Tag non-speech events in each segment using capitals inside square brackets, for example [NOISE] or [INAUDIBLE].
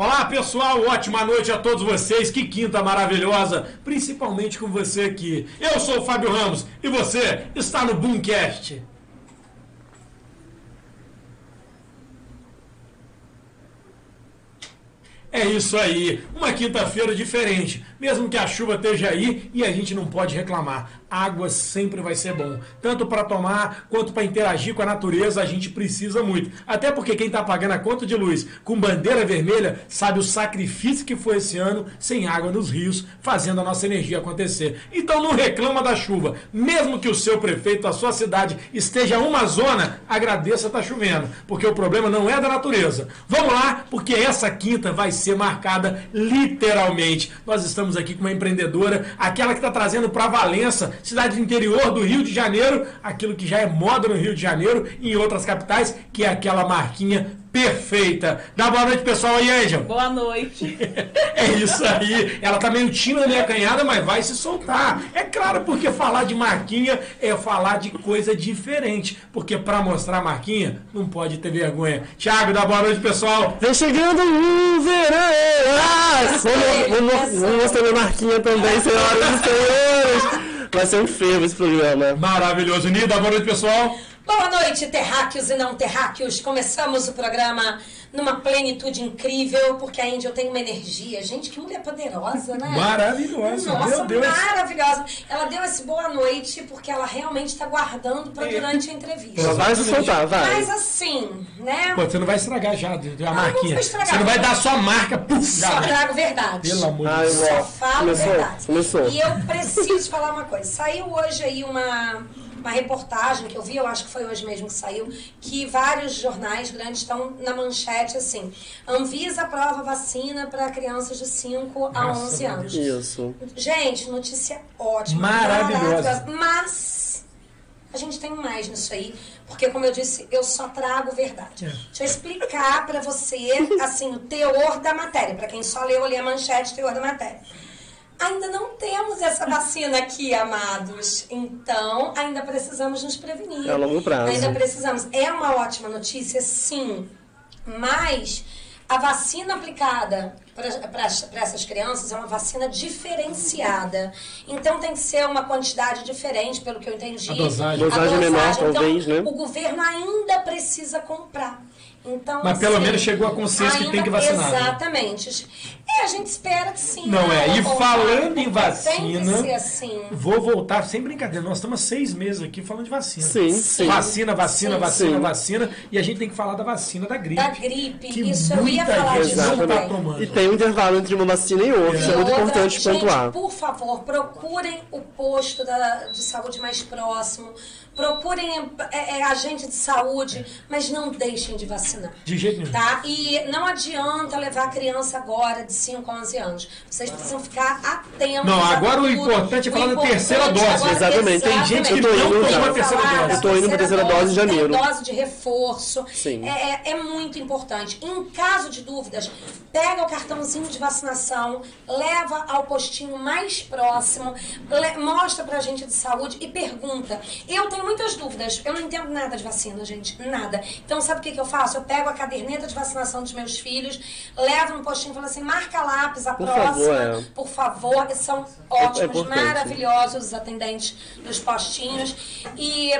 Olá pessoal, ótima noite a todos vocês. Que quinta maravilhosa, principalmente com você aqui. Eu sou o Fábio Ramos e você está no Boomcast. É isso aí, uma quinta-feira diferente, mesmo que a chuva esteja aí e a gente não pode reclamar. Água sempre vai ser bom, tanto para tomar quanto para interagir com a natureza, a gente precisa muito. Até porque quem está pagando a conta de luz com bandeira vermelha sabe o sacrifício que foi esse ano sem água nos rios, fazendo a nossa energia acontecer. Então não reclama da chuva, mesmo que o seu prefeito, a sua cidade esteja uma zona, agradeça tá chovendo, porque o problema não é da natureza. Vamos lá, porque essa quinta vai ser marcada literalmente. Nós estamos aqui com uma empreendedora, aquela que está trazendo para Valença, cidade do interior do Rio de Janeiro, aquilo que já é moda no Rio de Janeiro e em outras capitais, que é aquela marquinha perfeita. Dá boa noite, pessoal aí, Angel. Boa noite. É isso aí. Ela tá meio tímida, meio acanhada, mas vai se soltar. É claro, porque falar de marquinha é falar de coisa diferente. Porque para mostrar marquinha, não pode ter vergonha. Thiago, dá boa noite, pessoal. Vem chegando o verão! Ah, vou, mo- vou, mo- vou mostrar minha marquinha também, senhoras e senhores! Vai ser um fervo esse programa. Maravilhoso. Nida, boa noite, pessoal. Boa noite, terráqueos e não terráqueos. Começamos o programa numa plenitude incrível, porque a Angel tem uma energia. Gente, que mulher poderosa, né? Maravilhosa, Nossa, meu Deus. maravilhosa. Ela deu esse boa noite porque ela realmente está guardando para durante a Ela entrevista. vai se soltar, vai. Mas assim, né? Pô, você não vai estragar já a Ah, não marquinha. vou estragar. Você não vai dar só marca. Puf, já. Só trago verdade. Pelo amor de Ai, Deus. ó. Só falo Começou? verdade. Começou. E eu preciso falar uma coisa. Saiu hoje aí uma, uma reportagem que eu vi, eu acho que foi hoje mesmo que saiu, que vários jornais grandes estão na manchete assim. Anvisa aprova vacina para crianças de 5 a Nossa, 11 meu anos. Isso. Gente, notícia ótima. Maravilhosa. Mas a gente tem mais nisso aí, porque como eu disse, eu só trago verdade. É. Deixa eu explicar pra você, assim, o teor da matéria, pra quem só leu ali a manchete, o teor da matéria. Ainda não temos essa vacina aqui, amados. Então, ainda precisamos nos prevenir. É a longo prazo. Ainda precisamos. É uma ótima notícia, sim. Mas a vacina aplicada para essas crianças é uma vacina diferenciada. Então tem que ser uma quantidade diferente, pelo que eu entendi. Então, A dosagem. Dosagem menor, talvez, né? O governo ainda precisa comprar. Então, Mas pelo menos chegou a consciência que ainda- tem que vacinar, né? Exatamente. É, a gente espera que sim. Não é. E Ou- ou- falando em Tem vacina- que ser assim. Vou voltar, sem brincadeira, nós estamos há seis meses aqui falando de vacina. Sim, sim. Vacina, vacina, Sim. vacina, Sim. vacina. E a gente tem que falar da vacina da gripe. Da gripe, que isso eu muita ia falar gente disso não tá também. tomando. E tem um intervalo entre uma vacina e outra, isso é muito outra, importante gente, pontuar. Por favor, procurem o posto da- de saúde mais próximo, procurem é, é, agente de saúde, mas não deixem de vacinar. De jeito nenhum. Tá? E não adianta levar a criança agora de 5 a 11 anos. Vocês precisam ficar atentos. Não, a agora o tudo. importante é falar da importante é terceira dose. agora- Exatamente. Tem gente que não Exatamente. tomou a Tem que terceira falar dose. da Eu tô indo pra terceira dose em tem janeiro. dose de reforço. Sim. É, é- é muito importante. Em caso de dúvidas, pega o cartãozinho de vacinação, leva ao postinho mais próximo, le- mostra pra gente de saúde e pergunta. Eu tenho muitas dúvidas, eu não entendo nada de vacina, gente, nada. Então, sabe o que, que eu faço? Eu pego a caderneta de vacinação dos meus filhos, levo no postinho e falo assim, marca lápis, a Por próxima, favor, é. por favor. São é ótimos, importante. maravilhosos maravilhosos, os atendentes dos postinhos. E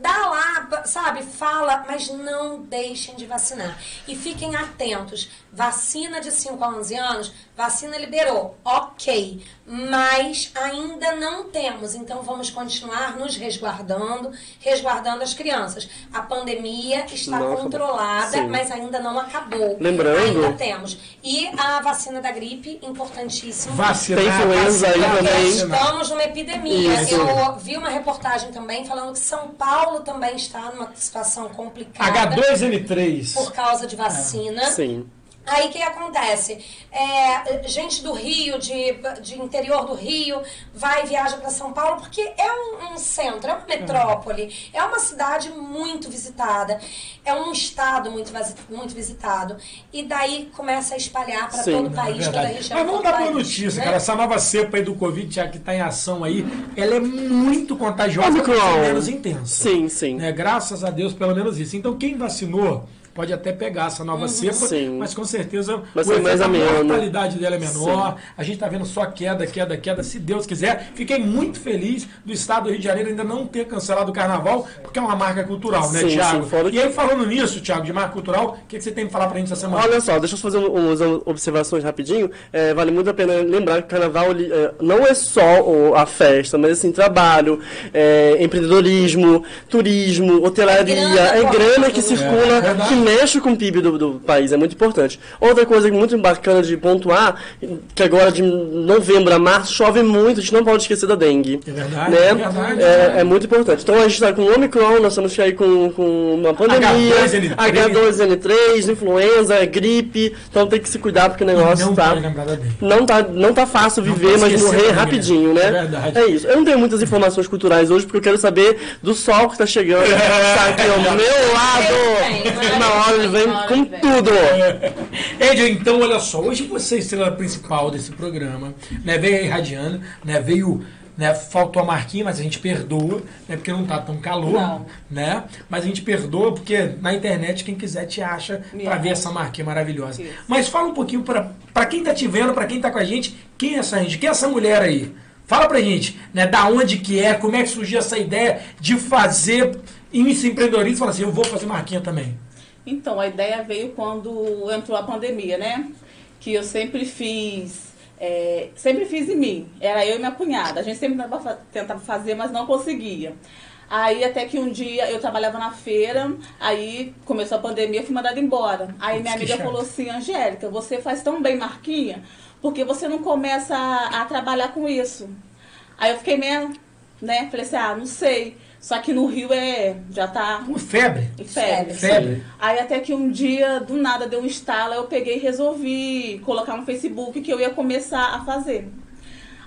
dá lá, p- sabe, fala, mas não deixem de vacinar. E fiquem atentos. Vacina de 5 a 11 anos, vacina liberou, ok. Mas ainda não temos, então vamos continuar nos resguardando, resguardando as crianças. A pandemia está Não acabou. controlada, Sim. mas ainda não acabou. Lembrando- Ainda temos. E a vacina da gripe, importantíssima. Vacinar, Tem influenza aí vacinar, também. vacinar. Estamos numa epidemia. é Isso. Eu vi uma reportagem também falando que São Paulo também está numa situação complicada H2N3. por causa de vacina. É, Sim. Aí o que acontece? É, gente do Rio, de, de interior do Rio, vai e viaja para São Paulo porque é um, um centro, é uma metrópole, é uma cidade muito visitada, é um estado muito, vasi- muito visitado. E daí começa a espalhar para Sim, todo o É país, toda a verdade. Mas região. vamos todo dar o boa país, notícia, né? cara. Essa nova cepa aí do Covid, já que está em ação aí, ela é muito contagiosa, Omicron. mas é menos intensa. Sim, sim. Né? Graças a Deus, pelo menos isso. Então, quem vacinou, Pode até pegar essa nova cepa, Uhum. Sim. mas com certeza Vai ser efeito, mais a ameno. mortalidade dela é menor. A gente está vendo só queda, queda, queda. Se Deus quiser, fiquei muito feliz do Estado do Rio de Janeiro ainda não ter cancelado o Carnaval, porque é uma marca cultural, né, Sim, sim, Tiago? fora E aí, falando nisso, Tiago, de marca cultural, o que, que você tem para falar para gente essa semana? Olha só, deixa eu fazer um, umas observações rapidinho. É, vale muito a pena lembrar que carnaval ele, é, não é só o- a festa, mas assim, trabalho, é, empreendedorismo, turismo, hotelaria, É grana, é pô. grana que É, circula, verdade. que mexe com o PIB do, do país, é muito importante. Outra coisa muito bacana de pontuar, que agora de novembro a março chove muito, a gente não pode esquecer da dengue. É verdade, né? é verdade. É, é muito importante. Então a gente está com o Omicron, nós estamos aí com, com uma pandemia, H2N3. H2N3, influenza, gripe. Então tem que se cuidar porque o negócio não tá. pode lembrar da dengue. Não tá, não tá fácil viver, tá mas esquecendo, morrer né? rapidinho, né? É verdade. É isso. Eu não tenho muitas informações culturais hoje, porque eu quero saber do sol que [LAUGHS] tá chegando. tá aqui ao meu Eu lado. tenho, Na hora ele vem na hora com ele vem. tudo. Ed, então olha só, hoje você é a estrela principal desse programa, né? Veio aí radiando, né? Veio, né? Faltou a marquinha, mas a gente perdoa, né? Porque não tá tão calor, Não. né? Mas a gente perdoa porque na internet quem quiser te acha Me pra ver acha. essa marquinha maravilhosa. Isso. Mas fala um pouquinho pra, pra quem tá te vendo, pra quem tá com a gente, quem é essa gente? Quem é essa mulher aí? Fala pra gente, né? Da onde que é? Como é que surgiu essa ideia de fazer início empreendedorismo? Fala assim, eu vou fazer marquinha também. [LAUGHS] Então, a ideia veio quando entrou a pandemia, né? Que eu sempre fiz, é, sempre fiz em mim. Era eu e minha cunhada. A gente sempre tentava fa- tentava fazer, mas não conseguia. Aí até que um dia eu trabalhava na feira, aí começou a pandemia, eu fui mandada embora. Aí minha Que amiga chato. falou assim, Angélica, você faz tão bem marquinha, porque você não começa a, a trabalhar com isso. Aí eu fiquei meio, né? Falei assim, ah, não sei. Só que no Rio é, já tá Pô, febre. febre. Febre. Aí até que um dia, do nada, deu um estalo, eu peguei e resolvi colocar no Facebook que eu ia começar a fazer.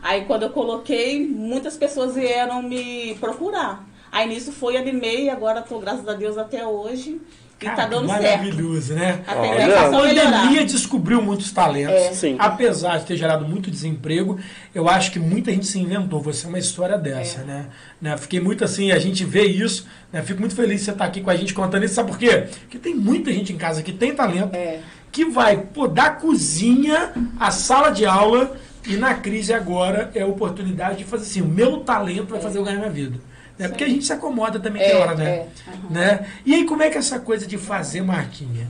Aí quando eu coloquei, muitas pessoas vieram me procurar. Aí nisso foi, animei, agora tô, graças a Deus, até hoje. E tá Cara, dando certo. maravilhoso, né? Até Olha. que A a é pandemia melhorar. descobriu muitos talentos. É. Sim. Apesar de ter gerado muito desemprego, eu acho que muita gente se inventou. Você é uma história dessa, né? Né? Fiquei muito assim, a gente vê isso, né? Fico muito feliz de você estar aqui com a gente contando isso. Sabe por quê? Porque tem muita gente em casa que tem talento, É. que vai, pô, da cozinha à sala de aula e na crise agora é a oportunidade de fazer assim, o meu talento vai fazer eu ganhar minha vida. Né? Porque a gente se acomoda também, tem É, hora, né? é. né? E aí, como é que é essa coisa de fazer marquinha?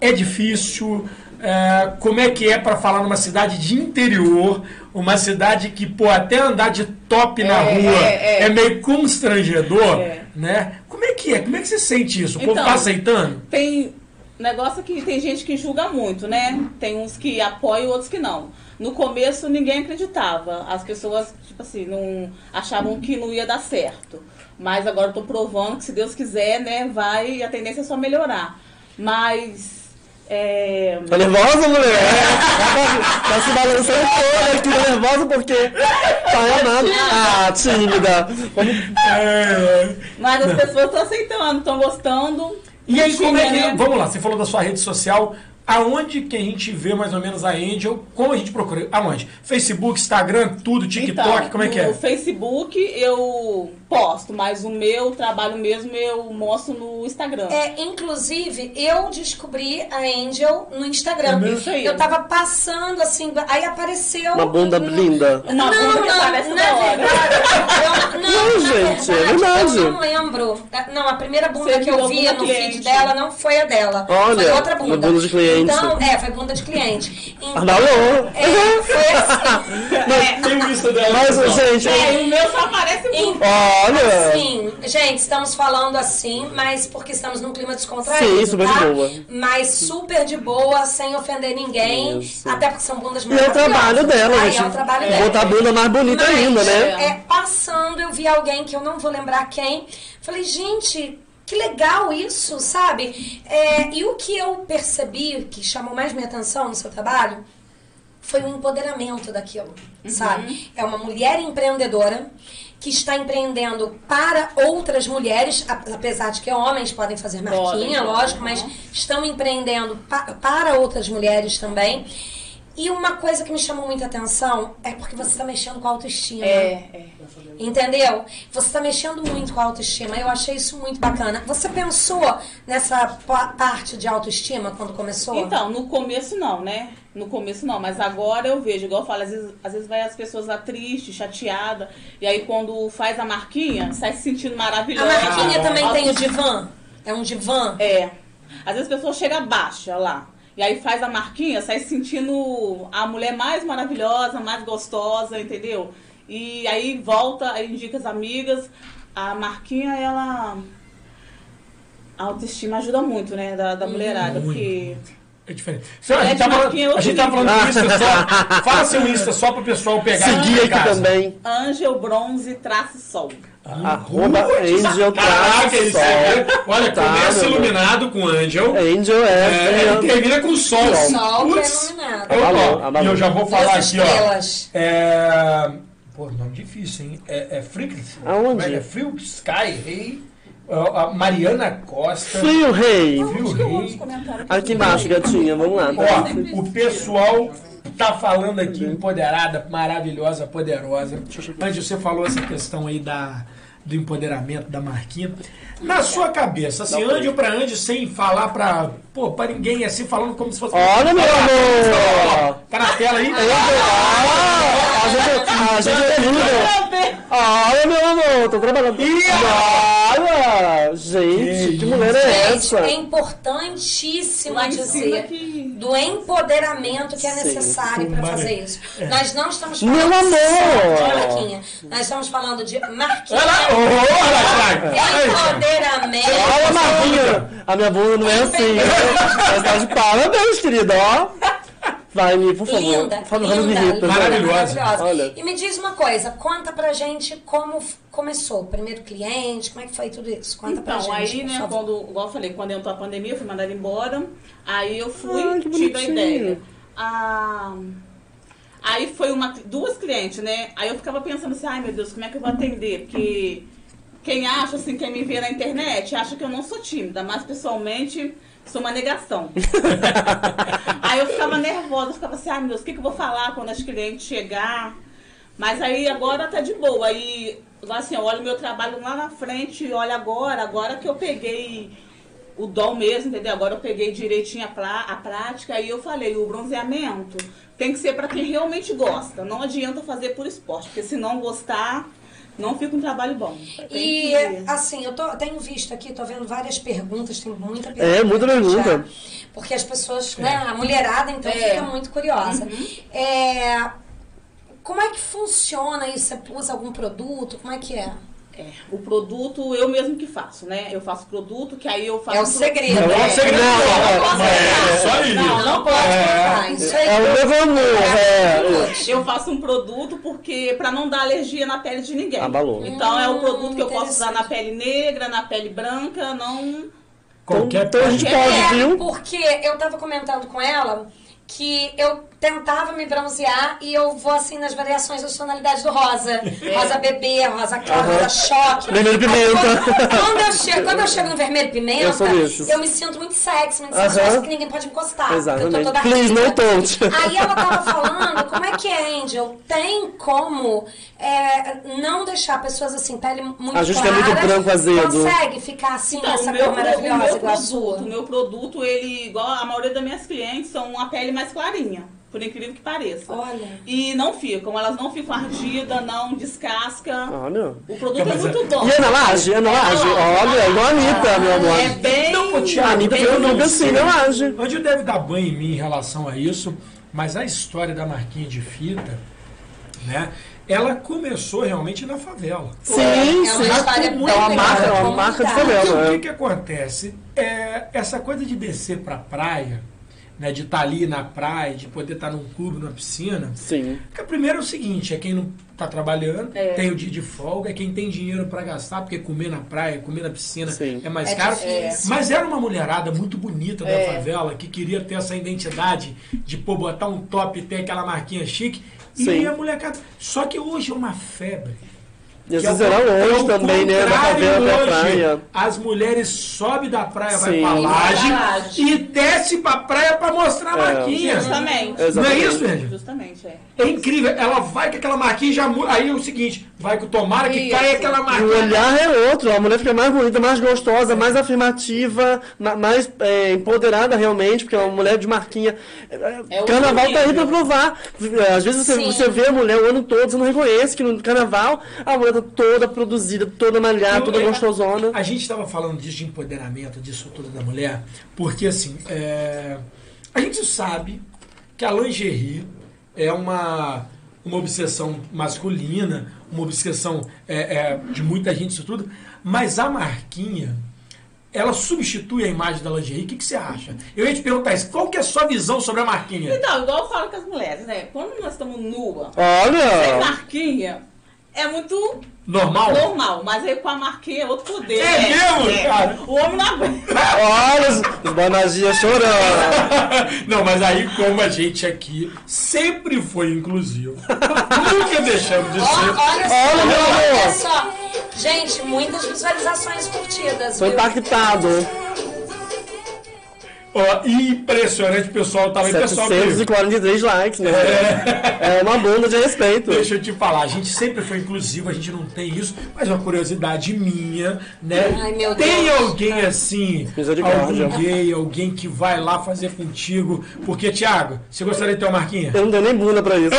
É difícil? É, como é que é para falar numa cidade de interior, uma cidade que, pô, até andar de top na É, rua é, é, é. meio constrangedor, É. né? Como é que é? Como é que você sente isso? O povo Então, tá aceitando? Tem negócio que tem gente que julga muito, né? Tem uns que apoiam e outros que não. No começo ninguém acreditava. As pessoas, tipo assim, não achavam que não ia dar certo. Mas agora eu tô provando que se Deus quiser, né, vai, a tendência é só melhorar. Mas é, Tá nervosa, mulher? É. Tá, tá se balançando toda aqui, tá nervosa porque tá É amado. Ah, tímida. É. mas as pessoas estão aceitando, estão gostando. E aí, como é que. Tinha, né? Vamos lá, você falou da sua rede social. Aonde que a gente vê mais ou menos a Angel? Como a gente procura? Aonde? Facebook, Instagram, tudo, TikTok, Então, como é que é? No Facebook eu posto, mas o meu trabalho mesmo eu mostro no Instagram. É, inclusive, eu descobri a Angel no Instagram. É mesmo? Isso aí. Eu tava passando assim, aí apareceu. Uma bunda no- linda. Uma não, bunda que não, é parece na da hora. verdade, eu- não, Não, na gente, é verdade. Eu não lembro. Não, a primeira bunda Você que eu virou vi bunda no feed cliente. dela não foi a dela. foi Olha, outra bunda. uma bunda de cliente. Ah, Então, é, foi bunda de cliente. Então, Arnaldo. é, foi [LAUGHS] assim. Tem um o Insta dela. Mas, pessoal. gente, É, o meu só aparece Então, muito. Olha! Sim, gente, estamos falando assim, mas porque estamos num clima descontraído. Sim, super de tá? boa. Mas super de boa, sem ofender ninguém. Isso. Até porque são bundas E é o maravilhosas. trabalho dela, Aí gente. É o trabalho dela. Botar a bunda mais bonita Mas, ainda, né? É, passando, eu vi alguém que eu não vou lembrar quem. Falei, gente, que legal isso, sabe? É, e o que eu percebi, que chamou mais minha atenção no seu trabalho, foi o empoderamento daquilo, sabe? É uma mulher empreendedora que está empreendendo para outras mulheres, a- apesar de que homens podem fazer Podem, marquinha, lógico, podem, mas uhum. estão empreendendo pa- para outras mulheres também. E uma coisa que me chamou muita atenção é porque você está mexendo com a autoestima. É, é. Entendeu? Você está mexendo muito com a autoestima. Eu achei isso muito bacana. Você pensou nessa pa- parte de autoestima quando começou? Então, no começo não, né? No começo não, mas agora eu vejo, igual eu falo, às vezes, às vezes vai as pessoas lá tristes, chateadas, e aí quando faz a marquinha, sai se sentindo a maravilhosa. Marquinha Ah, também Auto- tem o divã? É um divã? É. Às vezes a pessoa chega baixa lá. E aí faz a marquinha, sai se sentindo a mulher mais maravilhosa, mais gostosa, entendeu? E aí volta, aí indica as amigas. A marquinha, ela. A autoestima ajuda muito, né? Da, da mulherada. Muito. Porque. É diferente. Senhora, a gente É tá de falando, marquinha, eu a gente tá digo. falando do Insta [LAUGHS] só. Fala seu Insta só pro pessoal pegar. e Seguir ir pra aqui casa. também. Angel Bronze Traço Sol. Arroba Putz, Angel Caraca, ele Sol. sempre- é- Olha, Tá, começa meu iluminado com Angel. Angel é. É, e termina com um sol. Sol que é Putz. iluminado. Eu, Abalou, ó, abalou. E eu já vou falar Duas aqui, ó. estrelas. É... Pô, nome difícil, hein? É, é Fricks? Aonde? Como É, que é Frio Sky Rei. ó, a Mariana Costa. Frio Rei. Frio Rei. Aqui embaixo, gatinha. Vamos lá. tá? Ó, o pessoal tá falando aqui, empoderada, maravilhosa, poderosa. Antes você falou essa questão aí da, do empoderamento da marquinha. Na sua cabeça, assim, ande pra ande sem falar pra, pô, pra ninguém, assim, falando como se fosse... Olha, meu amor. Tá na tela aí? Ah, a gente, a gente é líder. Olha, meu amor, tô trabalhando. Ih, Olha! Gente, que mulher é Gente, essa? é importantíssimo Lá em cima dizer que- do empoderamento que é Sim, necessário sim, para vale. fazer isso. É. Nós não estamos Meu falando amor! só de Marquinha. Nós estamos falando de Marquinha. Olha lá! Ô, olha, vai. Empoderamento. Olha a marquinha! A minha bunda não é assim. Mas tá de parabéns, querida, ó. Vai, Mi, por favor. Linda, por favor, não me linda, irrita. linda, vai. Maravilhosa. Olha. E me diz uma coisa, conta pra gente como f- começou, o primeiro cliente, como é que foi tudo isso? Conta pra Então, aí, gente. por né, favor. quando, igual eu falei, quando entrou a pandemia, eu fui mandada embora. Aí eu fui, Ah, que tive a bonitinho. ideia. Ah, aí foi uma, duas clientes, né? Aí eu ficava pensando assim, ai meu Deus, como é que eu vou atender? Porque quem acha, assim, quem me vê na internet, acha que eu não sou tímida, mas pessoalmente sou uma negação. aí eu ficava nervosa, eu ficava assim, ai meu Deus, o que, que eu vou falar quando as clientes chegar? Mas aí agora tá de boa. Aí, assim, eu olho o meu trabalho lá na frente e olho agora, agora que eu peguei o dom mesmo, entendeu? Agora eu peguei direitinho a, plá- a prática e eu falei, o bronzeamento tem que ser pra quem realmente gosta. Não adianta fazer por esporte, porque se não gostar, não fica um trabalho bom. Tem E que- assim, eu tô, tenho visto aqui, tô vendo várias perguntas, tem muita pergunta. É, muita já, pergunta. porque as pessoas, né, a mulherada então É. Uhum. fica muito curiosa. É, como é que funciona isso? Você usa algum produto? Como é que é? É, o produto eu mesmo que faço, né? Eu faço um produto que aí eu faço. É o segredo. É o né? segredo. É, isso aí. Não, não pode contar. Ah, Isso aí É o meu amor, é. Eu faço um produto porque para não dar alergia na pele de ninguém. Abalou. Então é um produto que eu Hum, posso usar na interessante. pele negra, na pele branca, não. Qualquer Então a gente coisa. pode, É, viu? porque eu tava comentando com ela que eu tentava me bronzear e eu vou assim nas variações da tonalidade do rosa. É. Rosa bebê, rosa clara, rosa choque. Vermelho pimenta. Aí, Quando, quando eu chego, quando eu chego no vermelho pimenta, Eu sou desses. eu me sinto muito sexy, muito Aham. sexy, que ninguém pode encostar. Eu tô Exatamente. toda Please, rica. não touch. Aí ela tava falando, como é que é, Angel? Tem como é, não deixar pessoas assim, pele muito A gente que é muito claras, branco, azedo. Consegue ficar assim, Então, essa o meu, cor pro- o maravilhosa meu igual a sua? produto, o meu produto, ele, igual a maioria das minhas clientes, são a pele mais clarinha, por incrível que pareça. Olha. E não ficam, elas não ficam ardidas, não descasca. Olha. O produto é Mas é- muito bom. E Ana Laje? Ana Laje? é Olha, igual a Anitta, meu amor. É bem. Não, o A Thiago, Anitta bem tem um não nome assim, sei. Ana Laje. Onde deve dar banho em mim em relação a isso, mas a história da marquinha de fita, né? Ela começou realmente na favela. Sim, É sim. uma história É bem uma legal marca, é pra uma marca de contar. Então, o favela. que, né? que acontece? É, essa coisa de descer pra praia, né, de estar ali na praia, de poder estar num clube, numa piscina. Sim. Porque primeiro é o seguinte, é quem não tá trabalhando, É. tem o dia de folga, é quem tem dinheiro pra gastar, porque comer na praia, comer na piscina Sim. é mais É caro. difícil. Mas era uma mulherada muito bonita da É. favela, que queria ter essa identidade de pô, botar um top e ter aquela marquinha chique. E Sim. a molecada. Só que hoje é uma febre. E às Que é o vezes era longe é o também, né, da contrário favela pra hoje. praia. As mulheres sobem da praia, Sim. vai pra E vai pra laje laje. e desce pra praia pra mostrar a É. marquinha. Justamente. Não é Exatamente. isso, Ed? Justamente, é. É incrível. Ela vai com aquela marquinha e já muda. Aí é o seguinte, vai com tomara que Isso. caia aquela E marquinha. o olhar é outro, a mulher fica mais bonita, mais gostosa, mais afirmativa, ma- mais é, empoderada realmente, porque é uma mulher de marquinha. É, é, É outro carnaval tá aí pra nível. provar. É, Às vezes você, Sim. você vê a mulher o ano todo, você não reconhece que no carnaval a mulher tá toda produzida, toda malhada, toda Eu- gostosona. A gente estava falando disso de empoderamento, disso tudo da mulher, porque assim, é, a gente sabe que a lingerie é uma, uma obsessão masculina, uma obsessão é, é, de muita gente, isso tudo, mas a marquinha, ela substitui a imagem da lingerie. O que, que você acha? Eu ia te perguntar isso, qual que é a sua visão sobre a marquinha? Então, igual eu falo com as mulheres, né? Quando nós estamos nua, sem Olha! marquinha, é muito Normal? normal. Mas aí com a marquinha é outro poder. É né? mesmo, cara? O homem não aguenta. Olha os, os banagias chorando! Não, mas aí como a gente aqui sempre foi inclusivo, nunca deixamos de Olha, ser. olha só, Olha, meu amor. olha só. Gente, muitas visualizações curtidas. Tô viu? impactado. Ó, impressionante, pessoal. Tava aí, pessoal. que- 743 likes, né? É uma bunda de respeito. Deixa eu te falar, a gente sempre foi inclusivo, a gente não tem isso, mas uma curiosidade minha, né? Ai, meu tem Deus. alguém assim, Misericórdia. algum gay, alguém que vai lá fazer contigo. Porque, Thiago, você gostaria de ter uma marquinha? Eu não dei nem bunda [LAUGHS] pra isso.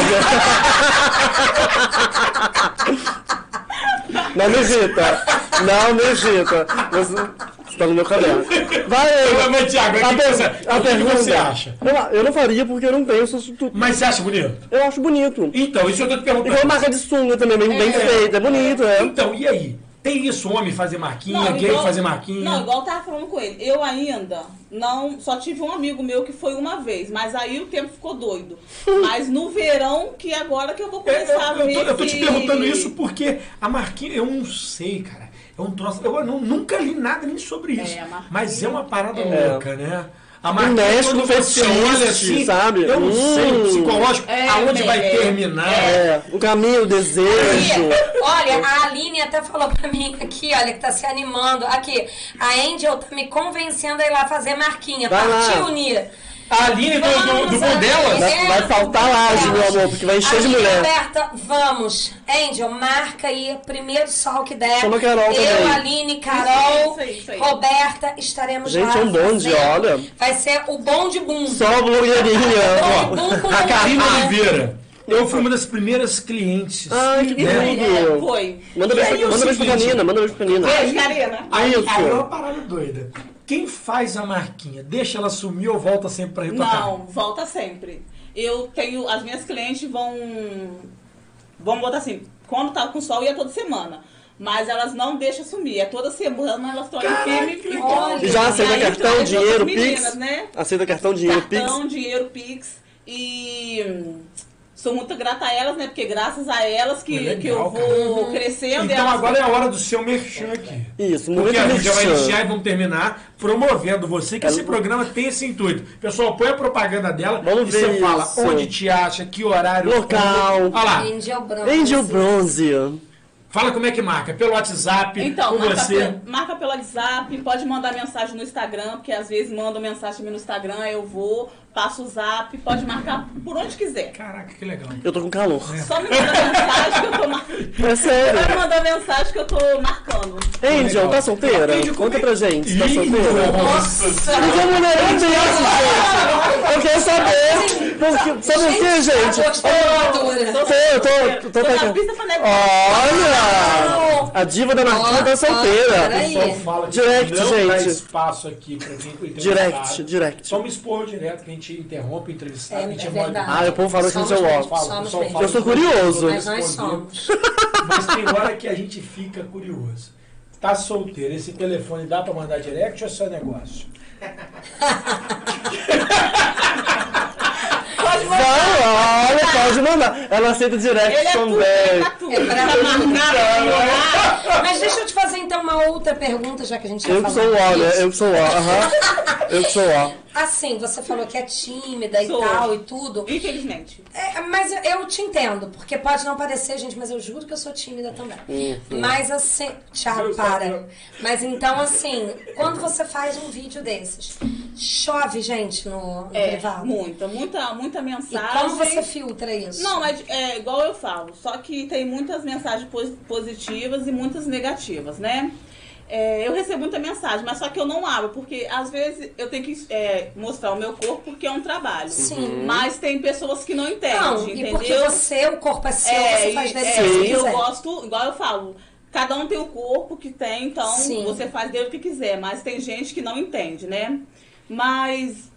né? não me irrita. Não me irrita. Você está no meu cabelo. Vai, Eu, Eva. mas, Thiago, A, o que, per- você, a o que pergunta. é, você acha? Eu, eu não faria porque eu não tenho substituto. Mas você acha bonito? Eu acho bonito. Então, isso eu tô te Igual a perguntando. marca de sunga também, bem, bem feita. É bonito, é. Então, e aí? Tem isso, homem fazer marquinha, gay então, igual- fazer marquinha? Não, igual eu tava falando com ele. Eu ainda não. Só tive um amigo meu que foi uma vez, mas aí o tempo ficou doido. Mas no verão, que é agora que eu vou Eu, eu- começar a eu ver. tô, eu tô te se- perguntando isso porque a Marquinha, eu não sei, cara. É um troço. Eu não- nunca li nada nem sobre isso. É, a Marquinha- mas é uma parada É. louca, né? A mexe quando com você fetiche, olha assim, sabe? Eu não sei, o Hum. psicológico, É, aonde é, vai é. terminar. É, o caminho, o desejo. Aqui, Olha, a Aline até falou pra mim aqui, olha, que tá se animando. Aqui, a Angel tá me convencendo a ir lá fazer marquinha. Vai lá. Partiu, Nia. A Aline do, do, do Mandela, Vai- É, vai faltar laje, meu amor, porque vai encher de Aqui, mulher. Roberta, vamos. Angel, marca aí, primeiro sol que der. Chama a Carol Eu, também. Aline, Carol, Isso aí, isso aí. Roberta, estaremos Gente, lá. é um bonde, fazendo. olha. Vai ser o bonde boom. Só blogueirinha. ó, a Karina Ah. Oliveira. Eu fui uma das primeiras clientes. Ai, que né? [LAUGHS] É, lindo. foi. Manda E aí beijo o manda beijo pra seguinte? Canina, manda beijo pra Canina. Beijo, Karina. Aí, Isso. aí é uma parada doida. Quem faz a marquinha? Deixa ela sumir ou volta sempre pra retocar? Não, volta sempre. Eu tenho. As minhas clientes vão. Vamos botar assim, quando tá com sol ia toda semana. Mas elas não deixam sumir. É toda semana elas estão ali Caraca, firme e que firme. legal. Olha, E já aceita aí, é cartão, as dinheiro, outras meninas, Pix? Né? Aceita cartão, dinheiro, Pix? Cartão, dinheiro, Pix. E hum, sou muito grata a elas, né? Porque graças a elas que, É legal, que eu cara. vou crescendo. e Então elas- agora é a hora do seu merchan aqui. Isso, Porque momento a gente já vai merchan. iniciar e vamos terminar promovendo você, que É. esse programa tem esse intuito. Pessoal, põe a propaganda dela Vamos e ver você fala isso. onde te acha, que horário, Local. como. Olha lá, Angel Branco. Angel Bronze. fala como é que marca, pelo WhatsApp, Então, com marca, você. pelo- marca pelo WhatsApp, pode mandar mensagem no Instagram, porque às vezes mandam mensagem no Instagram, eu vou, passo o zap, pode marcar por onde quiser. Caraca, que legal. Eu tô com calor. Só me manda mensagem que eu tô marcando. É sério. Só me mandar mensagem que eu tô marcando. Angel, Legal. tá solteira? Angel, como Conta é- pra gente, tá Ih, solteira? Nossa. Porque a mulher é mesmo, gente. Eu quero saber. Porque, sabe o que, gente? Tá gostando, né? Tô- Eu tô, tô, tô, tô na pegando- pista pra negócio. Ah, Olha! A diva da Marquinha tá Ó, ó, solteira. peraí. O pessoal fala que Direct, não dá gente. espaço aqui pra quem tem Direct, direct. Só me expor direto, que a gente interrompe o entrevistado, É, a gente é morde. verdade. Ah, o povo fala que Somos isso é o mesmo, ó. somos Fala, mesmo. fala. Eu sou curioso. Mas nós é somos. Mas tem hora que a gente fica curioso. Tá solteiro, esse telefone dá pra mandar direct ou é só negócio? Pode mandar. Vai, olha, pode Ana, ela aceita direct Ele é tudo, também. ele tá tudo. É Ele pra tá marcado, tudo. ele tá marcado. Mas deixa eu te fazer então uma outra pergunta, já que a gente já eu que sou o falou O, né? disso. Eu que sou o O. Aham. Eu que sou o O. Assim, você falou que é tímida Sou. e tal e tudo. Infelizmente. É, mas eu- eu te entendo, porque pode não parecer, gente, mas eu juro que eu sou tímida também. Mas assim. Tchau, Eu para. sabia. Mas então, assim, quando você faz um vídeo desses, chove, gente, no, no É, privado. muita, muita, muita E mensagem. como você filtra isso? Não, mas é igual eu falo, só que tem muitas mensagens pos- positivas e muitas negativas, né? É, eu recebo muita mensagem, mas só que eu não abro, porque às vezes eu tenho que é, mostrar o meu corpo porque é um trabalho. Sim. Mas tem pessoas que não entendem, Não, e entendeu? porque você, o corpo é seu, você faz e- desse é, jeito que eu quiser. gosto, igual eu falo, cada um tem o corpo que tem, então Sim. você faz dele o que quiser, mas tem gente que não entende, né? Mas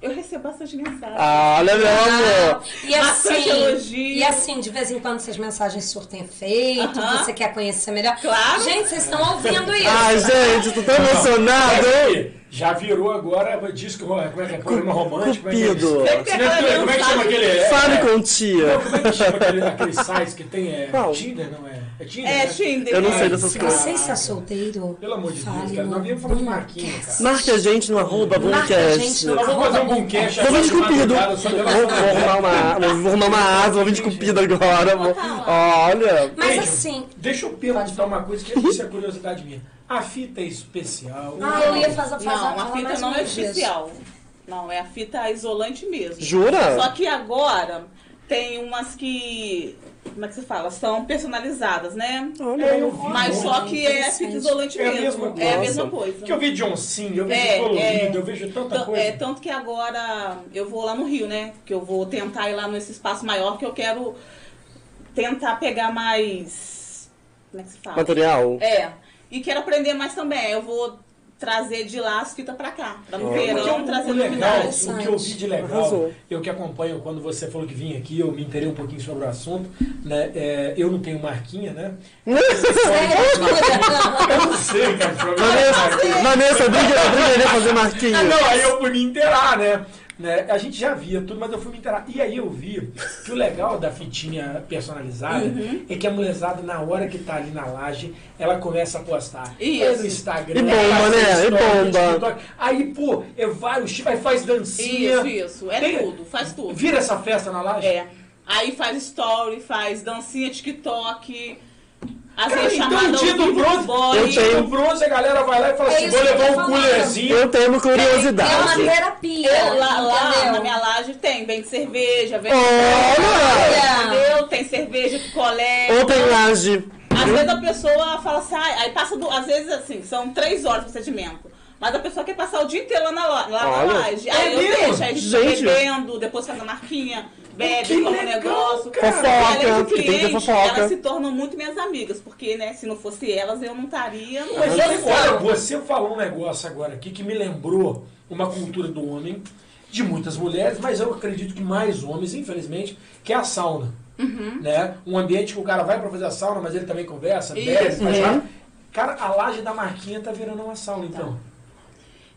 eu recebo bastante mensagem. Ah, olha meu amor. E Bastante assim, elogio. e assim, de vez em quando essas mensagens surtem efeito, Aham. você quer conhecer melhor. Claro. Gente, vocês estão ouvindo isso. Ai, gente, tô tão emocionado, hein? Aí, Já virou agora disco, como é que é? Porno romântico? Como é que é isso? Cupido. Como é que- como é que chama aquele? é- Fale com Não, tia. Como é que chama aquele, aquele sites que tem? É Qual? Tinder, não é? É Tinder? É, né? Tinder. Eu não né? sei dessas Se coisas. Você está solteiro? Pelo amor de Deus, Fale cara. no Nós viemos falar de Boomcast. Marquinhos, cara. Marca a gente no arroba Marca a gente Boomcast. no Nós vamos fazer um boomcast Vou vir de cupido. madrugada, só Vou, pela- vou arrumar uma, árvore, vou arrumar uma asa, vou vir de cupido agora. vou- Olha. Mas Gente, assim. Deixa eu perguntar uma coisa, que isso é curiosidade minha. A fita é especial. Ah, eu ia fazer fazer Não, a falar fita mais não ou é menos disso. oficial. Não, é a fita isolante mesmo. Jura? Só que agora tem umas que. Como é que se fala? São personalizadas, né? É, eu vi Mas muito. só que é a fita isolante É a mesmo. mesma é a coisa. mesma coisa. Que eu vejo John Cena, eu vejo É, colorido, é. eu vejo tanta Tan- coisa. é, tanto que agora eu vou lá no Rio, né? Que eu vou tentar ir lá nesse espaço maior que eu quero tentar pegar mais. Como é que se fala? Material. É. E quero aprender mais também. Eu vou trazer de lá as fitas pra cá. Pra no Porque verão o- o trazer é um legal, novidades. o que eu vi de legal, Arrasou. eu que acompanho quando você falou que vinha aqui, eu me interei um pouquinho sobre o assunto, né? É, eu não tenho marquinha, né? Sério, Duda? Eu não sei, cara, é de Tá problema de marquinha. Vanessa, Vanessa, briga, briga a fazer Ah, marquinhos. não, aí eu fui me inteirar, né? né? A gente já via tudo, mas eu fui me inteirar. E aí eu vi que o legal da fitinha personalizada é que a mulherzada, na hora que tá ali na laje, ela começa a postar. Isso. É no Instagram. E bomba, é nas né? E stories, bomba. no TikTok. Aí, pô, é vários, aí faz dancinha. Isso, isso. É Tem- tudo. Faz tudo. Vira essa festa na laje? É. Aí faz story, faz dancinha TikTok. Às Cara, vezes então chamada o dia ao do vivo bronze, boy. Eu tenho. No bronze a galera vai lá e fala É assim: isso vou que eu levar tô um falando. coolerzinho. Eu tenho É uma curiosidade. terapia. Eu, É, lá, lá entendeu? na minha laje tem, vende cerveja, vende. Olha! Entendeu? Tem cerveja que É coleta. Ontem laje. Às vezes a pessoa fala assim, ai, aí passa do. Às vezes assim, são três horas de procedimento. Mas a pessoa quer passar o dia inteiro lá na, lo- lá na Olha. laje. Aí É eu mesmo? deixo, aí eles ficam Gente. bebendo, depois faz a marquinha, Que bebe, toma um legal, negócio. cara. E além de Fofoca, que tem que ter cliente, fofoca. elas se tornam muito minhas amigas, porque, né, se não fosse elas, eu não estaria. no- Mas é é, olha, olha, você falou um negócio agora aqui que me lembrou uma cultura do homem, de muitas mulheres, mas eu acredito que mais homens, infelizmente, que é a sauna. Uhum. Né? Um ambiente que o cara vai pra fazer a sauna, mas ele também conversa, Isso, bebe, faz é. lá. Cara, a laje da Marquinha tá virando uma sauna, então.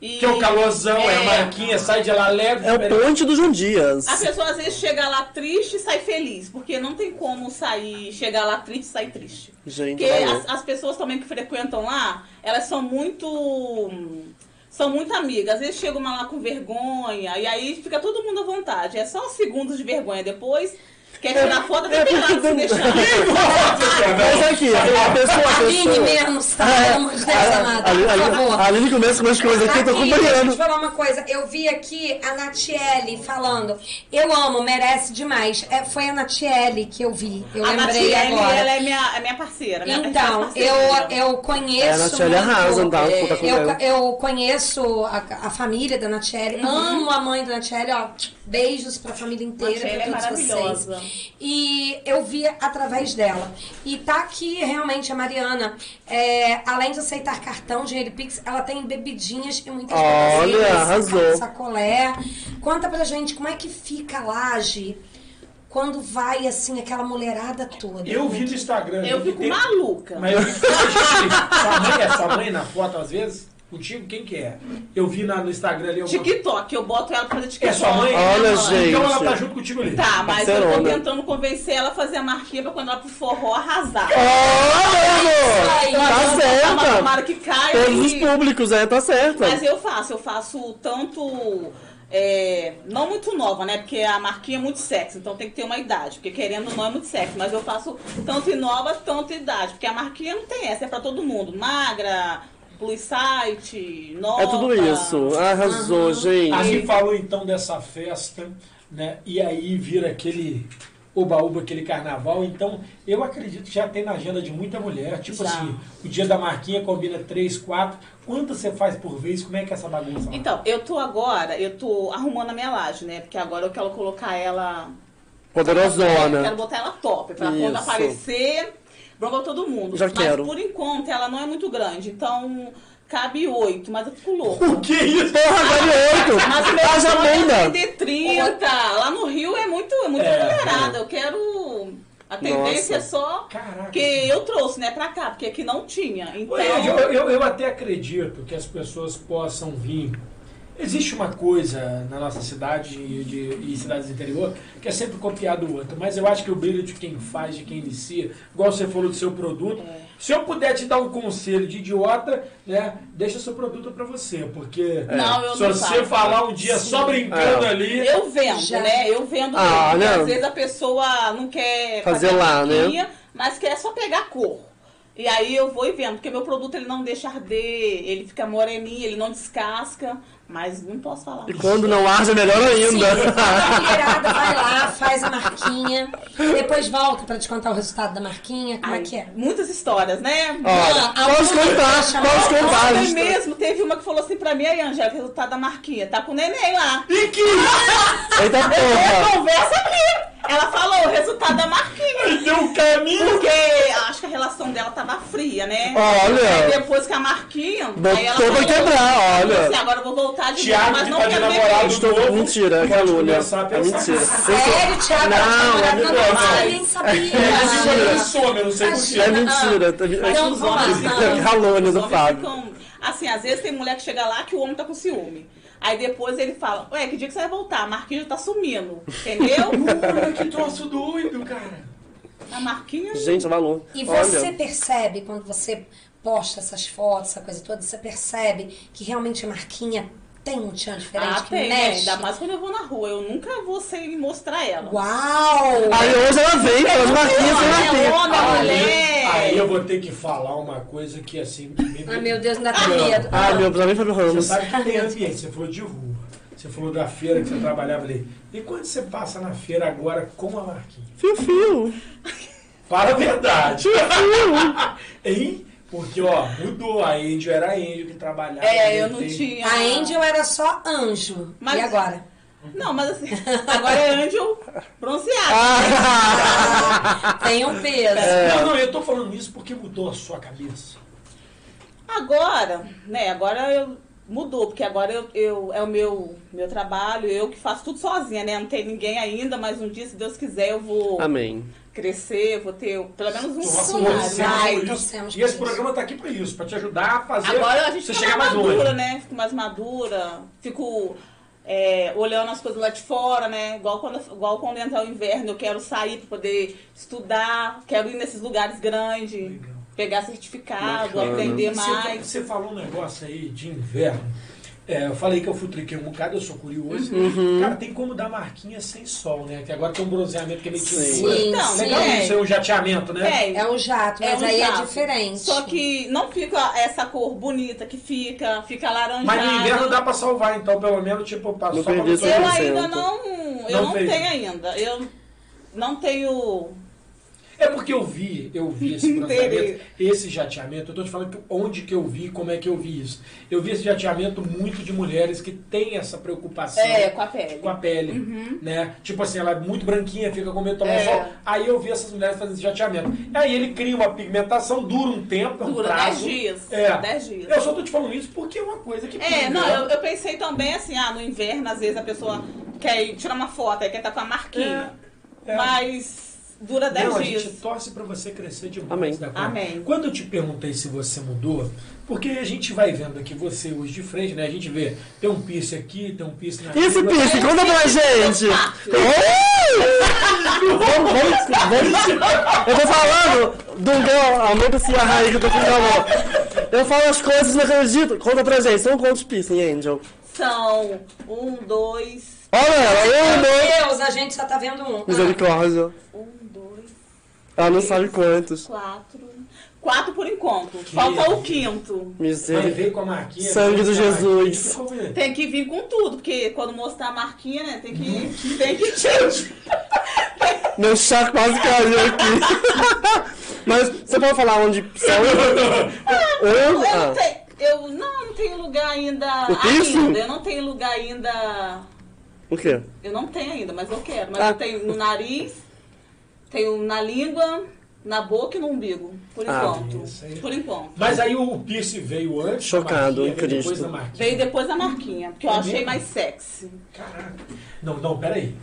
E Que é o calorzão, é, a É. Marquinha, sai de lá leve. É o ponte dos Jundias. Ah, A pessoa às vezes chega lá triste e sai feliz, porque não tem como sair, chegar lá triste e sair triste. Gente, Porque valeu. as, as pessoas também que frequentam lá, elas são muito. hum, São muito amigas. Às vezes chega uma lá com vergonha, e aí fica todo mundo à vontade. É só segundos de vergonha. Depois quer É, tirar foto, até tem lá se deixar. [LAUGHS] Mas aqui, a pessoa, a Aline pessoa. É, menos, tá? Pelo amor de Deus, amada. Ah, Ali, Por favor. Tá começa com umas coisas aqui, eu tô Aqui, deixa eu te acompanhando. falar uma coisa. Eu vi aqui a Natiele falando. Eu amo, merece demais. É, foi a Natiele que eu vi. Eu A lembrei Natiele, agora. ela é minha, é minha parceira. minha Então, tá parceira. eu, eu É, a conheço. Natiele muito- arrasa, não tá? é, Tá eu, contando. eu conheço a, a família da Natiele, Uhum. amo a mãe da Natiele, ó. Beijos pra família inteira, Natiele é pra todos maravilhosa. vocês. E eu vi através dela. E tá aqui realmente a Mariana. é, além de aceitar cartão, dinheiro e Pix, ela tem bebidinhas e muitas Olha, bebidas, arrasou. sacolé. Conta pra gente como é que fica a laje quando vai assim aquela mulherada toda. Eu vi no Instagram. Eu vi que fico tem- maluca. Mas eu vi que tem gente que- sua mãe, é sua mãe na foto às vezes? Contigo, quem que é? Eu vi na- no Instagram ali. alguma- TikTok, eu boto ela pra fazer TikTok. É sua mãe? Olha, então gente. ela tá junto contigo ali. Tá, mas eu tô Barcelona. tentando convencer ela a fazer a marquinha pra quando ela pro forró arrasar. Olha, Ai, meu amor! Ela Tá dança, Tomara tomara certa! que caia. Todos os e- públicos, é, tá certa. Mas eu faço, eu faço tanto. é, não muito nova, né? Porque a marquinha é muito sexy, então tem que ter uma idade. Porque querendo ou não é muito sexy. Mas eu faço tanto em nova, tanto em idade. Porque a marquinha não tem essa, é pra todo mundo. Magra, blue site, nova. É tudo isso. Arrasou, A gente. gente falou então dessa festa, né? E aí vira aquele oba-oba, aquele carnaval. Então, eu acredito que já tem na agenda de muita mulher. Tipo Já. assim, o dia da marquinha combina três, quatro. Quantas você faz por vez? Como é que é essa bagunça? lá? Então, eu tô agora, eu tô arrumando a minha laje, né? Porque agora eu quero colocar ela Eu Quero Poderosona. botar ela top, pra quando Isso. aparecer, bomba todo mundo. Já mas quero. por enquanto ela não é muito grande, então cabe oito, mas eu fico louco. o que é isso? Porra, vale oito! Mas meu Haja sonho é bunda! vender 30. Lá no Rio é muito, é muito É, aglomerado. Eu quero. A tendência é só Caraca. que eu trouxe, né, pra cá, porque aqui não tinha. Então. Olha, Eu, eu- eu até acredito que as pessoas possam vir. Existe uma coisa na nossa cidade e, de, e cidades do interior que é sempre copiar do outro, mas eu acho que o brilho de quem faz, de quem inicia, igual você falou do seu produto. É. Se eu puder te dar um conselho de idiota, né, deixa seu produto pra você, porque É. Não, eu se não você faço. falar um dia só brincando É. ali. Eu vendo, Já. né? Eu vendo mesmo, Ah, porque né? Às vezes a pessoa não quer Fazer a lá, né? marquinha, Mas quer só pegar cor. E aí eu vou e vendo, porque meu produto ele não deixa arder, ele fica moreninho, ele não descasca, mas não posso falar. E quando não arde, é melhor Sim, [LAUGHS] ainda. a mulherada vai lá, faz a marquinha, depois volta pra te contar o resultado da marquinha, como Ai, é que é? Muitas histórias, né? Ó, pode contar, pode contar. a Ontem gente- é tá- mesmo teve uma que falou assim pra mim, aí, Angélica, resultado da marquinha, tá com o neném lá. E que isso? [LAUGHS] Eita Eu porra! conversa ali. Ela falou o resultado da marquinha. Deu um caminho! Porque acho que a relação dela tava fria, né? Aí Olha! depois que a Marquinha. aí ela Botou pra falou, quebrar, "Eu disse, olha! agora eu vou voltar de novo, Tiago, mas que não tá de quero namorado. beber. Estou... Mentira, é Pode calúnia. começar a É pensar. mentira. Eu sou- Sério, Thiago? Não, Ela tá não, namorando, não. eu nem sabia. é, Esse Imagina. ele some, eu não sei porquê. É mentira. Mas Então, os vamos homens lá. ficam- é Calúnia os do homens Fábio. ficam- Assim, às vezes tem mulher que chega lá que o homem tá com ciúme. Aí depois ele fala, ué, que dia que você vai voltar? A Marquinha já tá sumindo, entendeu? Porra, É né? que troço doido, cara. a Marquinha... Gente, é maluco. E você Olha. percebe quando você posta essas fotos, essa coisa toda, você percebe que realmente a marquinha tem um tchan diferente, Ah, que tem, né? mexe. Ainda mais quando eu vou na rua. Eu nunca vou sem mostrar ela. Uau! Aí hoje ela vem, pelas marquinhas, sem É homem, é marquinhas. mulher. Aí eu vou ter que falar uma coisa que assim. me- Ai, meu Deus, ainda tem medo. Ah, meu, pra mim, Fábio Você Ramos. sabe que tem ambiente, você falou de rua, você falou da feira que você trabalhava ali. E quando você passa na feira agora com a Marquinhos? Fio, fio. Fala a verdade. [LAUGHS] hein? Porque, ó, mudou. A Angel era a Angel que trabalhava. É, eu não tem- tinha... A Angel era só anjo. Mas- E agora? Não, mas assim, agora é Angel bronzeado. Ah, Tem um peso. Não, não, eu tô falando isso porque mudou a sua cabeça. Agora, né, agora eu mudou, porque agora eu, eu- é o meu, meu trabalho, eu que faço tudo sozinha, né? Não tem ninguém ainda, mas um dia, se Deus quiser, eu vou Amém. crescer, vou ter pelo menos um Nossa, é funcionário. torcemos vai, por isso. torcemos E por esse isso. programa tá aqui pra isso, pra te ajudar a fazer Agora a gente você fica chegar mais mais madura, longe. né? Fico mais madura, fico é, olhando as coisas lá de fora, né? Igual quando, igual quando entrar o inverno, eu quero sair para poder estudar, quero ir nesses lugares grandes, Legal. pegar certificado, Bacana. aprender Você- mais. Você falou um negócio aí de inverno. É, eu falei que eu futriquei um bocado, eu sou curioso. Cara, tem como dar marquinha sem sol, né? Que agora tem um bronzeamento que é meio que Sim. escuro. Então, Legal é. isso, é um jateamento, né? Tem. É um jato, É mas um aí jato. é diferente. Só que não fica essa cor bonita que fica, fica laranjada. Mas no inverno dá pra salvar, então, pelo menos, tipo, pra Não só pra perdi você- Eu 100%. ainda não. Eu Não não, fez. tenho ainda. Eu não tenho. É porque eu vi, eu vi esse bronzeamento, Entendi. esse jateamento, eu tô te falando que onde que eu vi, como é que eu vi isso. Eu vi esse jateamento muito de mulheres que têm essa preocupação. É, com a pele. com a pele, né? Tipo assim, ela é muito branquinha, fica com medo de tomar Uhum. É. sol. Aí eu vi essas mulheres fazendo esse jateamento. Aí ele cria uma pigmentação, dura um tempo, é um Dura né, prazo. 10 dias. É. 10 dias. Eu só tô te falando isso porque é uma coisa que... né? É, pinga. não, eu, eu pensei também assim, ah, no inverno, às vezes a pessoa quer ir tirar uma foto, aí quer estar com a marquinha. É, é. Mas dura 10 Não, a dias. gente torce pra você crescer demais. Amém. Da conta. Amém. Quando eu te perguntei se você mudou, porque a gente vai vendo aqui você hoje de frente, né? A gente vê, tem um piercing aqui, tem um piercing na E esse língua. piercing, conta pra gente! Oi! Vamos, vamos, vamos. Eu tô falando, Dungão, aumenta assim a raiz que eu tô com na mão. Eu falo as coisas, não acredito. Conta pra gente, são quantos piercing, Angel? São um, dois, Olha ela, é eu não. Meu Deus, a gente só tá vendo um. Misericórdia. um, dois, Ela não sabe quantos. quatro. Quatro por enquanto. Falta o quinto. Vai Misericórdia. ver com a marquinha. Sangue vai ver do com a marquinha, Jesus. ficou vendo. Tem que vir com tudo, porque quando mostrar a marquinha, né, tem que. Tem que te. Meu chá quase caiu aqui. [LAUGHS] Mas você pode falar onde são? Eu Eu? não Ah. tenho. Eu não, não tenho lugar ainda. O piso? Ainda. Eu não tenho lugar ainda. O quê? Eu não tenho ainda, mas eu quero. Mas Ah. eu tenho no nariz, tenho na língua, na boca e no umbigo. Por Ah, enquanto. isso aí. Por enquanto. Mas aí o piercing veio antes. da Chocado, marquinha, veio Cristo. Depois da marquinha. Veio depois a marquinha, porque eu Uhum. É achei mesmo? mais sexy. Caraca. Não, não, peraí.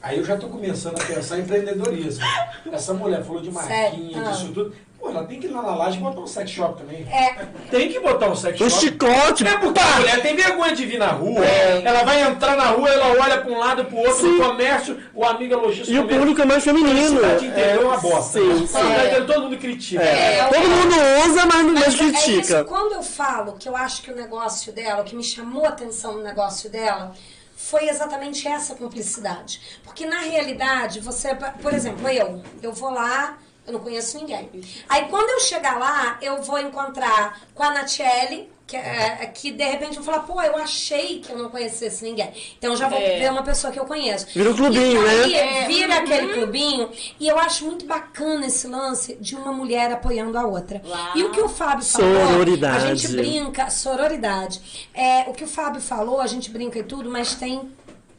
Aí eu já tô começando a pensar em empreendedorismo. Essa mulher falou de marquinha, Sério? Ah. disso tudo. Pô, ela tem que ir lá na laje e botar um sex shop também. É. Tem que botar um sex Um shop. chicote! É porque a mulher tem vergonha de vir na rua. É. Ela vai entrar na rua, ela olha pra um lado, pro outro, no comércio, o amigo elogia E o comércio. público é mais feminino. Cidade inteira é uma bosta. Sim, Na sim. verdade, todo mundo critica. É. Todo mundo usa, mas não Mas mais é isso, critica. quando eu falo que eu acho que o negócio dela, o que me chamou a atenção no negócio dela, foi exatamente essa cumplicidade. Porque na realidade, você, por exemplo, eu, eu vou lá, eu não conheço ninguém. Aí quando eu chegar lá, eu vou encontrar com a Natiele, que, é, que de repente eu vou falar, pô, eu achei que eu não conhecesse ninguém. Então eu já vou É. ver uma pessoa que eu conheço. Vira um clubinho, E aí, é, né? Vira aquele clubinho. E eu acho muito bacana esse lance de uma mulher apoiando a outra. Uau. E o que o Fábio falou, Sororidade. a gente brinca, sororidade. É, o que o Fábio falou, a gente brinca e tudo, mas tem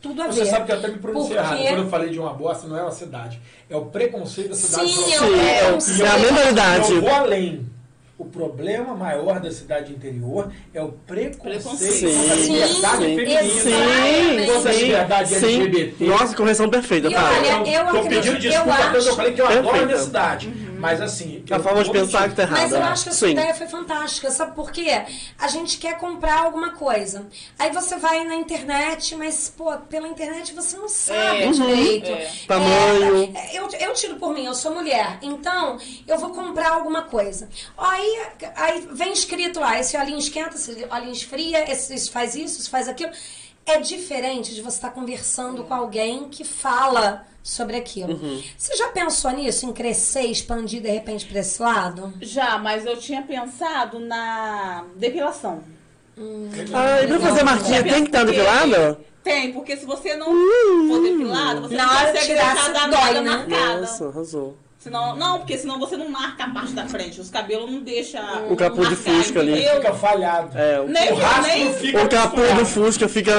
tudo a ver. Você sabe que eu até me pronunciei errado. Porque- Quando eu falei de uma bosta, não é uma cidade. É o preconceito da cidade. Sim, sobre- eu- É, eu- é a mentalidade. Eu vou além. O problema maior da cidade interior é o preconceito Preconceito. da Sim, liberdade sim. feminina. Exatamente. Toda a Sim, liberdade é sim, LGBT. sim. Nossa, correção perfeita, E tá? olha, Então, eu tô acredito- pedindo eu desculpa quando eu acho- falei que eu adoro a Perfeito. minha cidade. Mas assim... A eu forma de vou pensar que mentir. tá errada. Mas eu acho que essa Sim. ideia foi fantástica, sabe por quê? A gente quer comprar alguma coisa. Aí você vai na internet, mas, pô, pela internet você não sabe É, uhum. direito. É. Tamanho. É, eu, eu tiro por mim, eu sou mulher. Então, eu vou comprar alguma coisa. Aí, aí vem escrito lá, esse olhinho esquenta, esse olhinho esfria, esse, isso faz isso, isso faz aquilo. É diferente de você estar conversando com alguém que fala sobre aquilo. Uhum. Você já pensou nisso, em crescer, expandir de repente para esse lado? Já, mas eu tinha pensado na depilação. Ah, e pra fazer marquinha tem que tá Hum. estar Porque- depilada? Tem, porque se você não for depilada, você Na não hora de consegue tirar, deixar se da dói, nada né? marcada. Nossa, arrasou. Senão, não, porque senão você não marca a parte da frente. Os cabelos não deixam. O capô de fusca ali. Fica falhado. É, o, Nem, O rastro nem fica... o capô do Fusca fica.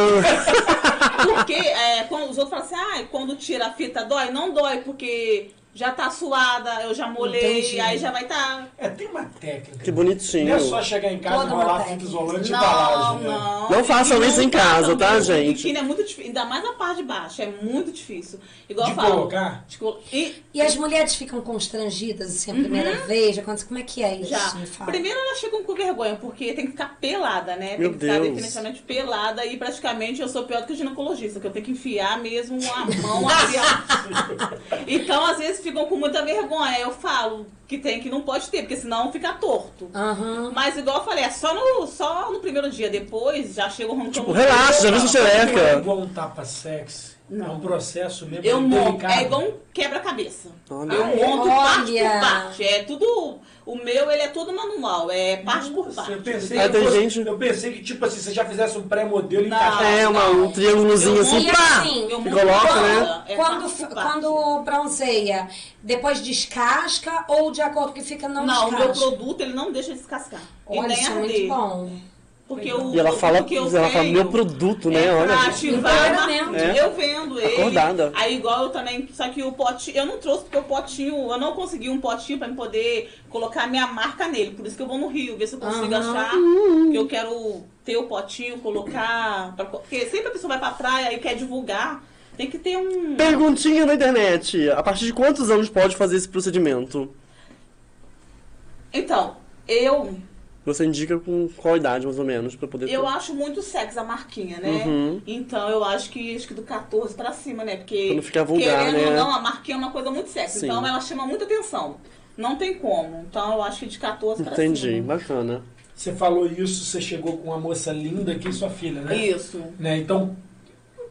porque é, quando os outros falam assim, ah, quando tira a fita dói, não dói, porque já tá suada, eu já molhei, Entendi. aí já vai tá. É, tem uma técnica. Que bonitinho. Não é só chegar em casa, Toda enrolar uma a fita técnica. isolante e Não, embalagem. né? não. Não façam Não isso em casa, façam tá, mesmo. gente? Biquíni é muito difícil, ainda mais na parte de baixo, é muito difícil. Igual De eu falo. colocar? de colo- e E as mulheres ficam constrangidas assim a primeira vez? Acontece, como é que é isso? já. Me fala. Primeiro elas chegam com vergonha, porque tem que ficar pelada, né? Tem Meu que ficar Deus. definitivamente pelada e praticamente eu sou pior do que o ginecologista, que eu tenho que enfiar mesmo a mão ali. ó. [LAUGHS] então, às vezes, ficam com muita vergonha. Eu falo que tem que não pode ter, porque senão fica torto. Aham. Mas igual eu falei, é só no, só no primeiro dia, depois já chega o roncão. Tipo, relaxa, já viu sua Não é xereca. igual um tapa sexy. É um processo mesmo Eu monto, delicado. é igual um quebra-cabeça. Olha. Eu monto parte Olha. por parte. É tudo. O meu, ele é todo manual. É parte por Nossa, parte. Eu pensei, Ah, que tem fosse- gente- eu pensei que, tipo assim, você já fizesse um pré-modelo e Não. encaixasse. É, uma, um triângulozinho Eu assim, ia pá! assim, eu Que muito coloca, gosto. né? Olha, é quando, parte por parte. quando bronzeia, depois descasca ou de acordo com que fica não, Não, o meu descasca? produto, ele não deixa descascar. e Olha, nem isso é arder. muito bom. Porque o E ela produto fala, que eu ela fala tenho meu produto, é né? Olha. pra Então, ativar, né? eu vendo. É. eu vendo ele. Acordada. Aí igual eu também, só que o potinho, eu não trouxe porque o potinho, eu não consegui um potinho pra me poder colocar minha marca nele. Por isso que eu vou no Rio, ver se eu consigo Aham. achar. Que eu quero ter o potinho, colocar. pra- porque sempre a pessoa vai pra praia e quer divulgar. Tem que ter um. Perguntinha na internet. A partir de quantos anos pode fazer esse procedimento? Então, eu Você indica com qual idade, mais ou menos, pra poder... eu acho muito sexy a marquinha, né? Uhum. Então eu acho que acho que do 14 pra cima, né? Porque Pra não ficar vulgar, querendo ou né? não, a marquinha é uma coisa muito sexy. Sim. Então ela chama muita atenção. Não tem como. Então eu acho que de 14 pra Entendi, cima. bacana. Você falou isso, você chegou com uma moça linda aqui, sua filha, né? Isso. né? Então,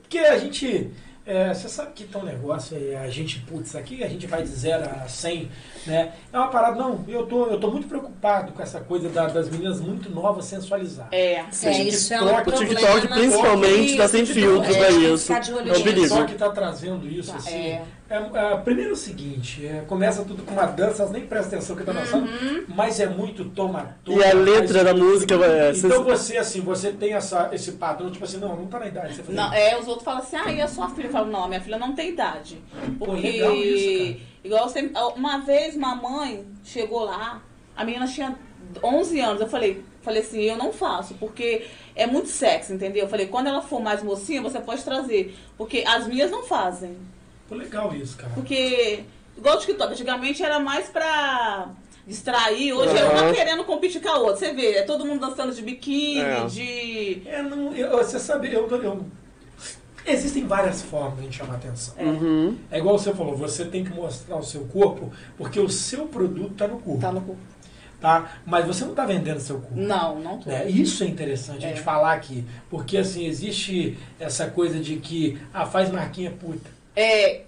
porque a gente. é, você sabe que tão negócio aí, a gente, putz, aqui a gente vai de 0 a 100, né? É uma parada, não, eu tô, eu tô muito preocupado com essa coisa da- das meninas muito novas sensualizadas. É. É, isso é um TikTok, O problema. TikTok, principalmente, tá sem Isso, filtro é, pra tem que isso. ficar de olho É um nisso. perigo. Só que tá trazendo isso, assim. é. É, é, primeiro é o seguinte, é, começa tudo com uma dança, elas nem prestam atenção que tá dançando, mas é muito toma E a letra da música... É, Então você, assim, você tem essa, esse padrão, tipo assim, não, não tá na idade. de Você fazer Não, é, os outros falam assim, ah, e a sua filha? Eu falo, não, a minha filha não tem idade. Porque, legal isso, cara. igual eu sempre, uma vez uma mãe chegou lá, a menina tinha 11 anos, eu falei, falei assim, eu não faço, porque é muito sexy, entendeu? Eu falei, quando ela for mais mocinha, você pode trazer, porque as minhas não fazem. Pô, legal isso, cara. Porque, igual o TikTok, antigamente era mais pra distrair, hoje é Aham. uma querendo competir com a outra, você vê, é todo mundo dançando de biquíni, É. de... É, não, eu- você sabe, eu, eu- existem várias formas de a gente chamar atenção. Hum. Uhum. É igual você falou, você tem que mostrar o seu corpo, porque o seu produto tá no corpo, Tá tá? no cu. Mas você não tá vendendo seu corpo. Não, não tô. né? Isso é interessante a gente É. falar aqui, porque assim, existe essa coisa de que, ah, faz marquinha puta. É,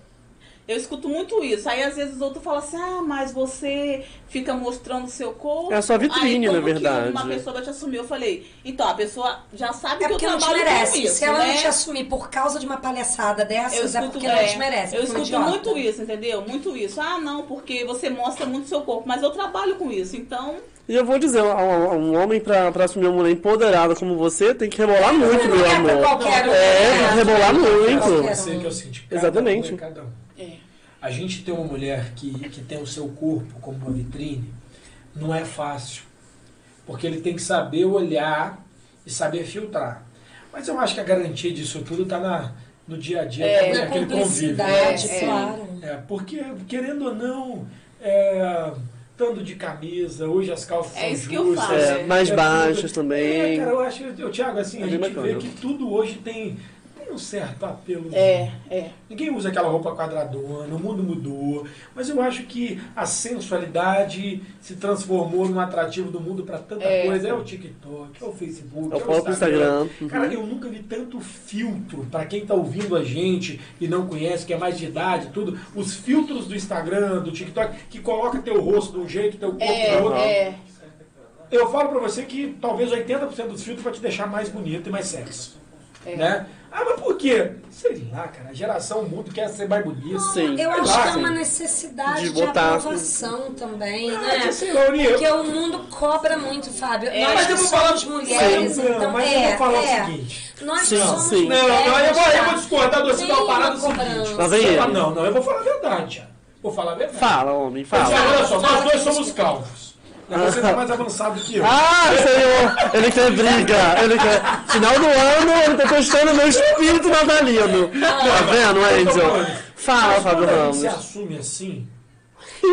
eu escuto muito isso. Aí às vezes os outros falam assim, ah, mas você fica mostrando seu corpo. É a sua vitrine, Aí, como na que verdade. Uma pessoa vai te assumir, eu falei, então a pessoa já sabe É que eu porque não te trabalho com merece. isso, Se ela né? não te assumir por causa de uma palhaçada eu dessas, é escuto, porque não é, te merece. eu porque é um escuto idiota. muito isso, entendeu? Muito isso. Ah, não, porque você mostra muito seu corpo, mas eu trabalho com isso, então E eu vou dizer, um, um- um homem pra, pra assumir uma mulher empoderada como você tem que rebolar muito, Não meu é pra amor. qualquer um. É, né? rebolar Então, muito. Qualquer você um. que é o seguinte, cada Exatamente. um é cada um. é, A gente tem uma mulher que, que tem o seu corpo como uma vitrine, não é fácil. Porque ele tem que saber olhar e saber filtrar. Mas eu acho que a garantia disso tudo está na, no dia a dia, É, que Na a mulher que ele convive. cumplicidade, É, é. claro. né? É, porque, querendo ou não, é, estando de camisa, hoje as calças É são isso que eu justas. falo. É, mais tudo. baixas É, também. cara, eu acho, eu, Thiago, assim, É a bem gente vê bacana. que tudo hoje tem, tem um certo apelo. é, é. Ninguém usa aquela roupa quadradona, o mundo mudou, mas eu acho que a sensualidade se transformou num atrativo do mundo pra tanta É. coisa. É o TikTok, é o Facebook, É o próprio Instagram. Uhum. Cara, eu nunca vi tanto filtro. Pra quem tá ouvindo a gente e não conhece, que é mais de idade, tudo, os filtros do Instagram, do TikTok, que coloca teu rosto de um jeito, teu corpo É, do outro. é. Eu falo pra você que talvez 80% dos filtros vai te deixar mais bonito e mais sexy. É. Né? Ah, mas por quê? Sei lá, cara. A geração muda quer ser mais bonita. Sim. Eu Sei acho lá, que é uma sim. necessidade De de, botar- aprovação também, Ah, né? sei lá, Uri, eu- Porque o mundo cobra muito, Fábio. Nós É. mas eu que vou falar- somos mulheres, Sim, não, então mas eu é, vou falar o é. seguinte. Nós que Sim, somos sim. Não, mulheres. não, eu vou, eu vou tá? discordar do assim, Tem uma parada uma seguinte. Lá vem Você ele. fala, Não, não, eu vou falar a verdade, Thiago. Vou falar a verdade. Fala, homem, Mas fala. olha só, nós dois somos calvos. Né, Você tá mais avançado que eu. Ah, senhor! Ele quer briga! Ele quer. Final do ano, ele tá testando meu espírito natalino. Tá vendo, Angel? Fala, Mas Fábio quando a gente Ramos. se assume assim,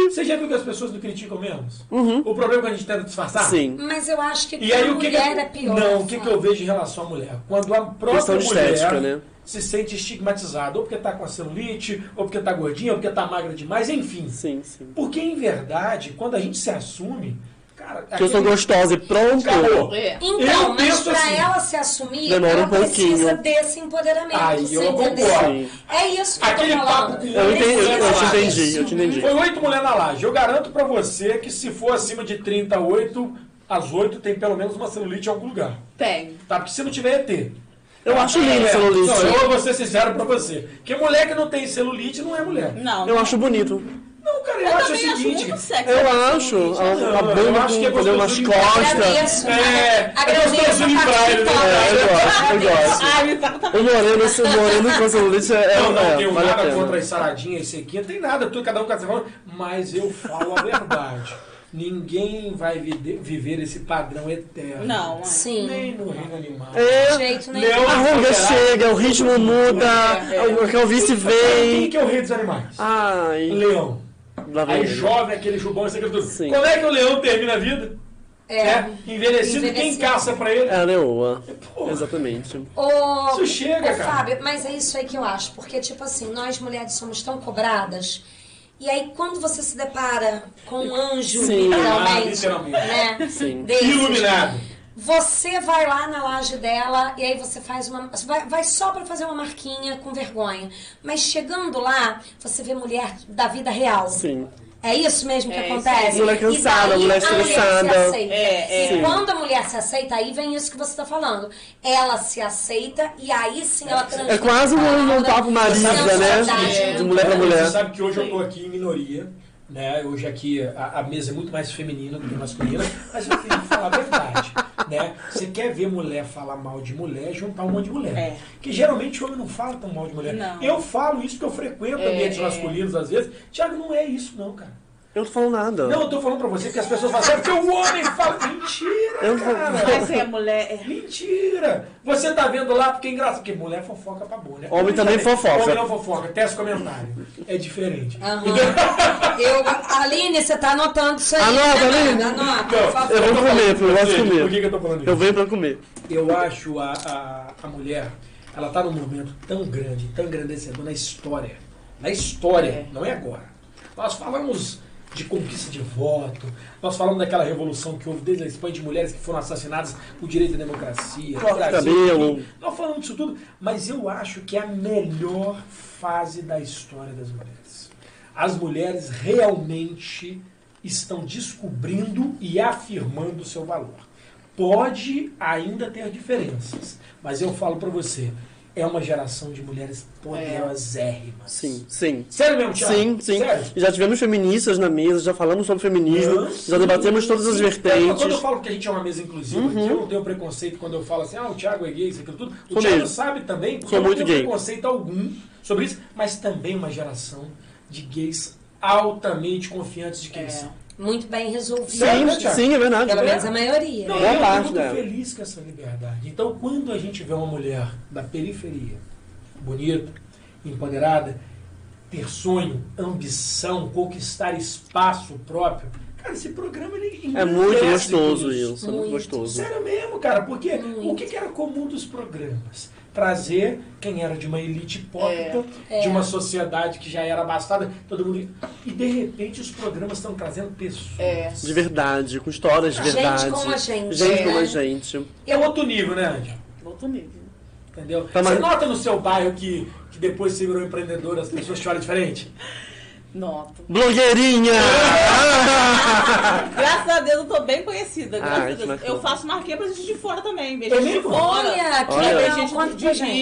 você já viu que as pessoas não criticam menos? O problema é que a gente tenta disfarçar? Sim. Mas eu acho que E aí pra o que, que mulher eu, é pior. Não, o que, que eu Fábio. vejo em relação à mulher? Quando a própria Questão mulher de estética, né? se sente estigmatizada, ou porque tá com a celulite, ou porque tá gordinha, ou porque tá magra demais, enfim. Sim, sim. Porque em verdade, quando a gente se assume, cara, Que eu sou aquele- gostosa e pronto. Acabou. É. Então, Eu mas penso pra assim. ela se assumir, Demora ela um precisa pouquinho. desse empoderamento. Aí você eu entendeu? concordo. É isso que Aquele eu tô falando. papo que Eu entendi, Precisa eu te falar entendi, isso. eu te entendi. Foi oito mulheres na laje. Eu garanto pra você que se for acima de 38, às 8 tem pelo menos uma celulite em algum lugar. Tem. Tá? Porque se não tiver, é ter. Eu acho lindo É, Não, celulite. eu vou ser sincero pra você. Porque mulher que não tem celulite não é mulher. Não. Eu acho bonito. Não, cara, eu, Eu acho o também acho seguinte. muito sexy. Eu acho. A, a Eu banda acho que é com fazer umas gostoso de- costas. Agradeço. né? É, agradeço. Tá eu estou a pra ele, né? É, eu tá gosto, eu gosto. Ah, [LAUGHS] Ai, me tá, tá O moreno, esse moreno com celulite é. Eu não um é, tenho vale a nada pena. um contra as saradinhas, sequinha, tem nada, tudo, cada um com a sua forma, mas eu falo a verdade. Ninguém vai vide- viver esse padrão eterno. Não, mãe. Sim. Nem no reino animal. É, De jeito nenhum. Leão- a ruga chega, o ritmo muda, É, é. o Quem calvície vem. Ah. que é o rei dos animais? Ai, Leão. lá vem. Aí ele. jovem, aquele jubão, isso, aquilo tudo. Sim. Como é que o leão termina a vida? É. Né? Envelhecido, quem Envelhecido. caça pra ele? É a leoa. Porra. Exatamente. Ô, Isso chega, ô, cara. Fábio, mas é isso aí que eu acho. Porque, tipo assim, nós mulheres somos tão cobradas. E aí, quando você se depara com um anjo, Sim. literalmente, Ah, literalmente. né? Sim. desses, Iluminado. Você vai lá na laje dela e aí você faz uma. Vai, vai só pra fazer uma marquinha com vergonha. Mas chegando lá, você vê mulher da vida real. Sim. É isso mesmo que É isso acontece. mesmo. E Mulher cansada, daí mulher a estressada. se aceita. É, é. E quando a mulher se aceita, aí vem isso que você está falando. Ela se aceita e aí sim ela transforma. É quase um, um papo marisa, né? Sensualidade. De mulher pra mulher. Você sabe que hoje eu tô aqui em minoria, né? Hoje aqui a, a mesa é muito mais feminina do que masculina, mas eu tenho que falar a verdade, né? Você quer ver mulher falar mal de mulher, juntar um monte de mulher. É. Que geralmente o homem não fala tão mal de mulher. Não. Eu falo isso porque eu frequento É, ambientes é. masculinos às vezes. Tiago, não é isso não, cara. Eu não falo nada. Não, eu tô falando pra você que as pessoas falam, "É porque o homem fala... Mentira, Eu não- cara! Mas é mulher. é. Mentira! Você tá vendo lá porque é engraçado, porque mulher fofoca pra boa, né? Homem também fofoca. Homem não fofoca, testa comentário. É diferente. Aham. Eu, Aline, você tá anotando isso aí. Anota, né, Aline. Nanda? Anota, Não, por favor. Eu vou comer, eu gosto de Então, Por que, comer. que eu tô falando isso? Eu venho pra comer. Eu acho a, a, a mulher, ela tá num momento tão grande, tão engrandecedor na história. Na história, É. não é agora. Nós falamos de conquista de voto, nós falamos daquela revolução que houve desde a Espanha de mulheres que foram assassinadas por direito à democracia. Corte de Brasil, cabelo. enfim. Nós falamos disso tudo, mas eu acho que é a melhor fase da história das mulheres. As mulheres realmente estão descobrindo e afirmando o seu valor. Pode ainda ter diferenças, mas eu falo pra você, é uma geração de mulheres poderosérrimas. É. Sim, sim. Sério mesmo, Thiago? Sim, sim. Sério? Já tivemos feministas na mesa, já falamos sobre feminismo, já debatemos todas as É, Quando eu vertentes. Uhum. falo que a gente é uma mesa inclusiva, aqui, eu não tenho preconceito quando eu falo assim, ah, o Thiago é gay, isso aquilo tudo. O Sou Thiago mesmo. sabe também, porque Sou eu não muito tenho gay. preconceito algum sobre isso, mas também uma geração de gays altamente confiantes de quem são. Muito bem resolvido. Sério, né, Sim, Thiago? sim, é verdade. Pelo menos a maioria. Não, né? Boa eu parte fico muito dela. feliz com essa liberdade. Então, quando a gente vê uma mulher da periferia, bonita, empoderada, ter sonho, ambição, conquistar espaço próprio, cara, esse programa ele É muito engrandece gostoso com isso, é muito Muito. gostoso. Sério mesmo, cara, porque o que, que era comum dos programas? Trazer quem era de uma elite É, hipócrita, de uma sociedade que já era abastada, todo mundo. E de repente os programas estão trazendo pessoas. É. De verdade, com histórias de Gente verdade. como a gente, Gente né? como a gente. É outro nível, né, Ângela? Outro nível. Entendeu? Tá, Você mas- nota no seu bairro que, que depois que você virou empreendedor, as pessoas choram diferente? Noto. Blogueirinha! [LAUGHS] Graças a Deus eu tô bem conhecida. Graças Ai, a que Deus. bacana. Eu faço marquinha pra gente de fora também. Beijo É gente de mesmo? fora. Olha, que Olha. Tem legal. gente Conta de pra gente. Hum.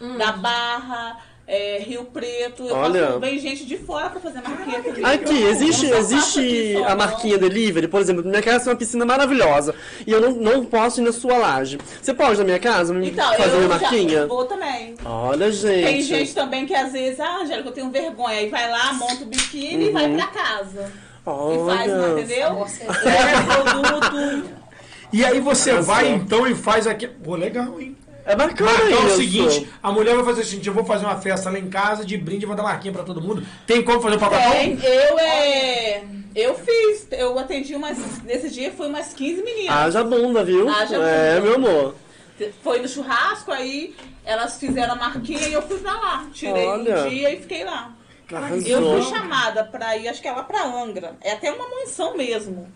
Rio, da Barra, é, Rio Preto. Eu Olha. faço vem gente de fora pra fazer marquinha comigo. Aqui, existe, Eu não faço aqui existe só, a não. marquinha delivery, por exemplo, minha casa tem uma piscina maravilhosa e eu não, não posso ir na sua laje. Você pode ir na minha casa me Então, fazer eu minha marquinha? já vou também. Olha, gente. Tem gente também que às vezes, ah, Angélica, eu tenho vergonha. Aí vai lá, monta o biquíni e vai pra casa. E faz, uma, Uhum. Olha. entendeu? Pega produto. E aí você Nossa. vai então e faz aquilo. Pô, legal, hein? É bacana Marcar isso. o seguinte, a mulher vai fazer o seguinte, eu vou fazer uma festa lá em casa de brinde, vou dar marquinha pra todo mundo. Tem como Tá fazer um o papacão? Tem, eu é. Eu fiz, eu atendi umas. Nesse dia foi umas 15 meninas. Haja bunda, viu? Haja É, bunda. meu amor. Foi no churrasco, aí elas fizeram a marquinha e eu fui pra lá. Tirei Olha. um dia e fiquei lá. Arrasou. Eu fui chamada pra ir, acho que é lá pra Angra. É até uma mansão mesmo.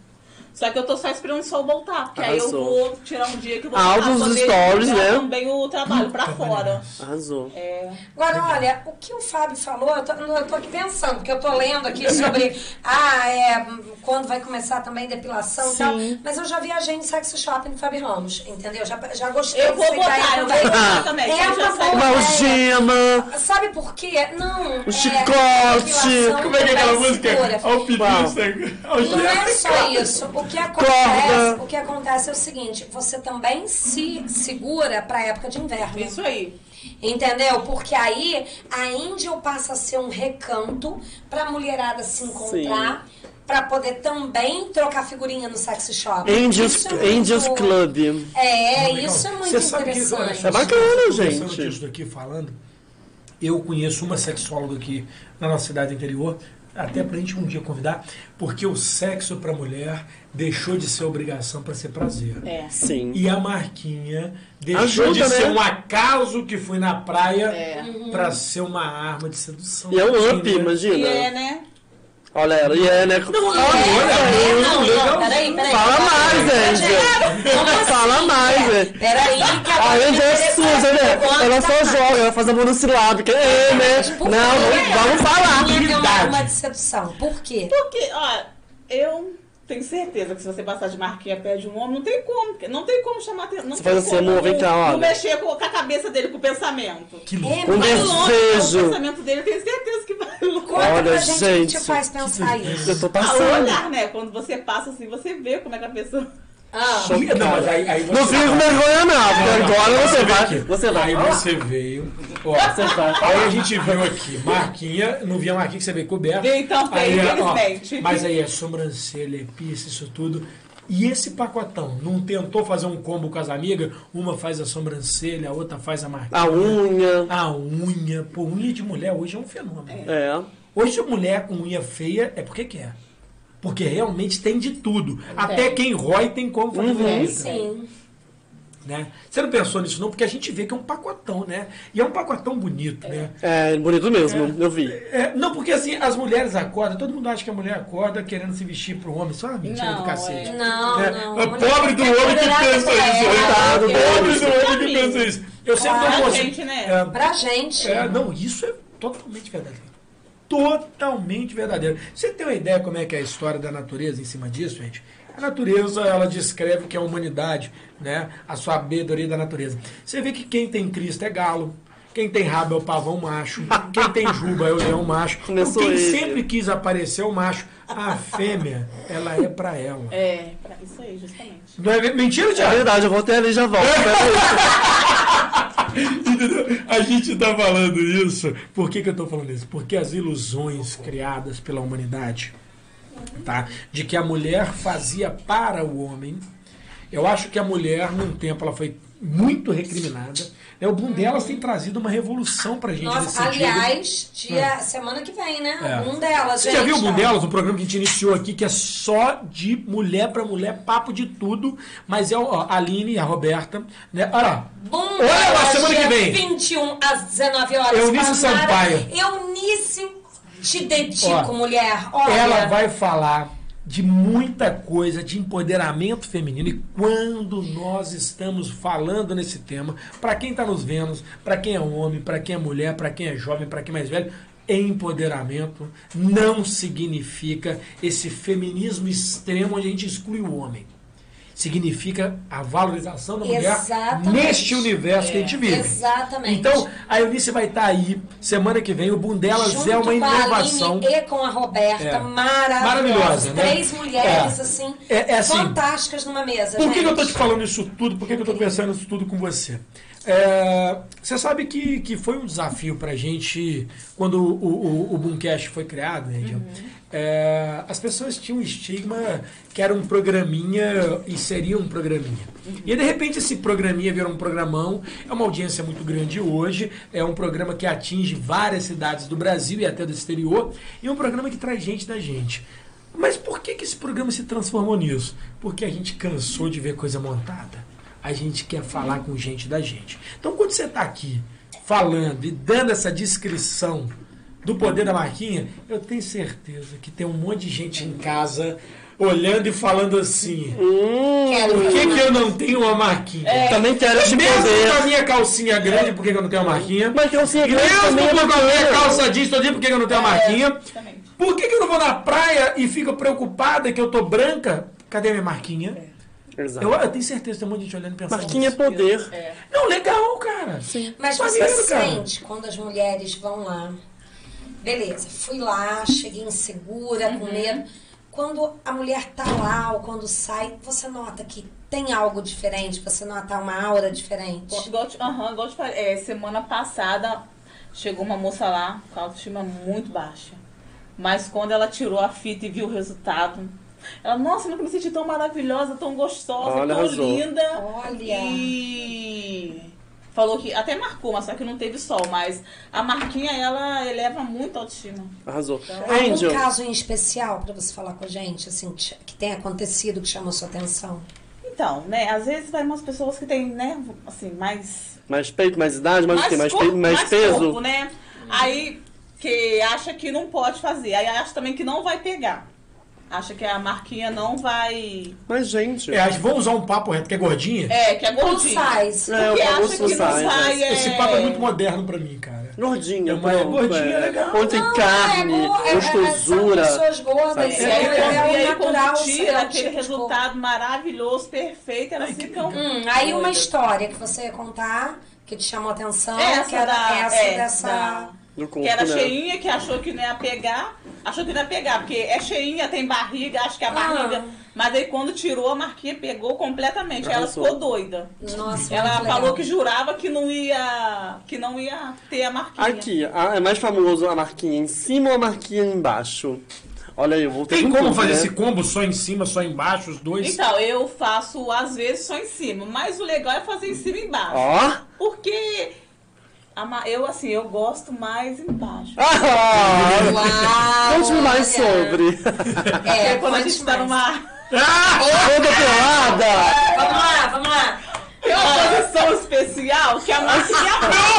Só que eu tô só esperando o sol voltar, porque aí eu Arrasou. vou tirar um dia que eu vou Altos voltar, poder stories, divulgar né? Uhum. também o trabalho pra fora. Arrasou. É. Agora, olha, o que o Fábio falou, eu tô, eu tô aqui pensando, porque eu tô lendo aqui sobre ah, é, quando vai começar também depilação e tal. Sim. Mas eu já vi a gente sexo shopping do Fábio Ramos, entendeu? Já, já gostei. Eu vou dessa ideia botar, eu vou botar [LAUGHS] também. também. tá É eu já uma sei. boa. Uma É. algema. Sabe por quê? Não. é, O chicote. Como é que é aquela música? Olha o Uau. pedido, sangue. Olha o Não é gesto. só isso. O que acontece, Corda. o que acontece é o seguinte: você também se segura para época de inverno. Isso aí. Entendeu? Porque aí a Índia passa a ser um recanto pra mulherada se encontrar. Pra poder também trocar figurinha no sex shop. Angels, Isso é muito- Angels Club. É, Legal. isso é muito Você sabe que, olha, interessante. É bacana, eu tô pensando gente. que Isso aqui falando, eu conheço uma sexóloga aqui na nossa cidade interior, até pra gente um dia convidar, porque o sexo pra mulher deixou de ser obrigação pra ser prazer. É. Sim. E a marquinha deixou Ajuda, de ser né? um acaso que fui na praia Uhum. É. pra ser uma arma de sedução. E é um up, Sim, né? E imagina. é, né? Olha ela, e é, né? É, Olha, não, não, peraí, peraí. Fala mais, Angel. Fala mais, velho. Peraí, que A agora. Anja é interessante, suja, né? agora Ela tá só joga, ela faz a monossilábica. É, né? Não, Por vamos, quê? vamos falar. Minha tem uma Verdade. arma de sedução. Por quê? Porque, ó, eu tenho certeza que se você passar de marquinha perto de um homem, não tem como. porque Não tem como chamar atenção. Não Você tem faz assim, como amor, vem cá, não- olha. Não mexer com, com a cabeça dele, com o pensamento. Que louco. É, Um vai Vai longe, desejo. O pensamento dele, eu tenho certeza que vai longe. Conta Olha, pra gente, o que te gente. faz pensar isso. Eu tô Ah, o passando. olhar, né? Quando você passa assim, você vê como é que a pessoa. Ah, Não, mas aí, aí você Não fica com vergonha, não. porque Agora você vai. Você vai. Aí falar. você veio. Ó, Aí a gente viu aqui, marquinha, não via marquinha que você veio coberta. Veio então, Aí, veio, ó, infelizmente. Mas aí é sobrancelha, é pista, isso tudo. E esse pacotão, não tentou fazer um combo com as amigas? Uma faz a sobrancelha, a outra faz a marquinha. A unha. A unha, pô, unha de mulher hoje é um fenômeno. É. Hoje mulher com unha feia é porque quer. Porque realmente tem de tudo. Até quem rói tem como fazer bonito, sim. né? Você não pensou nisso não, porque a gente vê que é um pacotão, né? E é um pacotão bonito, né? É, bonito mesmo, eu vi. É, não, porque assim, as mulheres acordam, todo mundo acha que a mulher acorda querendo se vestir pro homem, só uma mentira Não, do cacete. Não, É, não. é pobre do Mulher homem que empoderada pensa pra isso, ela, é, coitado É, eu- dela. Pobre do homem que Pra mim. pensa isso. Eu sempre dou Pra um conselho. gente, né? É, Pra gente. É, não, isso é totalmente verdadeiro. Totalmente verdadeiro. Você tem uma ideia como é que é a história da natureza em cima disso, gente? A natureza, ela descreve o que é a humanidade, né? A sabedoria da natureza. Você vê que quem tem Cristo é galo, quem tem rabo é o pavão macho, quem tem juba é o leão macho. Então, Começou quem ele. sempre quis aparecer é o macho. A fêmea, ela é pra ela. É, pra- isso aí, justamente. Não é mentira, É Thiago? verdade, eu vou até ali e já volto. Peraí. Entendeu? A gente tá falando isso. Por que, que eu tô falando isso? Porque as ilusões criadas pela humanidade, tá? De que a mulher fazia para o homem. Eu acho que a mulher, num tempo, ela foi muito recriminada. né? O boom delas tem trazido uma revolução pra gente nesse Nossa, sentido. aliás, dia, semana que vem, né? É. Um delas, Você gente. já viu o ó. Bundelas, um programa que a gente iniciou aqui, que é só de mulher pra mulher, papo de tudo, mas é ó, a Aline, a Roberta, né? Olha lá, Bom, Olha lá, semana dia que vem. 21 às 19 horas. Eunice Palmara. Sampaio. Eunice, te dedico, Ó, mulher. Olha, ela vai falar de muita coisa de empoderamento feminino e quando nós estamos falando nesse tema, para quem está nos vendo, para quem é homem, para quem é mulher, para quem é jovem, para quem é mais velho, empoderamento não significa esse feminismo extremo onde a gente exclui o homem. Significa a valorização da mulher Exatamente. É, neste universo que a gente vive. exatamente. Então, a Eunice vai estar aí semana que vem. O Bundelas junto é com uma a inovação. Aline e com a Roberta, É. maravilhosa. Maravilhosa, né? Três mulheres, É. assim, É- é assim. fantásticas numa mesa, Por que, gente. que eu tô te falando isso tudo? Por que, que eu tô pensando isso tudo com você? É, você sabe que, que foi um desafio pra gente quando o, o, o Boomcast foi criado, Angel. É, as pessoas tinham um estigma que era um programinha e seria um programinha. E de repente esse programinha virou um programão, é uma audiência muito grande hoje, é um programa que atinge várias cidades do Brasil e até do exterior, e é um programa que traz gente da gente. Mas por que, que esse programa se transformou nisso? Porque a gente cansou de ver coisa montada. A gente quer falar com gente da gente. Então, quando você está aqui falando e dando essa descrição do poder da Marquinha, eu tenho certeza que tem um monte de gente em casa olhando e falando assim: Hum. Quero por ver. que, que eu não tenho uma Marquinha? Também quero te Mesmo com a poder. minha calcinha grande, por que, que eu não tenho uma Marquinha? Mas calcinha grande também é Mesmo com a minha bacana. calça jeans todinha, por que que eu não tenho a marquinha? justamente. Por que, que eu não vou na praia e fico preocupada que eu tô branca? Cadê minha marquinha? Eu, Exato. eu tenho certeza que tem um monte de gente olhando e pensando. Marquinha é nisso. poder. Não, legal, cara. Sim. Mas você Maneiro, cara. sente quando as Uhum. mulheres vão lá. Beleza, fui lá, cheguei insegura, com medo. Quando a mulher tá lá ou quando sai, você nota que tem algo diferente, você nota uma aura diferente. Igual, te- aham, igual te falei, é, semana passada chegou uma moça lá com autoestima muito baixa. Mas quando ela tirou a fita e viu o resultado, ela, nossa, nunca me senti tão maravilhosa, tão gostosa, Olha, tão arrasou. linda. Olha. E falou que até marcou, mas só que não teve sol. Mas a marquinha, ela eleva muito a autoestima. Arrasou. Algum Angel. caso em especial pra você falar com a gente, assim, que ch- que tenha acontecido, que chamou sua atenção? Então, né, às vezes vai umas pessoas que têm, né, assim, mais Mais peito, mais idade, mais, o quê? Mais, corpo, pe- mais, mais peso? corpo, né? Aí que acha que não pode fazer. Aí acha também que não vai pegar. Acha que a marquinha não vai. Mas, gente. É, acho que vamos usar um papo reto, que é gordinha. É, que é Full gordinha. size. É, o Porque famoso acha que não size, sai. né? É... Esse papo é muito moderno pra mim, cara. Gordinha, É, mas é pronto, gordinha, é. legal. Põe tem Não, carne, é go- é- é- gostosura. São pessoas sabe? gordas, E é, aí, é, quando- e o aí, natural. quando sei tira lá, aquele tipo de corpo. resultado maravilhoso, perfeito, elas ficam. Hum, aí uma história que você ia contar, que te chamou a atenção, Essa que era da- essa é, dessa. da- Do corpo, Que era né? cheinha, que achou que não ia pegar. Achou que não ia pegar, porque é cheinha, tem barriga, acho que é a Ah. barriga. Mas aí quando tirou, a marquinha pegou completamente. Aí Ela Arrasou. ficou doida. Nossa, Ela muito falou legal. que jurava que não ia. que não ia ter a marquinha. Aqui, a- é mais famoso a marquinha em cima ou a marquinha embaixo? Olha aí, eu vou ter Tem com como tudo, fazer né? esse combo só em cima, só embaixo, os dois? Então, eu faço às vezes só em cima, mas o legal é fazer em cima e embaixo. Ó! Porque a ma- eu, assim, eu gosto mais embaixo. Ah! Uau, Conte-me mais olha. sobre. É, Porque quando a conte gente tá mais. numa [LAUGHS] Toda pelada! Vamos lá, vamos lá. tem uma posição especial que a marquinha [LAUGHS] Ele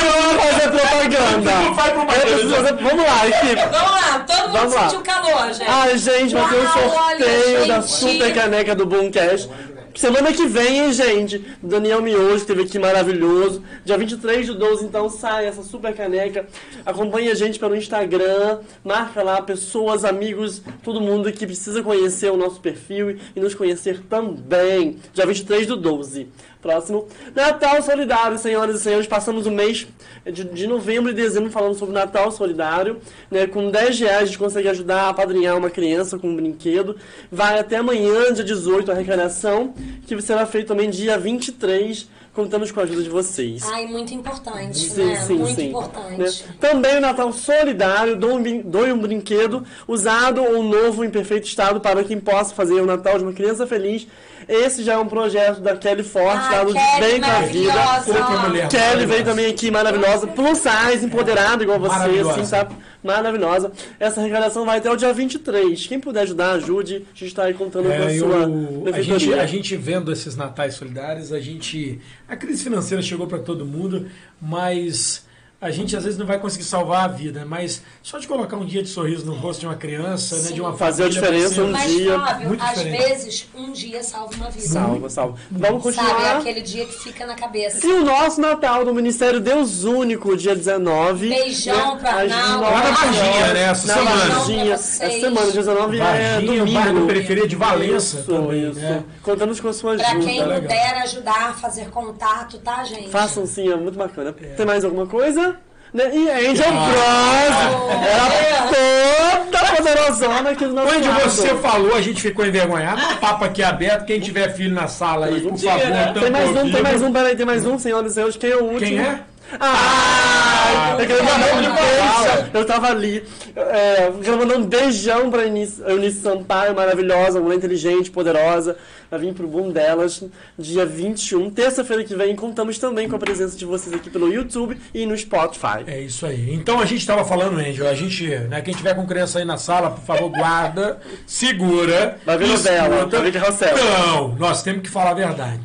não vai fazer propaganda. Não vai propaganda. Eu preciso fazer- Vamos lá, equipe. Vamos lá, todo mundo Vamos lá. sentiu calor, gente. Ai, gente, vai ter um Uau, sorteio olha, da gente. super caneca do Boomcast. Semana que vem, hein, gente? Daniel Miojo teve aqui maravilhoso. Dia 23 de 12, então, sai essa super caneca. Acompanhe a gente pelo Instagram. Marca lá pessoas, amigos, todo mundo que precisa conhecer o nosso perfil e nos conhecer também. Dia 23 do 12. Próximo. Natal Solidário, senhoras e senhores. Passamos o mês de, de novembro e dezembro falando sobre Natal Solidário. Né? Com 10 reais a gente consegue ajudar a apadrinhar uma criança com um brinquedo. Vai até amanhã, dia 18, a arrecadação, que será feito também dia 23. Contamos com a ajuda de vocês. Ai, muito importante, Sim, né? sim, muito sim. importante. Né? Também o Natal Solidário, doe um, brin- doe um brinquedo usado ou novo em perfeito estado para quem possa fazer o Natal de uma criança feliz. Esse já é um projeto da Kelly Forte, Ai, lá do Ah, Kelly, Bem com a Vida. maravilhosa. Outra mulher. Kelly veio também aqui, maravilhosa, plus size, empoderada, igual você, Maravilhosa. assim, sabe? Maravilhosa. Essa arrecadação vai até o dia 23. Quem puder ajudar, ajude. A gente está aí contando com a É, eu- sua a, gente, benfeitoria. a gente vendo esses natais solidários, a gente. A crise financeira chegou para todo mundo, mas a gente às vezes não vai conseguir salvar a vida. Mas só de colocar um dia de sorriso no rosto de uma criança, né, de uma Fazer a família, diferença parceiro, um Mas, dia, Flávio, muito às diferente. vezes um dia salva uma vida. Salva, salva. Vamos continuar. Sabe, é aquele dia que fica na cabeça. E o nosso Natal do Ministério Deus Único, dia né, 19. Beijão pra Às Naldo. nove Lá na Varginha, horas, né? Essa na semana. Varginha. Beijão pra Essa vocês. semana, 19 é Varginha, domingo. bairro da periferia de Valença Isso, também, isso. né? Contamos com a sua Pra ajuda. é quem legal. puder ajudar, fazer contato, tá, gente? Façam sim, é muito bacana. Tem mais alguma coisa? Né? E Angel Ah. Bros! Era toda É poderosona aqui do nosso Onde lado. você falou, a gente ficou envergonhado. O papo aqui é aberto. Quem tiver filho na sala aí, por Mentira. favor, tampa um, Tem mais o um, tem ouvido. mais um, peraí, tem mais um, senhoras e senhores. Quem é o último? Quem é? Ah, eu quero mandar um Caramba. beijo. Eu tava ali. É, eu quero mandar um beijão pra Eunice, Eunice Sampaio, maravilhosa, uma mulher inteligente, poderosa. Vai vir pro boom delas, dia 21, terça-feira que vem. Contamos também com a presença de vocês aqui pelo YouTube e no Spotify. É isso aí. Então a gente estava falando, Angel, a gente, né, quem tiver com criança aí na sala, por favor, guarda, segura. Vai ver novela, escuta. vai ver carrossel. Não, nós temos que falar a verdade.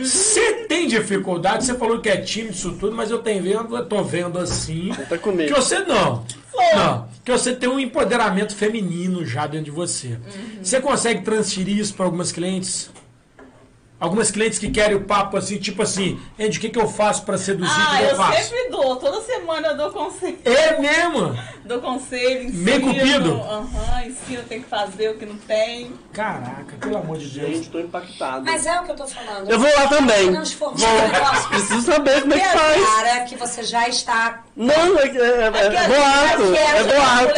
Você tem dificuldade, você falou que é tímido isso tudo, mas eu tenho vendo, eu tô vendo assim. tá com medo. Que você não. Não, que você tem um empoderamento feminino já dentro de você. Você consegue transferir isso para algumas clientes? Algumas clientes que querem o papo assim, tipo assim, Andy, o que, que eu faço para seduzir? O Ah, que que eu eu faço? sempre dou. Toda semana eu dou conselho. É mesmo? Dou conselho, ensino. Meio cupido. Aham, ensino o que tem que fazer, o que não tem. Caraca, pelo amor de Deus. Gente, tô impactado. Mas é o que eu tô falando. Eu vou lá também. Transformar Vou. o negócio. Preciso saber como é que faz. Cara, que você já está. Não, é, é, é, é boato. É Eu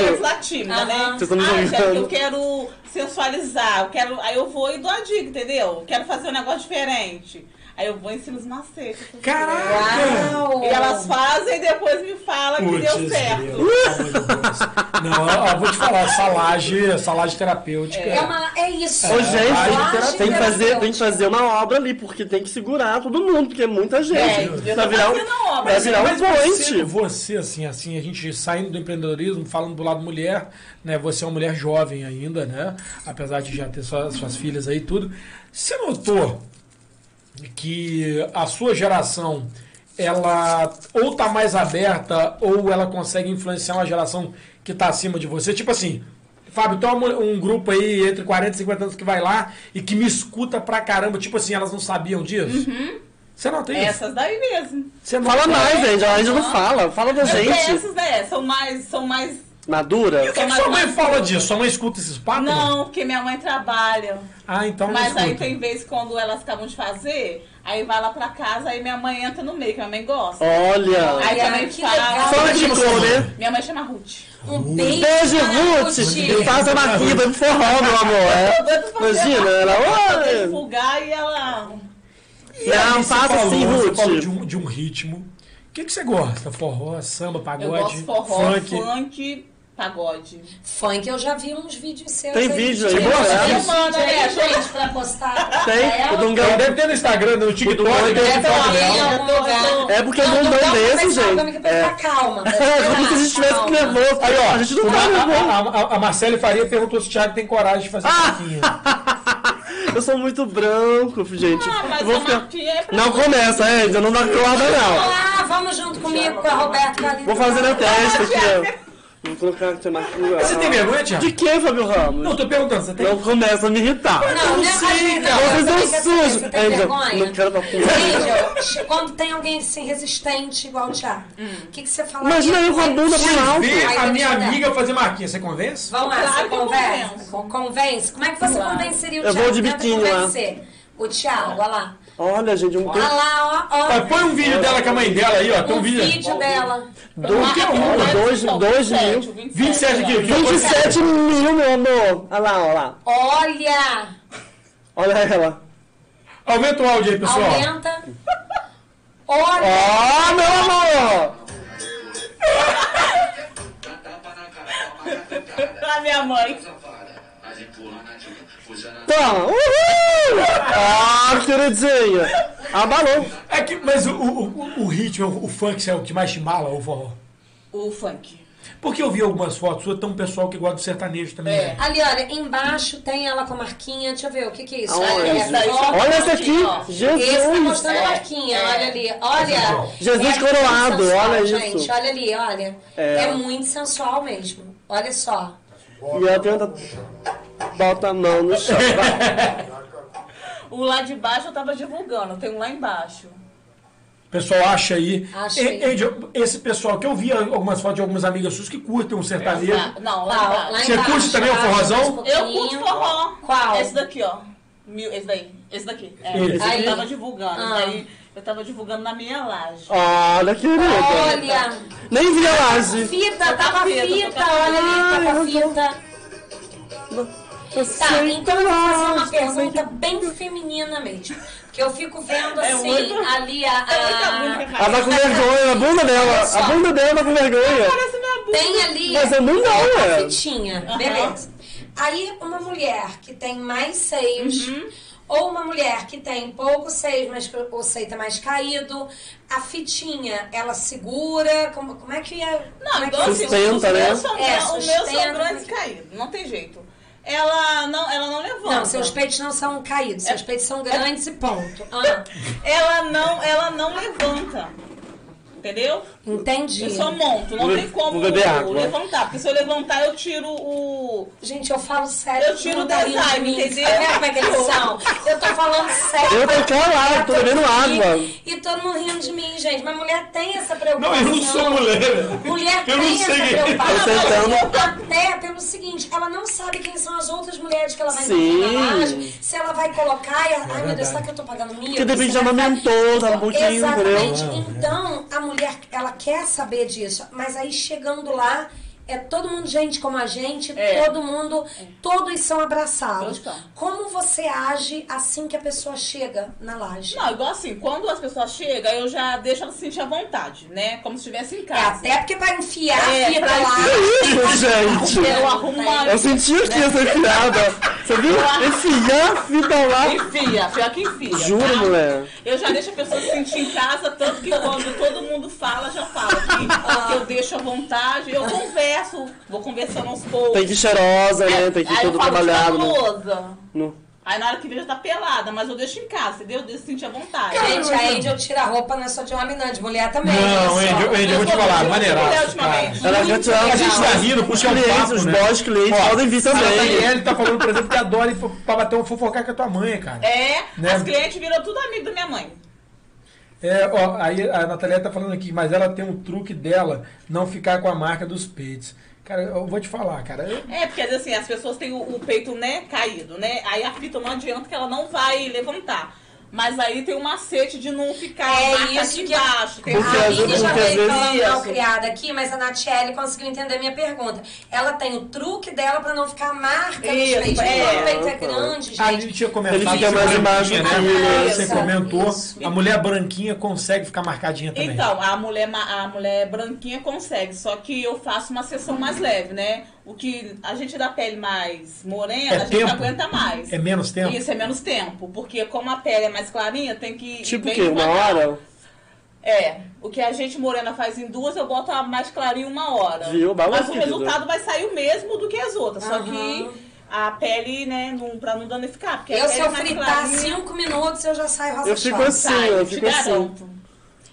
boato. latina, Aham. né? Vocês estão me ah, julgando. Jéssica, eu quero sensualizar, eu quero, aí eu vou e dou a dica, entendeu? Quero fazer um negócio diferente. Aí eu vou e ensino os macetes. essas coisas. Caraca! Uau! E elas fazem e depois me falam que deu Putz, certo. grilo, pelo amor de Deus. Não, ó, ó, vou te falar, essa laje, essa laje terapêutica. É, uma, é isso. Ô, Laje gente, tem que, fazer, terapêutica. tem que fazer uma obra ali, porque tem que segurar todo mundo, porque é muita gente. eu vai tô virar, fazendo uma um, obra. vai virar um Mas você, ponte. você, assim, assim, a gente saindo do empreendedorismo, falando do lado mulher, né? Você é uma mulher jovem ainda, né? Apesar de já ter suas, suas filhas aí e tudo. Você notou que a sua geração, ela ou tá mais aberta, ou ela consegue influenciar uma geração que tá acima de você? Tipo assim. Fábio, tem uma- um grupo aí entre 40 e 50 anos que vai lá e que me escuta pra caramba. Tipo assim, elas não sabiam disso? Você nota isso? Essas daí mesmo. Você nota? Uhum. É, Fala mais, gente. A gente não fala. Fala da Mas gente. Essas, né? São mais. São mais. Madura. Por É que, que sua mãe fala disso? Sua mãe escuta esses papos? Não, porque minha mãe trabalha. Ah, então não Mas escuta. aí tem vezes quando elas acabam de fazer, aí vai lá pra casa, aí minha mãe entra no meio, que minha mãe gosta. Olha. Aí também que fala. legal. Só de cor, né? Minha mãe chama Ruth. Um beijo. Beijo, pra Ruth. Faça uma vida um forró, meu amor. Eu É. doido pra fazer Imagina, ela- ela, Eu olha. tenho que fugar e ela. é Não, Você faça falou- assim, Você falou Ruth. de um, de um ritmo. O que, que você gosta? Forró, samba, Eu pagode, gosto de forró, funk? funk, pagode. Funk, eu já vi uns vídeos seus. Tem aí. vídeo aí, Tem boa, vídeo né? aí, Manda, né, gente, pra postar. Tem? O Ela- Dungão. Ela Deve ter no Instagram, no TikTok. Dungão deve ter Deve foto ter em dela. algum lugar. É porque Não, não Dungão dão desse, conversava comigo, gente. eu falei, É. tá, calma. É como se a gente tivesse que Calma. nervoso. Aí, ó, a gente não tá nervoso. A, a, a, a Marcele Faria perguntou se o Thiago tem coragem de fazer Ah! pouquinho. Eu sou muito branco, gente. Ah, mas Eu vou a ficar- Martinha é pra Não começa, é, eu não dá corda, não. Ah, vamos junto comigo, com a Roberta Galindo. Vou fazer na testa aqui, é. ó. Vou colocar aqui na Você tem vergonha, Thiago? De que, Fábio Ramos? Não, Não, tô perguntando. Você tem começa a me irritar. é um Não, não sei, cara. Vocês são Você tem sujos. vergonha? Angel, não quero dar Angel, quando tem alguém assim resistente igual o Thiago, o Hum. que, é que você fala? Imagina eu com a bunda pro alto. Vê Aí a eu minha te der. amiga fazer marquinha. Você convence? Vamos lá, Claro você que eu conversa. Con- Convence. Como é que você convenceria o Eu Thiago? vou de Tenta biquíni lá. convencer. O Thiago, olha lá. Olha, gente, um Olha lá, ó. ó. Tá, Mas põe um vídeo dela com a mãe dela aí, ó. Tem um, um vídeo. né? vídeo dela. dois, é dois, dois mil. 27 aqui. 27 mil, meu amor. Olha lá, olha lá. Olha! Olha ela. Aumenta o áudio aí, pessoal. Aumenta. Olha! Ó, meu amor. [LAUGHS] Pra minha mãe. Toma. Uhul. Ah, queridinha. Abalou. É que, mas o, o, o- o ritmo, o funk, é o que mais te mala, o forró? O funk. Porque eu vi algumas fotos suas, tem um pessoal que gosta do sertanejo também. É. né? Ali, olha, embaixo tem ela com a marquinha. Deixa eu ver, o que, que é isso? Aonde? Olha, Essa aí ó. chama Olha essa Ó. aqui. Esse tá Jesus. mostrando a marquinha, olha ali, olha. Jesus muito coroado, olha gente, isso. olha ali, olha. É. É. muito sensual mesmo. Olha só. E ela tenta... Bota a mão no [LAUGHS] chão. vai. O lá de baixo eu tava divulgando, tem um lá embaixo. O pessoal acha aí. Acha E- aí. Angel, esse pessoal que eu vi algumas fotos de algumas amigas suas que curtem um sertanejo. Tá, Não, Ah, lá, Lá, embaixo. lá Você embaixo, curte também o abre mais forrozão? um Eu pouquinho. curto forró. Qual? Esse daqui, ó. Mil, esse daí. Esse daqui. É, Esse. esse Aí. eu tava divulgando. Ah. Esse daí eu tava divulgando na minha laje. Olha, querida. Olha. Tá, Nem vi a laje. Fita, tá com a fita, fita, tá com a olha ali, tá com a fita. fita. Eu Tá, sei então eu vou fazer uma que pergunta bem feminina mesmo. Porque eu fico vendo É assim, muito- ali a. É muita a- bunda, Ela cara. tá com vergonha, a bunda dela. A bunda dela tá com vergonha. Parece minha bunda. Tem ali. Mas eu não dou, uma é. fitinha. Aham. Beleza. Aí, uma mulher que tem mais seios, Uhum. ou uma mulher que tem pouco seios, mas que o seio tá mais caído, a fitinha, ela segura? Como, como é que é? Não, como é que igual assim, Sustenta, o né? meu sogrão, É, o meu sustenta, sogrão é mas- descaído. Não tem jeito. Ela não, ela não levanta. Não, seus peitos não são caídos, É. seus peitos são grandes e ponto. Ah, Ela não, ela não levanta. Entendeu? Entendi. Eu só monto, não Vou- tem como vou beber água. levantar. Porque se eu levantar, eu tiro o. Gente, eu falo sério. Eu tiro não o daria design, de mim. entendeu? Tá vendo como é que eles são? Eu tô [LAUGHS] falando sério. Eu tô calado, tô bebendo água. E todo mundo rindo de mim, gente. Mas mulher tem essa preocupação. Não, eu não sou mulher. Mulher Eu tem não essa sei. é. tá preocupação. Tô tentando. Até pelo é seguinte, ela não sabe quem são as outras mulheres que ela vai Sim. encontrar na laje, se ela vai colocar, e ela- ai meu Deus, É verdade. será que eu tô pagando mil? Porque depende Será da que- é amamentou, um tá muito, Exatamente. entendeu? Então, a mulher, ela quer saber disso, mas aí chegando lá, é todo mundo gente como a gente, É. todo mundo, todos são Todos abraçados. estão. Como você age assim que a pessoa chega na laje? Não, igual assim, quando as pessoas chegam, eu já deixo elas se sentir à vontade, né? Como se estivesse em É, casa. até porque pra enfiar É, a fibra pra lá. gente. Eu arrumo uma. Eu senti aqui essa enfiada. Você viu? Enfiar a fita lá. [LAUGHS] Enfia, pior que enfia. tá? Juro, mulher. Eu já deixo a pessoa se sentir em casa, tanto que quando todo mundo fala, já fala que, que eu deixo à vontade, eu converso, vou conversando aos poucos. Tem que ir cheirosa, né? Tem que ir Aí eu todo falo de trabalhado. né? cabulosa. No- Aí na hora que vê já tá pelada, mas eu deixo em casa, entendeu? Eu deixo sentir à vontade. Gente, a Angel tira a roupa, não é só de homem, não, é de mulher também. Não, olha só. Angel, Angel, eu vou te falar, maneiraço, cara. ultimamente. Ela já Muito tirava- A gente legal. tá rindo porque é um Clientes, papo, os né? bons clientes Ó, podem vir também. A Daniele tá falando, por exemplo, que adora ir pra- pra bater um fofocar com a tua mãe, cara. É, Né? as clientes viram tudo amigo da minha mãe. É, ó, aí a Natalia tá falando aqui, mas ela tem um truque dela, não ficar com a marca dos peitos. Cara, eu vou te falar, cara. eu- É, porque às vezes, assim, as pessoas têm o, o peito, né, caído, né? Aí a fita não adianta que ela não vai levantar. Mas aí tem um macete de não ficar É a marca isso aqui que- embaixo. Tem Porque a às Aline vezes- já porque às veio vezes- falando mal isso. criada aqui, mas a Natiele conseguiu entender a minha pergunta. Ela tem o truque dela pra não ficar a marca Isso, nos peitos. é. Quando o peito é grande, A gente. gente tinha comentado. Ele fica você mais comentou, embaixo né? aqui, né? Você Isso, comentou, isso. a mulher branquinha consegue ficar marcadinha também. Então, a mulher, ma- a mulher branquinha consegue, só que eu faço uma sessão mais leve, né? O que a gente é da pele mais morena, É a gente tempo? não aguenta mais. é menos tempo? Isso é menos tempo, porque como a pele é mais clarinha, tem que. ir Tipo o bem quê? Uma devagar. hora? É. O que a gente morena faz em duas, eu boto a mais clarinha em uma hora. Viu? Balança, Mas o querido. resultado vai sair o mesmo do que as outras, só Aham. que a pele, né, não, pra não danificar. Porque a Eu, pele se eu mais fritar clarinha- cinco minutos, eu já saio rosa Eu fico choque. assim. Sai, eu te fico assim. garanto.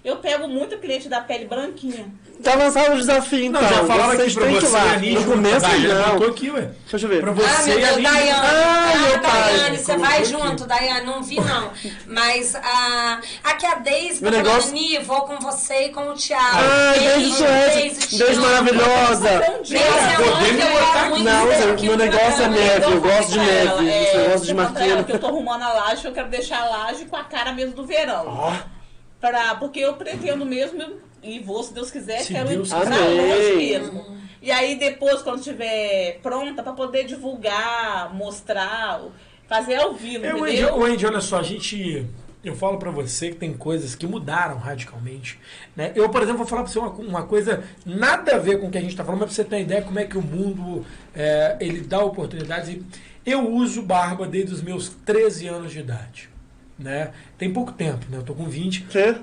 Eu pego muito cliente da pele branquinha. Tá lançado o desafio, então. Não, já falaram aqui Vocês pra têm que ir você, lá. Aline, No junto, começo, vai, já botou não. aqui, ué. Deixa eu ver. Pra Ah, você é e meu a Deus, Aline. Daiane. Ai, Ah, meu pai. Daiane, você vai Colocou junto, Daiane. Não vi, não. Mas a... aqui a Deise tá Meu negócio- falando, Ni, vou com você e com o Thiago. Ai, Ah, beijo, Suécia. te Beijo amo. maravilhosa. Bom Beijo, dia. amor, Podemos é eu botar- quero muito Não, isso gente, aqui meu pra negócio é ela. neve, eu gosto de Pra ela, neve. é, Eu gosto de eu vou pra ela, marquinha. Porque eu tô arrumando a laje, eu quero deixar a laje com a cara mesmo do Ah, verão. Pra, porque eu pretendo mesmo, e vou, se Deus quiser, Se quero Deus ir pra quiser. longe Amém. mesmo. E aí depois, quando estiver pronta, pra poder divulgar, mostrar, fazer ao vivo, É, o Andy, entendeu? o Andy, olha só, a gente. Eu falo pra você que tem coisas que mudaram radicalmente. Né? Eu, por exemplo, vou falar pra você uma, uma coisa nada a ver com o que a gente tá falando, mas pra você ter uma ideia como é que o mundo é, ele dá oportunidades. E Eu uso barba desde os meus 13 anos de idade. Né? Tem pouco tempo, né? Eu tô com 20. Quê?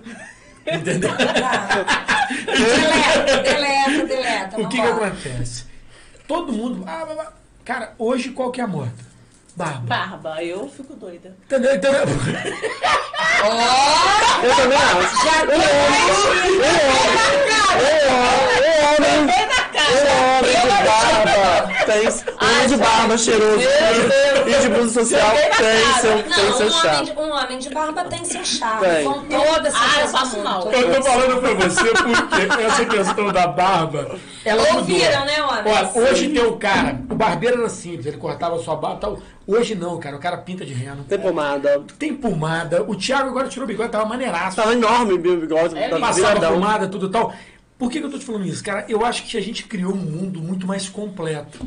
Entendeu? Deleta, deleta, deleta. o que, que vambora. acontece? Todo mundo. ah, blá, blá. Cara, hoje qual que é a moda? Barba. Barba, eu fico doida. Entendeu? Então, Entendeu? Eu também acho. Eu amo. Eu amo. Eu amo. Eu amo. É. Vem na cara! Eu amo de barba. Tem um de barba cheiroso. E de blusa social tem seu, tem Não, seu um homem, chá. de, um homem de barba tem seu charme. Tem. Com toda essa Ah, eu coisa faço do mal. mundo. Eu tô falando pra você porque essa questão da barba. Ela Ouviram, mudou. né, homem? Olha, hoje tem o cara, o barbeiro era simples, ele cortava a sua barba e tal. Hoje não, cara, o cara pinta de rena. Tem pomada. Tem pomada. O Thiago agora tirou o bigode, tava maneiraço. Tava enorme o bigode. É Tava Passava viradão. pomada, tudo e tal. Por que, que eu tô te falando isso, cara? Eu acho que a gente criou um mundo muito mais completo.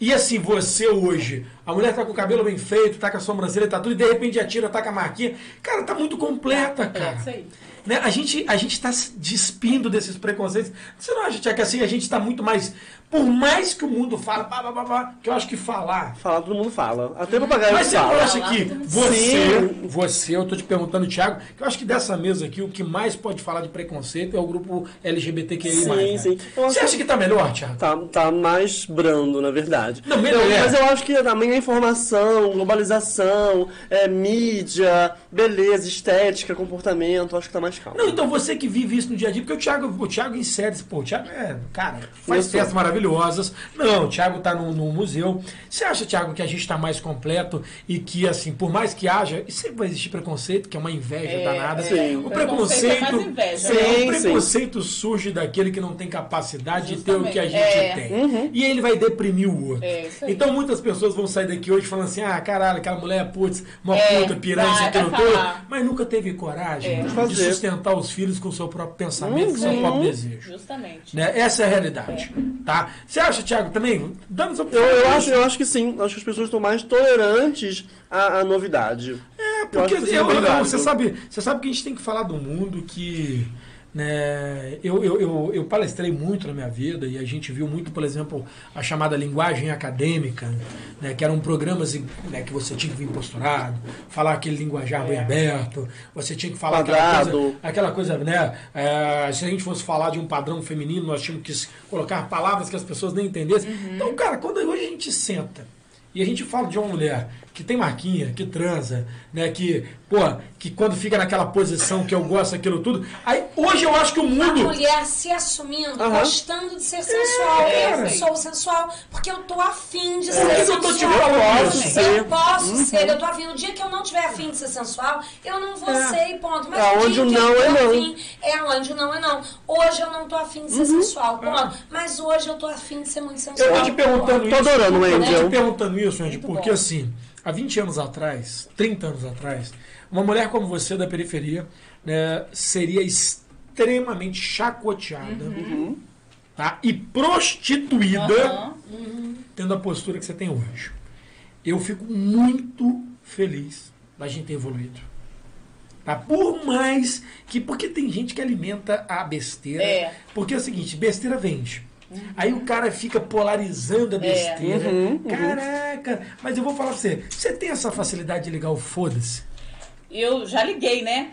E assim, você hoje, a mulher tá com o cabelo bem feito, tá com a sobrancelha, tá tudo, e de repente já tira, tá com a marquinha. Cara, tá muito completa, cara. É, isso aí. Né? A gente a gente está se despindo desses preconceitos. Você não acha, Tia, que assim a gente está muito mais. Por mais que o mundo fala, pá, pá, pá, pá, que eu acho que falar. Falar, todo mundo fala. Até papagaio Mas você não fala. acha que você, você, eu tô te perguntando, Thiago, que eu acho que dessa mesa aqui o que mais pode falar de preconceito é o grupo LGBTQI. Sim, né? sim. Eu acho Você que- acha que tá melhor, Thiago? Tá, tá mais brando, na verdade. Não, melhor. mas eu acho que também é informação, globalização, é, mídia, beleza, estética, comportamento, acho que tá mais calmo. Não, então você que vive isso no dia a dia, porque o Thiago, o Thiago insere, pô, o Thiago é, cara, faz Gostou. festas maravilhosas. Não, o Thiago tá num, num museu. Você acha, Thiago, que a gente tá mais completo e que, assim, por mais que haja, e sempre vai existir preconceito, que é uma inveja É, danada. assim, sim. O Preconceito preconceito. é mais inveja, né? sim, Sim, o sim. preconceito surge daquele que não tem capacidade de ter o que a gente Justamente. É. tem. Uhum. E ele vai deprimir o outro. É, isso aí. então muitas pessoas vão sair daqui hoje falando assim: ah, caralho, aquela mulher, putz, uma É, puta, piranha, vai, aquilo vai todo. falar. Mas nunca teve coragem É. de Fazer. sustentar os filhos com o seu próprio pensamento, com o seu próprio desejo. Justamente. Né? Essa é a realidade. Tá? Você acha, Thiago, também? Dando sua Eu, eu acho, eu acho que sim, eu acho que as pessoas estão mais tolerantes à, à novidade. É, Eu porque acho eu que isso é bem eu- válido. você, sabe, você sabe que a gente tem que falar do mundo que. Né, eu, eu, eu, eu palestrei muito na minha vida e a gente viu muito, por exemplo, a chamada linguagem acadêmica, né, que eram programas em- né, que você tinha que vir posturado, falar aquele linguajar bem aberto, você tinha que falar aquela É. Quadrado. coisa, aquela coisa, né? é, se a gente fosse falar de um padrão feminino, nós tínhamos que s- colocar palavras que as pessoas nem entendessem. Então, cara, quando hoje a gente senta e a gente fala de uma mulher que tem marquinha, que transa, né? Que, pô, que quando fica naquela posição que eu gosto, aquilo tudo. Aí hoje eu acho que o A mundo. mulher se assumindo, Aham. gostando de ser sensual. É, eu cara. sou sensual porque eu tô afim de que ser eu tô sensual. te falando eu isso? eu Ser. posso ser, eu tô afim. No dia que eu não tiver afim de ser sensual, eu não vou É. ser e ponto. Mas É no onde dia o que não eu é tô não. afim, é onde o não é não. Hoje eu não tô afim de ser sensual, ponto. Mas hoje eu tô afim de ser muito é sensual. Eu tô te perguntando ponto. isso. Tô adorando o Eu tô Angel. te perguntando isso, gente, porque bom. assim, há 20 anos atrás, 30 anos atrás, uma mulher como você da periferia né, seria extremamente chacoteada tá, e prostituída Uhum. Aham. Uhum. tendo a postura que você tem hoje. Eu fico muito feliz da gente ter evoluído. Tá? Por mais que. Porque tem gente que alimenta a besteira. É. Porque é o seguinte: besteira vende. Aí o cara fica polarizando a besteira. Uhum, uhum. Caraca! Mas eu vou falar pra você: você tem essa facilidade de ligar o foda-se? E eu já liguei, né?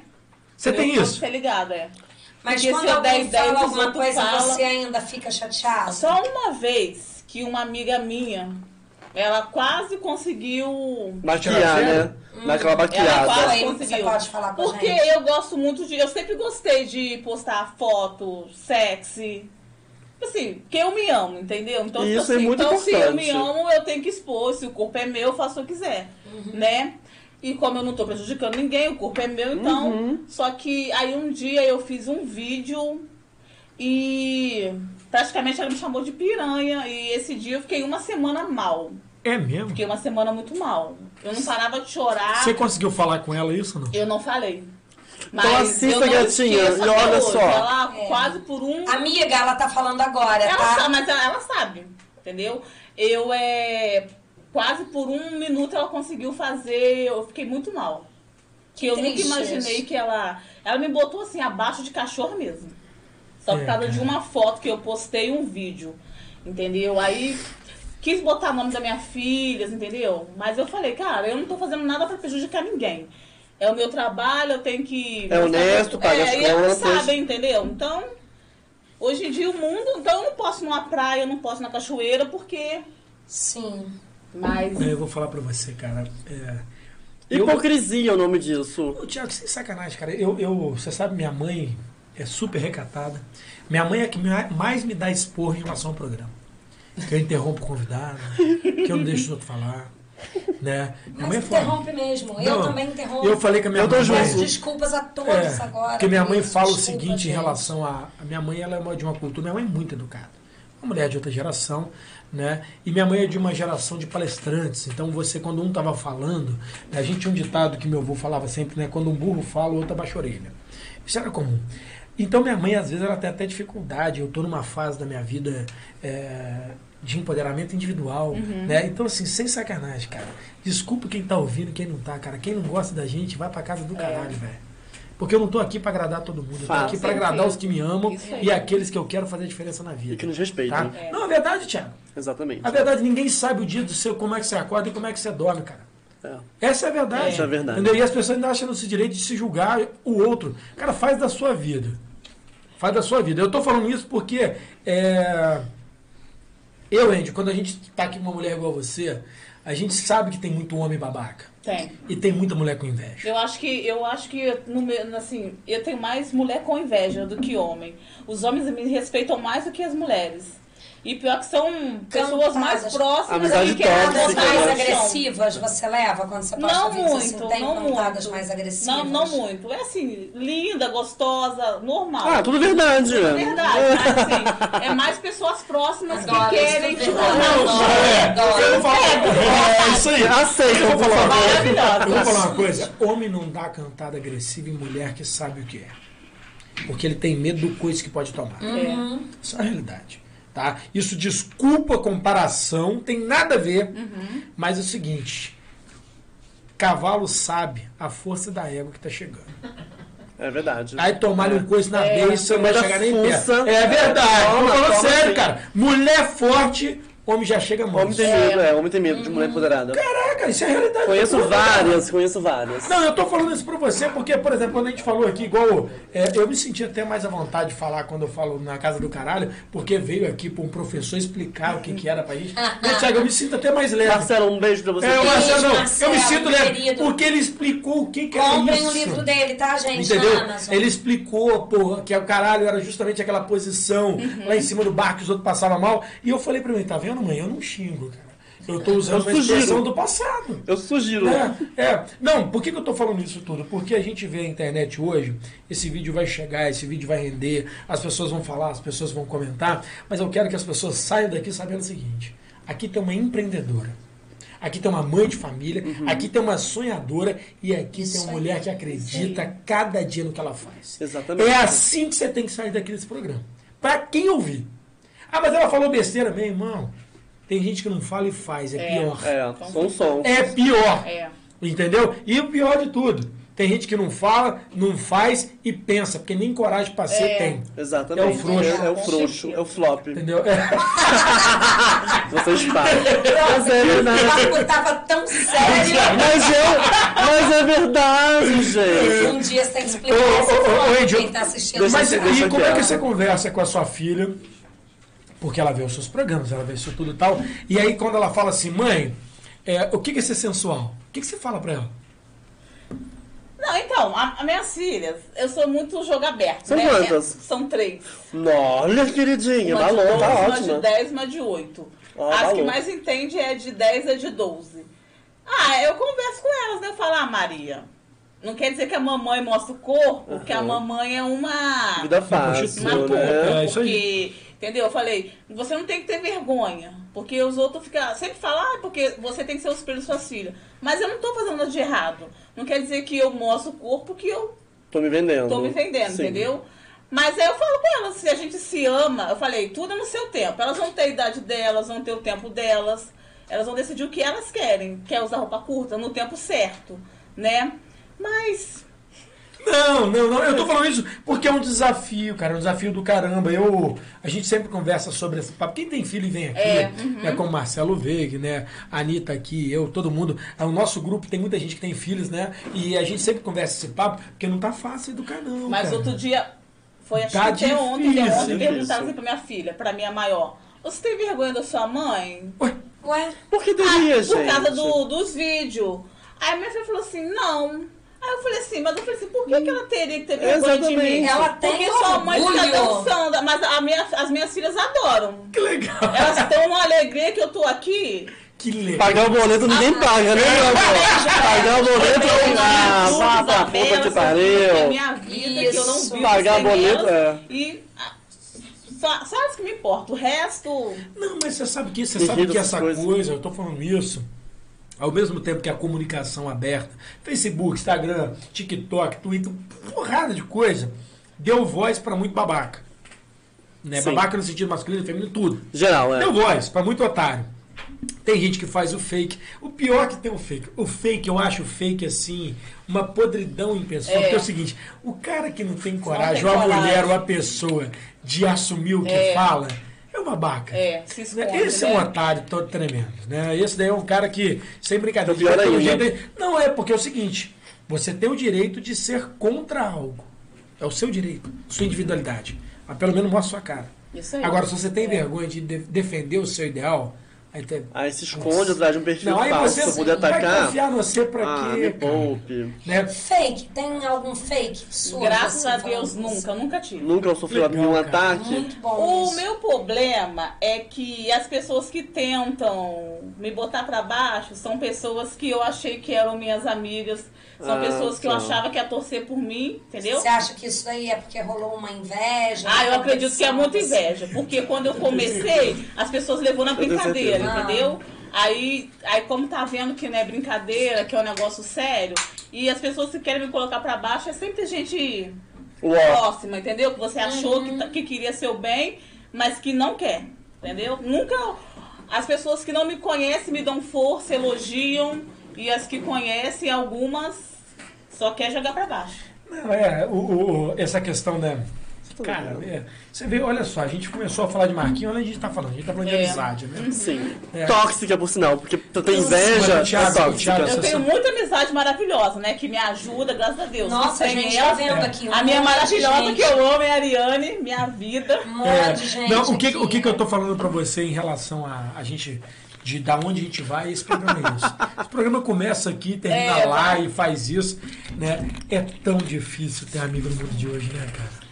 Você Eu tem posso isso? ser ligado, é. Mas Porque quando se eu der alguém ideia, fala os alguma outros coisa, falam. você ainda fica chateado? Só uma vez que uma amiga minha, ela quase conseguiu. Tirar a Maquiar, cera? né? Daquela Ela Fala Tá. maquiada. quase aí, conseguiu. você pode falar com a Porque gente. eu gosto muito de. Eu sempre gostei de postar foto sexy. Assim, porque eu me amo, entendeu? Então, Isso tipo é assim, muito então se eu me importante. amo, eu tenho que expor. Se o corpo é meu, eu faço o que eu quiser, né? E como eu não tô prejudicando ninguém, o corpo é meu, então. Uhum. Só que aí um dia eu fiz um vídeo e praticamente ela me chamou de piranha. E esse dia eu fiquei uma semana mal. É mesmo? Fiquei uma semana muito mal. Eu não parava de chorar. Você conseguiu falar com ela isso ou não? Eu não falei. Então assista, gatinha, esqueço até e olha hoje. só. Ela quase por um. Amiga, É. ela tá falando agora, Ela tá? sabe, mas ela, ela sabe, entendeu? Eu é. Quase por um minuto ela conseguiu fazer. Eu fiquei muito mal. Que eu nunca triste imaginei isso. que ela. Ela me botou assim, abaixo de cachorro mesmo. Só É, por causa de cara. uma foto que eu postei e um vídeo. Entendeu? Aí quis botar o nome da minha filha, entendeu? Mas eu falei, cara, eu não tô fazendo nada pra prejudicar ninguém. É o meu trabalho, eu tenho que. É honesto, paga as é, e eles contas. sabem, entendeu? Então, hoje em dia o mundo. Então eu não posso ir numa praia, eu não posso ir na cachoeira, porque. Sim. Mas. É, Eu vou falar pra você, cara. É, eu- Hipocrisia é o nome disso. Ô, Tiago, sem sacanagem, cara. Eu, eu- você sabe, minha mãe é super recatada. Minha mãe é a que me- mais me dá expor em relação ao programa. Que eu interrompo o convidado, que eu não deixo os outros falar. Né? Minha mãe Mas é foda. interrompe mesmo. eu Não, também interrompo. Eu falei que a minha Eu tô mãe. né? Peço junto. desculpas a todos É, agora. Porque minha mãe peço fala o desculpas, seguinte em gente. relação a. a minha mãe ela é uma- de uma cultura. Minha mãe é muito educada. Uma mulher de outra geração, né? E minha mãe é de uma geração de palestrantes. Então você, quando um tava falando, né, a gente tinha um ditado que meu avô falava sempre, né? Quando um burro fala, o outro abaixa a orelha. Isso era comum. Então minha mãe, às vezes, ela tem até dificuldade. Eu tô numa fase da minha vida. é, de empoderamento individual, Uhum. né? Então, assim, sem sacanagem, cara. Desculpa quem tá ouvindo, quem não tá, cara. Quem não gosta da gente, vai pra casa É. do caralho, velho. Porque eu não tô aqui pra agradar todo mundo, eu tô Fala, aqui pra certeza. agradar os que me amam Isso aí. É. e aqueles que eu quero fazer diferença na vida. E que nos respeitam. tá? Não, a verdade, Thiago. Exatamente. A verdade, ninguém sabe o dia do seu, como é que você acorda e como é que você dorme, cara. É. Essa é a verdade. Essa é a verdade. Entendeu? E as pessoas ainda acham esse direito de se julgar o outro. Cara, faz da sua vida. Faz da sua vida. Eu tô falando isso porque é, Eu, Andy, quando a gente tá aqui com uma mulher igual você, a gente sabe que tem muito homem babaca. Tem. E tem muita mulher com inveja. Eu acho que eu acho que no meu- assim, eu tenho mais mulher com inveja do que homem. Os homens me respeitam mais do que as mulheres. E pior que são pessoas mais próximas Amizade do que elas tóxica, né? Pancadas Sim, mais eu acho. agressivas você leva quando você posta Não vídeos assim? muito, Tem não pancadas muito. mais agressivas? Não, não muito. É assim, linda, gostosa, normal. Ah, tudo verdade. É verdade, mas assim, é mais pessoas próximas Adoro, que querem tipo, isso te tudo. tornar Não, mal. é, adoro. eu vou falar- É, isso [LAUGHS] aí. Eu Aceita, vou por falar, favor. uma coisa. Maravilhosa. eu vou falar uma coisa. Homem não dá cantada agressiva em mulher que sabe o que é. Porque ele tem medo do coice que pode tomar. Uhum. É. Isso é a realidade. Tá? Isso desculpa a comparação, tem nada a ver. Uhum. Mas é o seguinte: cavalo sabe a força da égua que tá chegando. É verdade. Aí tomar-lhe um coice na É, beira, você não vai da chegar nem fuça. perto. É verdade. Toma, Toma, falando toma sério, sim. cara. Mulher forte, homem já chega mais. Homem tem medo, é, homem tem medo de mulher empoderada. Caraca, isso é a realidade. Conheço várias, conheço várias. Não, eu tô falando isso pra você porque, por exemplo, quando a gente falou aqui, igual. é, eu me senti até mais à vontade de falar quando eu falo na casa do caralho, porque veio aqui pra um professor explicar o que, que era pra gente. Mas, Thiago, eu me sinto até mais leve. Marcelo, um beijo pra você. É, eu, Beijo, Marcelo, não, eu me Marcelo, sinto leve querido. porque ele explicou o que, que era Comprem isso. o livro dele, tá, gente? Entendeu? Na Amazon. Ele explicou, porra, que é o caralho era justamente aquela posição Uhum. lá em cima do bar que os outros passavam mal. E eu falei pra mim, tá vendo, mãe? Eu não xingo, cara. Eu tô usando Eu uma sugiro. expressão do passado. Eu sugiro. É, é. Não, por que, que eu tô falando isso tudo? Porque a gente vê a internet hoje, esse vídeo vai chegar, esse vídeo vai render, as pessoas vão falar, as pessoas vão comentar, mas eu quero que as pessoas saiam daqui sabendo o seguinte: aqui tem uma empreendedora, aqui tem uma mãe de família, aqui tem uma sonhadora e aqui tem uma aí, mulher que acredita cada dia no que ela faz. Exatamente. É assim que você tem que sair daqui desse programa. Pra quem ouvir. Ah, mas ela falou besteira, meu irmão. Tem gente que não fala e faz, é, É. pior. É, som, som. É pior. É. Entendeu? E o pior de tudo, tem gente que não fala, não faz e pensa, porque nem coragem pra ser É. tem. Exatamente. É o frouxo. É, é o frouxo, é o flop. Entendeu? É. [LAUGHS] Vocês param. Mas é O verdade. papo tava tão sério. Mas é, mas é verdade, gente. Um dia você tem que explicar Ô, essa ô, ô, foto ô, pra Índio, quem tá assistindo. deixa- Mas Você e como é quieto. que você conversa com a sua filha? Porque ela vê os seus programas, ela vê isso tudo e tal. E aí quando ela fala assim, mãe, é, o que que é ser sensual? O que que você fala pra ela? Não, então, a, a minhas filhas, eu sou muito jogo aberto. São né? quantas? É, são três. Não, Olha, queridinha, Uma de malou, tá uma ótima. de 10, uma de 8. Ó, As valor. que mais entende é de 10 e de 12. Ah, eu converso com elas, né? Eu falo, ah, Maria, não quer dizer que a mamãe mostra o corpo, que a mamãe é uma... Vida Uma fácil, puta, né? É, isso aí. porque, entendeu? Eu falei, você não tem que ter vergonha, porque os outros ficam, sempre falam, ah, porque você tem que ser o espelho de suas filhas. Mas eu não tô fazendo nada de errado. Não quer dizer que eu mostro o corpo que eu Tô me vendendo. tô me vendendo, Uhum. Sim. entendeu? Mas aí eu falo com elas, se a gente se ama, eu falei, tudo é no seu tempo. Elas vão ter a idade delas, vão ter o tempo delas, elas vão decidir o que elas querem. Quer usar roupa curta no tempo certo, né? Mas Não, não, não. Eu tô falando isso porque é um desafio, cara. É um desafio do caramba. Eu, a gente sempre conversa sobre esse papo. Quem tem filho e vem aqui, é, É, né, como Marcelo Veig, né? A Anitta aqui, eu, todo mundo. É, O nosso grupo tem muita gente que tem filhos, né? E a gente sempre conversa esse papo, porque não tá fácil educar, não. Mas cara. outro dia, foi acho Tá que até ontem, até difícil, ontem, difícil. perguntaram assim pra minha filha, pra minha maior, você tem vergonha da sua mãe? Ué, Ué? Por que Ah, teria, gente? por causa do, dos vídeos. Aí minha filha falou assim, não. Aí eu falei assim, mas eu falei assim, por que, que ela teria que ter vergonha de mim? Exatamente. Ela tem Porque sua mãe orgulho. tá dançando, mas a minha- as minhas filhas adoram. que legal. Elas têm uma alegria que eu tô aqui. Que legal. Pagar o boleto ninguém Ah, paga, né, meu [LAUGHS] amor? Pagar o boleto Eu não dá. tenho Vá pra amigos, puta amigos, que que é pariu. minha vida, que eu não Isso. vivo Pagar sem boleto, elas. é. E ah, só, só isso que me importa. O resto... Não, mas você sabe que você Me sabe irrita que essas essa coisas. coisa, eu tô falando isso. Ao mesmo tempo que a comunicação aberta, Facebook, Instagram, TikTok, Twitter, porrada de coisa, deu voz pra muito babaca. Né? Sim. Babaca no sentido masculino, feminino, tudo. Geral, é. Deu voz pra muito otário. Tem gente que faz o fake. O pior que tem o fake. O fake, eu acho o fake assim, uma podridão em pessoa. É. Porque é o seguinte, o cara que não tem coragem, tem ou a coragem. mulher, ou a pessoa, de assumir o que É. fala, é uma babaca. É, se esconde, Esse é um né? otário todo tremendo, né? Esse daí é um cara que, sem brincadeira, Pior de né? todo ainda. jeito- não é, porque é o seguinte, você tem o direito de ser contra algo. É o seu direito, sua individualidade. Mas pelo menos mostra a sua cara. Isso aí. Agora, se você tem vergonha de de- defender o seu ideal, aí tá- Aí se Ah, esconde atrás de um perfil Não, aí falso você pra poder vai atacar. confiar no você pra Ah, quê? me cara? poupe. Né? Fake, tem algum fake? Sua, Graças assim, a falando Deus, isso? nunca, nunca tive. Nunca sofreu Legal, nenhum cara. ataque. Muito bom. O isso. meu problema é que as pessoas que tentam me botar pra baixo são pessoas que eu achei que eram minhas amigas, são Ah, pessoas que eu tá. achava que ia torcer por mim, entendeu? Você acha que isso daí é porque rolou uma inveja? Ah, eu uma acredito que é muita competição? inveja, porque quando eu comecei, as pessoas levou na tenho brincadeira, certeza. entendeu? Aí, aí como tá vendo que não é brincadeira, que é um negócio sério, e as pessoas que querem me colocar pra baixo é sempre gente Uó. próxima, entendeu? Que você achou que, Uhum. tá- que queria seu bem, mas que não quer, entendeu? Nunca. As pessoas que não me conhecem me dão força, elogiam, e as que conhecem, algumas só quer jogar pra baixo. Não, é, o- o- o- essa questão da. Cara, é, você vê, olha só, a gente começou a falar de Marquinhos, olha onde a gente tá falando, a gente tá falando de É. amizade, né? Sim. É. Tóxica, por sinal, porque tu tem Mas inveja, o Thiago, é o tóxica. Thiago- Eu tenho muita amizade maravilhosa, né? Que me ajuda, graças a Deus. Nossa, a Sem gente tá ela, vendo aqui. um é, assim. A minha monte de maravilhosa gente, que eu amo é a Ariane, minha vida. Um monte É, de gente. não, o que, aqui. né? o que que eu tô falando pra você em relação a, a gente de da onde a gente vai, esse programa é isso. Esse programa começa aqui, termina É, lá vai. e faz isso, né? É tão difícil ter amigo no mundo de hoje, né, cara?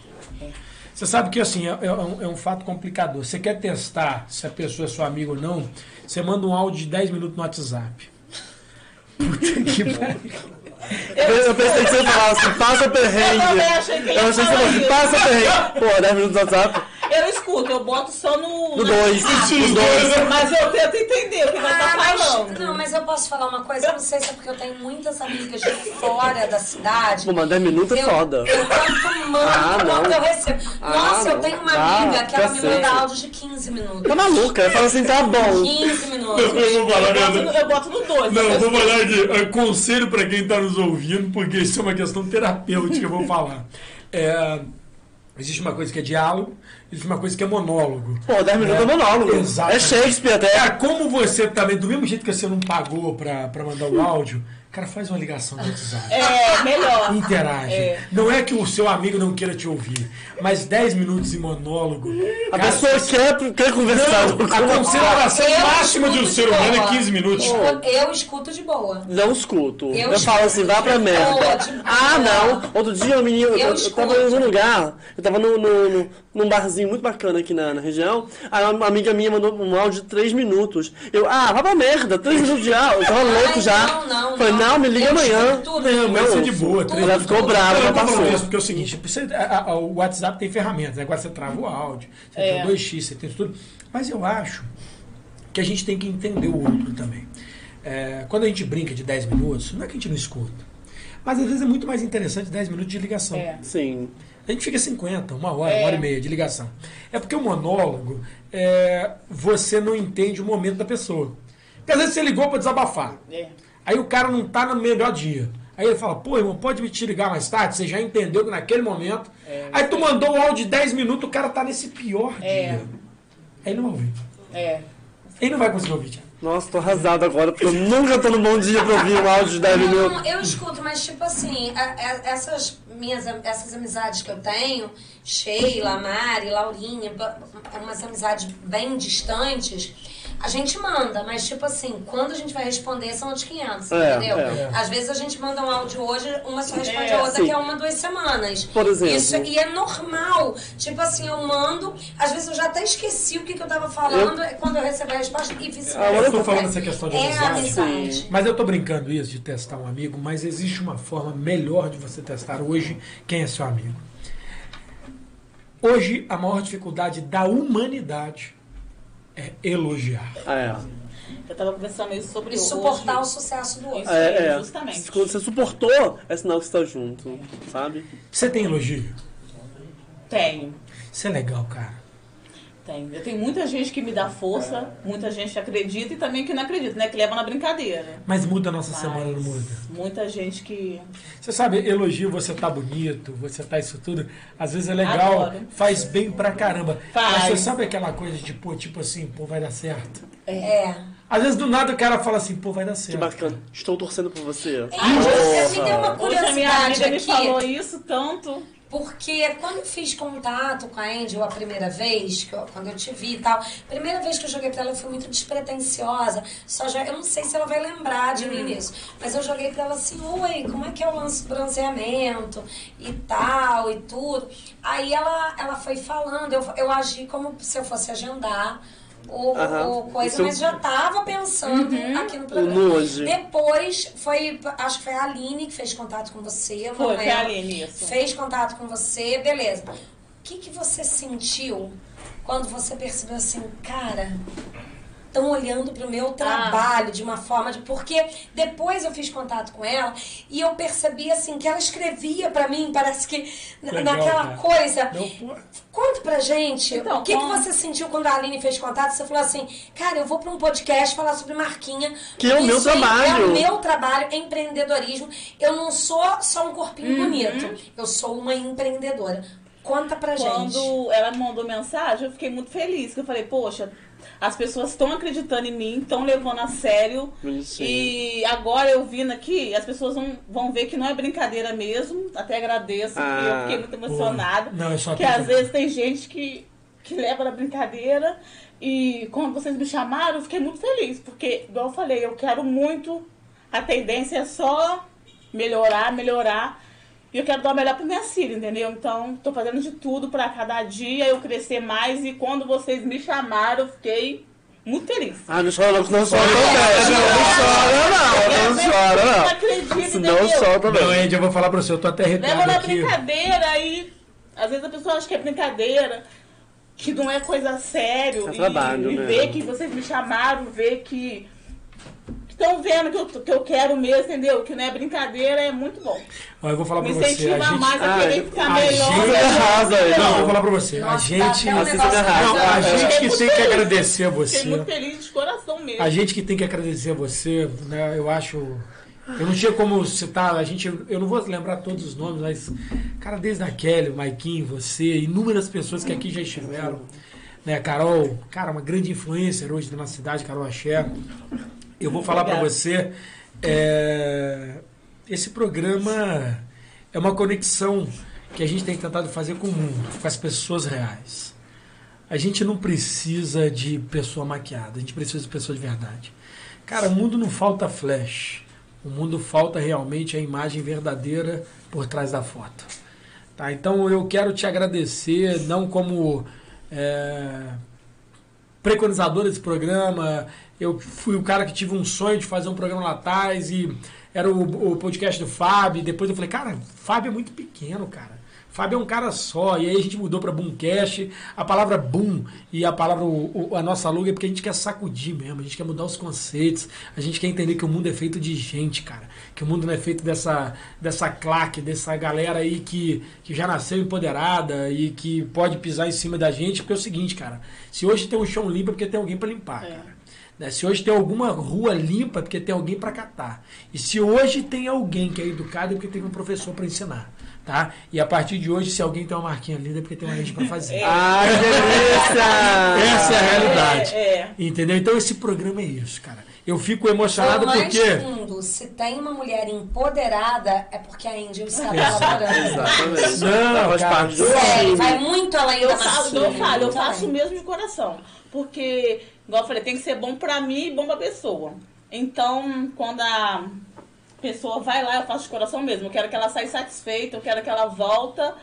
Você sabe que assim, é, é um, é um fato complicador. Você quer testar se a pessoa é sua amiga ou não, você manda um áudio de 10 minutos no WhatsApp. Puta que pariu. Eu, eu pensei que você ia falar assim, passa perrengue. Eu também achei que ele ia Eu achei que você falar falou assim, isso. passa perrengue. Pô, 10 minutos no WhatsApp. Eu escuto, eu boto só no. No 2. No 2. Mas eu tento entender o que vai Ah, estar mas, tá falando. não, mas eu posso falar uma coisa? Eu não sei se é porque eu tenho muitas amigas de fora da cidade. Pô, mas 10 minutos é Eu- foda. Eu tanto mando Ah, não. quanto eu recebo. Ah, Nossa, eu não. tenho uma Ah, amiga que tá ela me cacete. manda áudios de 15 minutos. Tá maluca? Eu falo assim, tá bom. 15 minutos. vou falar Eu boto mesmo. no- Eu boto no 2. Não, eu vou falar aqui. é, Conselho para quem está nos ouvindo, porque isso é uma questão terapêutica que eu vou falar. [LAUGHS] É, existe uma coisa que é diálogo, existe uma coisa que é monólogo. Pô, 10 minutos é, monólogo. Exato. É Shakespeare É, até. como você também, do mesmo jeito que você não pagou para mandar o áudio, cara, faz uma ligação no [LAUGHS] WhatsApp. É, melhor. Interage. É. Não é que o seu amigo não queira te ouvir, mas 10 minutos de monólogo. A cara, pessoa quer, quer é conversar. a consideração Eu máxima de um escuto ser de humano é boa. 15 minutos. Escu- Eu escuto de boa. Não escuto. Eu, Eu falo assim, vá pra escuto. merda. Ótimo. Ah, não. Outro dia, o menino, eu, Eu eu escuto. tava em um lugar, eu tava no, no- no- num barzinho muito bacana aqui na, na região, aí uma amiga minha mandou um áudio de 3 minutos. Eu, ah, vá pra merda, 3 minutos de áudio. Eu tava Ai, louco já. não, não, Falei, não, não. me liga Eu amanhã. escuto tudo. Não, Mas isso é de ouço. boa, três Ela ficou brava, Não, já eu tô passou. falando isso, porque é o seguinte, você- a- a- o WhatsApp tem ferramentas, né? agora você trava o áudio, você É. tem o 2x, você tem isso tudo. Mas eu acho que a gente tem que entender o outro também. É, quando a gente brinca de 10 minutos, não é que a gente não escuta. Mas às vezes é muito mais interessante 10 minutos de ligação. É. Sim. A gente fica 50, uma hora, É. uma hora e meia de ligação. É porque o monólogo, é, você não entende o momento da pessoa. Porque às vezes você ligou para desabafar. É. Aí o cara não tá no melhor dia. Aí ele fala, pô, irmão, pode me te ligar mais tarde? Você já entendeu que naquele momento. aí tu mandou um áudio de 10 minutos, o cara tá nesse pior É. dia. Aí ele não vai ouvir. É. Ele não vai conseguir ouvir, Thiago. Nossa, tô arrasado agora, porque eu nunca tô no bom dia pra ouvir um áudio de 10 minutos. Não, eu escuto, mas tipo assim, a- a- essas minhas am- essas amizades que eu tenho, Sheila, Mari, Laurinha, ba- é umas amizades bem distantes, a gente manda, mas tipo assim, quando a gente vai responder são os 500, É, entendeu? é. Às vezes a gente manda um áudio hoje, uma só responde É, a outra, sim. que é uma, duas semanas. Por exemplo. Isso, e é normal. Tipo assim, eu mando, às vezes eu já até esqueci o que, que eu tava falando quando eu recebo a resposta e vice-versa. Agora Ah, eu tô falando essa questão de É amizade. amizade. Mas eu tô brincando isso de testar um amigo, mas existe uma forma melhor de você testar hoje quem é seu amigo. Hoje, a maior dificuldade da humanidade é elogiar. Ah, Eu tava conversando isso sobre E hoje. suportar o sucesso do outro. Isso. é. É, é. Justamente. Quando você suportou, é sinal que você tá junto, sabe? Você tem elogio? Tenho. Isso é legal, cara. Tem. Eu tenho muita gente que me dá força, É. muita gente que acredita e também que não acredita, né? Que leva na brincadeira. Mas muda a nossa Mas semana, não muda? Muita gente que. Você sabe, elogio, você tá bonito, você tá isso tudo, às vezes é legal, Adoro. faz bem pra caramba. Faz. Mas você sabe aquela coisa de, pô, tipo assim, pô, vai dar certo? É. Às vezes do nada o cara fala assim, pô, vai dar Que certo. bacana. Estou torcendo por você. Ai, você me deu uma Hoje a minha curiosidade amiga me aqui. falou isso tanto. Porque quando eu fiz contato com a Angel a primeira vez, que eu- quando eu te vi e tal, primeira vez que eu joguei pra ela, eu fui muito despretensiosa. Só já, eu não sei se ela vai lembrar de Uhum. mim isso. Mas eu joguei pra ela assim, oi, como é que é o lance do bronzeamento e tal e tudo. Aí ela, ela foi falando, eu, eu agi como se eu fosse agendar. Ou, Aham. coisa, Isso- mas já tava pensando aqui no programa. No hoje. Depois foi, acho que foi a Aline que fez contato com você. eu não Foi, foi lembro. a Aline, isso. Fez contato com você, beleza. O que, que você sentiu quando você percebeu assim, cara, estão olhando para o Ah. meu trabalho de uma forma de. Porque depois eu fiz contato com ela e eu percebi assim que ela escrevia para mim, parece que na- Legal, naquela cara. coisa. Deu por- Conta pra gente Então, o que, que conta. você sentiu quando a Aline fez contato. Você falou assim, cara, eu vou pra um podcast falar sobre marquinha. Que é o meu Isso aí É trabalho. o meu trabalho, é empreendedorismo. Eu não sou só um corpinho Uhum. bonito. Eu sou uma empreendedora. Conta pra gente. Quando ela me mandou mensagem, eu fiquei muito feliz. Que eu falei, poxa, as pessoas estão acreditando em mim, estão levando a sério. Bonitinho. E agora eu vindo aqui, as pessoas vão, vão ver que não é brincadeira mesmo. Até agradeço, porque eu Ah, fiquei muito emocionada. Não, eu só Porque tô- às vezes tem gente que, que leva na brincadeira. E quando vocês me chamaram, eu fiquei muito feliz. Porque, igual eu falei, eu quero muito. A tendência é só melhorar, melhorar. E eu quero dar o melhor pra minha filha, entendeu? Então, tô fazendo de tudo pra cada dia eu crescer mais. E quando vocês me chamaram, eu fiquei muito feliz. Ah, não chora não, que não É, solta não, velho. Não, não chora não, não Não é, chora acredito, não. Se entendeu? não solta Não, velho. Andy, eu vou falar pra você, eu tô até Leva arrepiado na aqui. brincadeira e às vezes a pessoa acha que é brincadeira, que não é coisa sério. É e, trabalho, e né? ver que vocês me chamaram, ver que estão vendo que eu, que eu quero mesmo, entendeu? Que não é brincadeira, é muito bom. Ó, eu vou falar Me pra você, a incentiva gente... mais a Ah, querer ficar a melhor. gente- melhor, Arrasa é aí. Não, eu vou melhor. falar pra você, a Nossa, tá gente... até um Vocês negócio- agarraram. Não, a Eu gente fiquei que muito tem que feliz. agradecer a você. Fiquei muito feliz de coração mesmo. A gente que tem que agradecer a você, né? Eu acho. Eu não tinha como citar, a gente, eu não vou lembrar todos os nomes, mas, cara, desde a Kelly, o Maikinho, você, inúmeras pessoas que aqui já estiveram, né, Carol, cara, uma grande influencer hoje na nossa cidade, Carol Axé. Eu vou falar pra Obrigada. você, é, esse programa é uma conexão que a gente tem tentado fazer com o mundo, com as pessoas reais. A gente não precisa de pessoa maquiada, a gente precisa de pessoa de verdade. Cara, o mundo não falta flash. O mundo falta realmente a imagem verdadeira por trás da foto. Tá? Então eu quero te agradecer, não como é, preconizador desse programa. Eu fui o cara que tive um sonho de fazer um programa lá atrás e era o, o podcast do Fábio. e Depois eu falei, cara, Fábio é muito pequeno, cara. Fábio é um cara só. E aí a gente mudou para Boomcast. A palavra boom e a palavra o- o- a nossa luga é porque a gente quer sacudir mesmo. A gente quer mudar os conceitos. A gente quer entender que o mundo é feito de gente, cara. Que o mundo não é feito dessa, dessa claque, dessa galera aí que, que já nasceu empoderada e que pode pisar em cima da gente. Porque é o seguinte, cara. Se hoje tem um chão limpo é porque tem alguém para limpar, É. cara. Né? Se hoje tem alguma rua limpa, é porque tem alguém para catar. E se hoje tem alguém que é educado, é porque tem um professor para ensinar. Tá? E a partir de hoje, se alguém tem uma marquinha linda, é porque tem uma gente para fazer. É. Ah, que delícia! Essa é a realidade. É, é. Entendeu? Então esse programa é isso, cara. Eu fico emocionado Foi mais porque. fundo. Se tem uma mulher empoderada, é porque a Angel [LAUGHS] está colaborando. Exatamente. Não, faz cara. parte do Sério, time. vai muito além Eu da faço, massinha. eu falo, eu Muito faço além. mesmo de coração. Porque, igual eu falei, tem que ser bom pra mim e bom pra pessoa. Então, quando a pessoa vai lá, eu faço de coração mesmo. Eu quero que ela saia satisfeita, eu quero que ela volta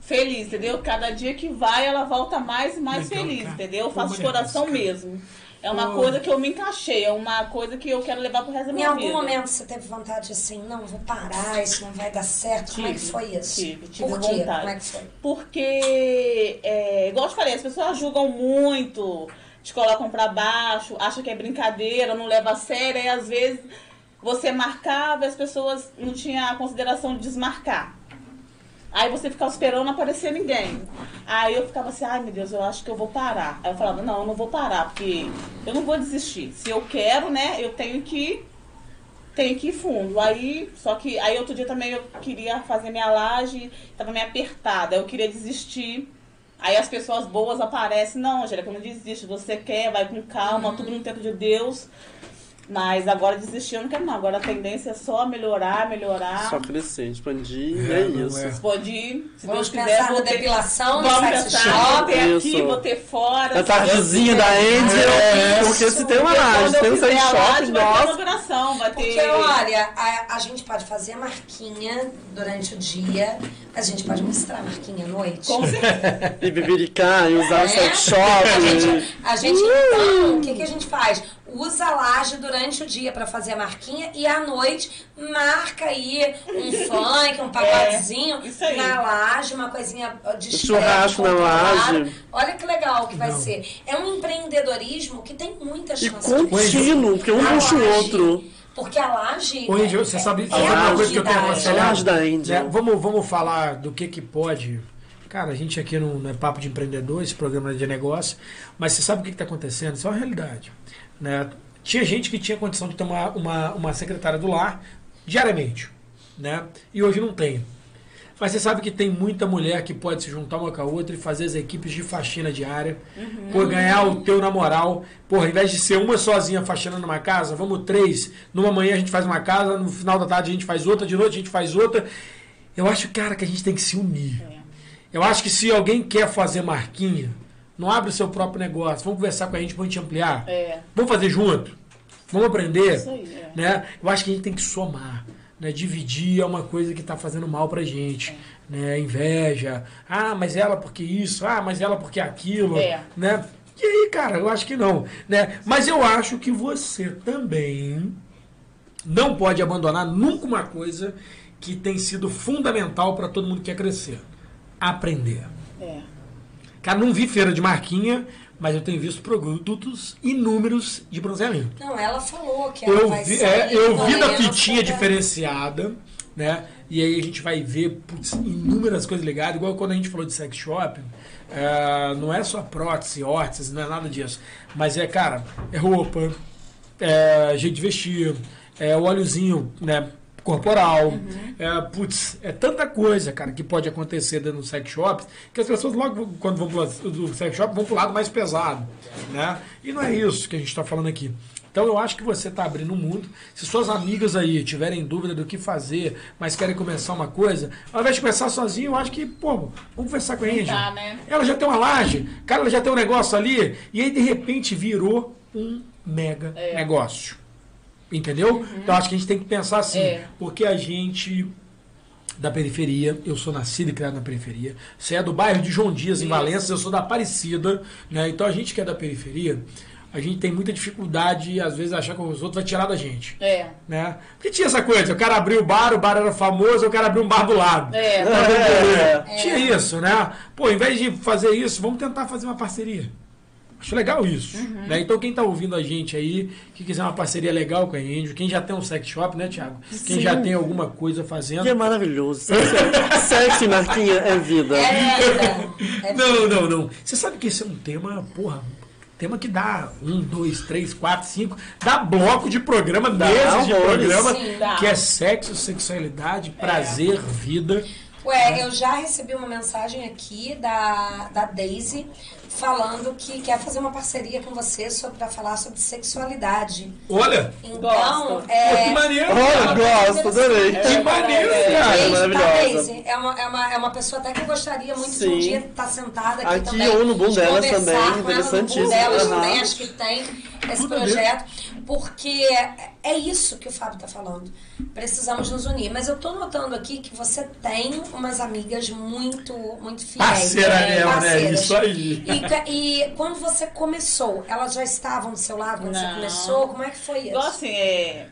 feliz, entendeu? Cada dia que vai, ela volta mais e mais Legal, feliz, cara. entendeu? Eu Pô, faço de maneiro, coração cara. mesmo. É uma Pô. coisa que eu me encaixei, é uma coisa que eu quero levar pro resto da Em minha algum vida. momento você teve vontade assim, não, vou parar, isso não vai dar certo. Como é que Tive, foi isso? Tive, tive Por quê? vontade. Como é que foi? Porque, é, igual eu te falei, as pessoas julgam muito, te colocam pra baixo, acham que é brincadeira, não leva a sério, e às vezes você marcava e as pessoas não tinham a consideração de desmarcar. Aí você ficava esperando não aparecer ninguém. Aí eu ficava assim, ai meu Deus, eu acho que eu vou parar. Aí eu falava, não, eu não vou parar, porque eu não vou desistir. Se eu quero, né, eu tenho que tem que ir fundo. Aí, só que aí outro dia também eu queria fazer minha laje, tava meio apertada, eu queria desistir. Aí as pessoas Uhum. boas aparecem, não, Angélica, não desiste, você quer, vai com calma, tudo no tempo de Deus. Mas agora desistir eu não quero não. Agora a tendência é só melhorar, melhorar. Só crescer, expandir, É, e é não isso. é. Expandir. Se Deus Vamos quiser, pensar vou na ter- depilação, no Vamos sex pensar, vou shop. ter aqui, Isso. vou ter fora. É A tardezinha da Angel, É, porque se tem uma laje, tem um sex shop, Vai ter nossa. inauguração, vai ter... Porque, olha, a, a gente pode fazer a marquinha durante o dia, a gente pode mostrar a marquinha à noite. Com certeza. E bibiricar, e usar o sex É. A shop. gente, a gente, Uh! então, o que, que a gente faz? Usa a laje durante o dia pra fazer a marquinha e à noite marca aí [LAUGHS] um funk, um pagodezinho É, isso aí. na laje, uma coisinha de Um Churrasco na laje. Olha que legal que vai ser. É um empreendedorismo que tem muitas E chances. contínuo, porque um A puxa o laje, outro. Porque a laje. Ô, Índio, é- você sabe, é sabe a uma coisa que eu tenho vida, Essa é a laje aconselhado? da Angel. Né, vamos, vamos falar do que que pode. Cara, a gente aqui não, não é papo de empreendedor, esse programa é de negócio, mas você sabe o que está acontecendo? Isso é uma realidade. Né? Tinha gente que tinha condição de ter uma, uma, uma secretária do lar diariamente, né? e hoje não tem. Mas você sabe que tem muita mulher que pode se juntar uma com a outra e fazer as equipes de faxina diária. Por ganhar o teu na moral. Porra, ao invés de ser uma sozinha faxinando uma casa, vamos três. Numa manhã a gente faz uma casa, no final da tarde a gente faz outra, de noite a gente faz outra. Eu acho, cara, que a gente tem que se unir. Eu acho que se alguém quer fazer marquinha, não abre o seu próprio negócio. Vamos conversar com a gente pra gente ampliar. É. Vamos fazer junto. Vamos aprender. Isso aí, é. né? Eu acho que a gente tem que somar. Né? Dividir é uma coisa que está fazendo mal pra gente. Né? Inveja. Ah, mas ela porque isso. Ah, mas ela porque aquilo. É. Né? E aí, cara, eu acho que não. Né? Mas eu acho que você também não pode abandonar nunca uma coisa que tem sido fundamental para todo mundo que quer crescer. Aprender. É. Cara, não vi feira de marquinha, mas eu tenho visto produtos inúmeros de bronzeamento. Não, ela falou que ela Eu vai vi, sair é, eu vi da correndo, fitinha toda- diferenciada, né? E aí a gente vai ver putz, inúmeras coisas ligadas, igual quando a gente falou de sex shop. é, não é só prótese, órtese, não é nada disso. Mas é, cara, é roupa, é jeito de vestir, é o óleozinho, né? Corporal, Uhum. é, putz, é tanta coisa, cara, que pode acontecer dentro do sex shop, que as pessoas logo quando vão pro lado do sex shop vão pro lado mais pesado, né? E não é isso que a gente tá falando aqui. Então eu acho que você está abrindo um mundo. Se suas amigas aí tiverem dúvida do que fazer, mas querem começar uma coisa, ao invés de começar sozinho, eu acho que, pô, vamos conversar com a Angel. dá, né? Ela já tem uma laje, cara, ela já tem um negócio ali, e aí de repente virou um mega É. negócio. Entendeu? Então acho que a gente tem que pensar assim, Uhum. É. porque a gente da periferia, eu sou nascido e criado na periferia. Você é do bairro de João Dias, em Valença, eu sou da Aparecida, né? Então a gente que é da periferia, a gente tem muita dificuldade, às vezes, achar que os outros vai tirar da gente. É. Né? Porque tinha essa coisa, o cara abriu o bar, o bar era famoso, o cara abriu um bar do lado. [LAUGHS] Tá É. É. Tinha isso, né? Pô, em vez de fazer isso, vamos tentar fazer uma parceria. Acho legal isso. Uhum. Né? Então, quem tá ouvindo a gente aí, que quiser uma parceria legal com a Índio, quem já tem um sex shop, né, Thiago? Quem Sim. já tem alguma coisa fazendo. E é maravilhoso. Sexo- Sexo e marquinha é vida. É, [LAUGHS] é, é, Não, não, não. Você sabe que esse é um tema, porra, tema que dá um, dois, três, quatro, cinco, dá bloco de programa, meses de horrores. programa, Sim, dá. que é sexo, sexualidade, prazer, vida. Ué, eu já recebi uma mensagem aqui da, da Daisy falando que quer fazer uma parceria com você só pra falar sobre sexualidade. Olha, Então, Gosto. pô, que é. maneiro, Olha, cara. gosto, adorei. que maneiro, cara. é Beijo, tá, maravilhosa. Daisy? É uma, é, uma, é uma pessoa até que eu gostaria muito de um Sim. dia estar sentada aqui, Aqui também. ou no boom de delas conversar também, com ela interessantíssimo. No boom delas Aham. também, acho que tem esse Tudo projeto. Porque é isso que o Fábio está falando. Precisamos nos unir. Mas eu tô notando aqui que você tem umas amigas muito, muito fiéis. Parceira dela, né? Parceiras. Isso aí. E, ca- e quando você começou, elas já estavam do seu lado quando você Não. começou? Como é que foi isso? Igual assim, é,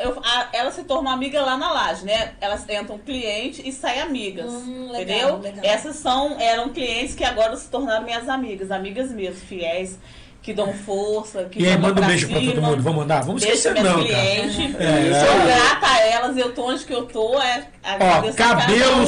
eu- a- elas se tornam amiga lá na laje, né? Elas entram cliente e saem amigas. Hum, legal, entendeu? legal. Essas são, eram clientes que agora se tornaram minhas amigas, amigas mesmo, fiéis, que dão força, que E aí, chamam manda um pra beijo pra cima, todo mundo. Vamos mandar? Vamos Deixa esquecer, minhas não, cara. clientes. É. Sou grata a elas, eu tô onde que eu tô. É, Ó, agradeço a cada cabelo, uma.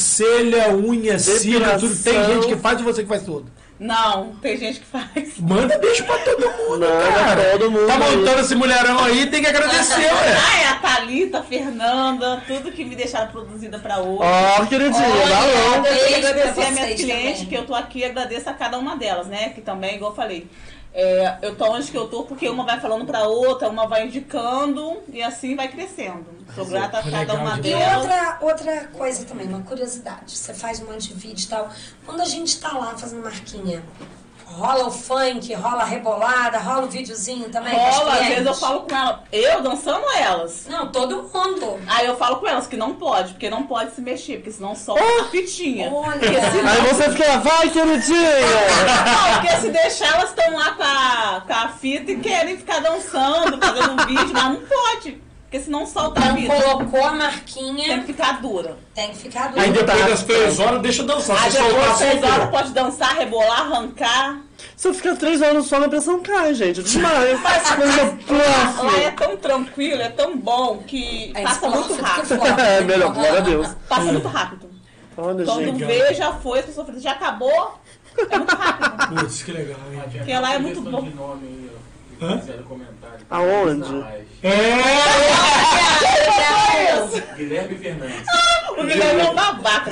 sobrancelha, unha, cílio, tudo. Tem Depilação. gente que faz e você que faz tudo. Não, tem gente que faz. Manda beijo pra todo mundo, Manda cara. é todo mundo Tá aí. montando esse mulherão aí, tem que agradecer, ué. Ah, é a Thalita, a Fernanda, tudo que me deixaram produzida pra hoje. Ó, queridinha, valor. Eu queria Beijo pra agradecer a minhas vocês clientes, também. que eu tô aqui, agradeço a cada uma delas, né? Que também, igual eu falei, É, eu tô onde que eu tô porque uma vai falando pra outra, uma vai indicando e assim vai crescendo. Sou grata a cada uma E delas. outra, outra coisa também, uma curiosidade. Você faz um monte de vídeo e tal. Quando a gente tá lá fazendo marquinha, rola o funk, rola a rebolada, rola o videozinho também. com as Rola, às vezes eu clientes? falo com ela, eu dançando ou elas. Não, todo mundo. Aí eu falo com elas que não pode, porque não pode se mexer, porque senão solta a fitinha. Olha, Aí você fica lá, vai, queridinha! Não, porque se deixar elas estão lá com a, com a fita e querem ficar dançando, fazendo um vídeo, mas não pode, porque senão solta a então fita. colocou a Tem marquinha, que ficar dura. tem que ficar Aí duro. depois das três horas, deixa dançar. Aí Se depois soltar, né? vocês soltou. horas pode dançar, rebolar, arrancar. Se eu ficar três horas no sol, minha pressão cai, gente. É Demais. Mas eu Lá é plafo. tão tranquilo, é tão bom que Aí passa explode, muito fica rápido. explode. [LAUGHS] É, melhor, glória a Deus. Passa muito rápido. Olha, Quando gente. vê, já foi, as pessoas falam, já acabou. É muito rápido. Putz, que legal, hein? Porque lá é muito bom. Hã? Fizeram comentário. Aonde? É! Guilherme Fernandes. O Guilherme é um babaca.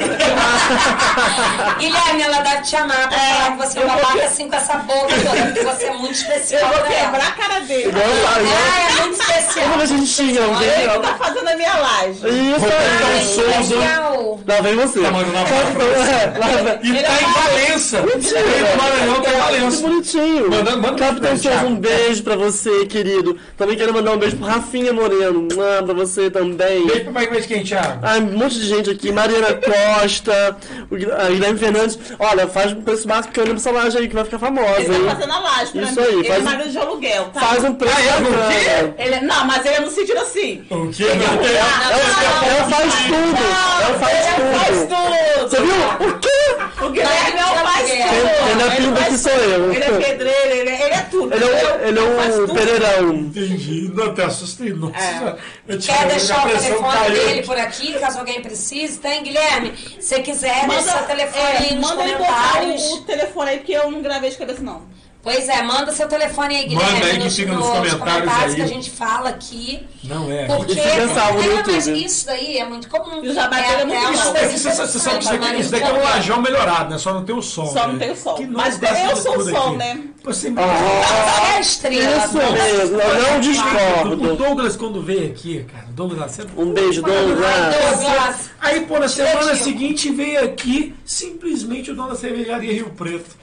Guilherme, ela deve te amar pra falar que você é eu uma vou babaca que- assim com essa boca toda, porque você é muito Eu especial vou pra ela. quebrar a cara dele. Igual lá, igual. Ah, é muito especial. Quando a gente xinga Ele que alguém. tá fazendo a minha laje. Isso Ah, é aí. especial. Lá vem você. Tá mandando abraço pra você. É, lá vem. E tá em Valença. Mentira. Ele do Maranhão tá em Que Valença. bonitinho. Manda- manda um Capitão beijo, Souza, Thiago. um beijo pra você, querido. Também quero mandar um beijo pro Rafinha Moreno. Ah, pra você também. Beijo pra Mike Quente, Thiago. Ai, um monte de gente aqui, Mariana Costa, o Guil- a Guilherme Fernandes. Olha, faz um preço bacana pra essa laje aí que vai ficar famosa, Ele tá hein? fazendo a laje pra Isso mim. aí, ele faz é um- marido de aluguel, tá? Faz um preço Ah, é? Por quê? bacana. Ele- Não, mas ele é no sentido assim. O que? Meu Deus. Ela, ela faz tudo! Ela faz Faz tudo! tudo! Você viu? O quê? O Guilherme é o faz Ele- tudo! ele é tudo faz que sou tudo. eu. Ele é pedreiro, ele é, ele é tudo. Ele é o, ele é faz o tudo. Pereirão. Entendi. Não, até assustei. Nossa. É. Eu tinha- Quer deixar o minha pressão telefone caiu. dele por aqui, caso alguém precise, tem, Guilherme? Se quiser, deixa seu telefone é, aí nos manda ele botar comentários. o, o telefone aí, porque eu não gravei de cabeça, não. Pois é, manda seu telefone aí, Manda Guilherme. aí que fica nos comentários aí. que a gente fala aqui. Não é. Porque E fica salvo no É, mas YouTube. isso daí é muito comum. E o jabá dele é muito bom. até uma Isso coisa daqui, né? você sabe, você sabe que isso daqui, importante, isso daqui é um mas- lajão melhorado, né? Só não tem o sol. Só não né? tem o sol. Que Mas nós eu gastamos sou o tudo sol, aqui. né? Você Ela é estrela. Isso mesmo, eu não O discordo. Douglas, quando veio aqui, cara, Douglas, você... é Um beijo, Douglas. Douglas. Aí, pô, na semana Divertido. seguinte veio aqui simplesmente o dono da cervejaria Rio Preto.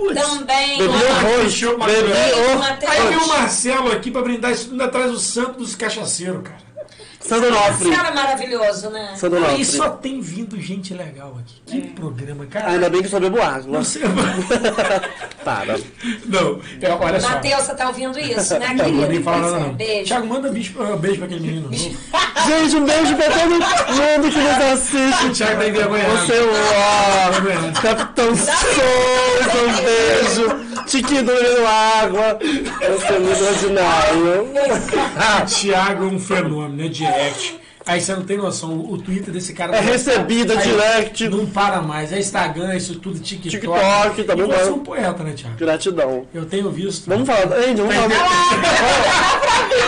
Então, Putz. Também. Bebi uma- arroz, Uma- bebi Aí veio o arroz. Marcelo aqui pra brindar isso, ainda traz o santo dos cachaceiros, cara. Sandro Nofre. Cara é maravilhoso, né? Sandro E Nofre. só tem vindo gente legal aqui. Que É. programa, cara. Ainda bem que eu só bebo [LAUGHS] água. Você- Para. Não, é, olha só. Matheus, você tá ouvindo isso, né, Não vou querido? nem falar Pois nada, é, não. Beijo. Thiago, manda bicho, pra- beijo pra aquele menino [LAUGHS] novo. Gente, um beijo pra todo mundo que nos O assiste. Thiago tá envergonhado. Tá Você, é um ó, Capitão Souza, um beijo. Tiquinho do Menino Água. Você é muito ordinário. Ah, Thiago é um fenômeno, é direct. Aí você não tem noção, o Twitter desse cara. tá- É recebida Aí direct. Não para mais, é Instagram, é isso tudo, TikTok. TikTok, tá E Você é bombando. um poeta, né, Thiago? Gratidão. Eu tenho visto. Vamos falar. Gente, vamos falar.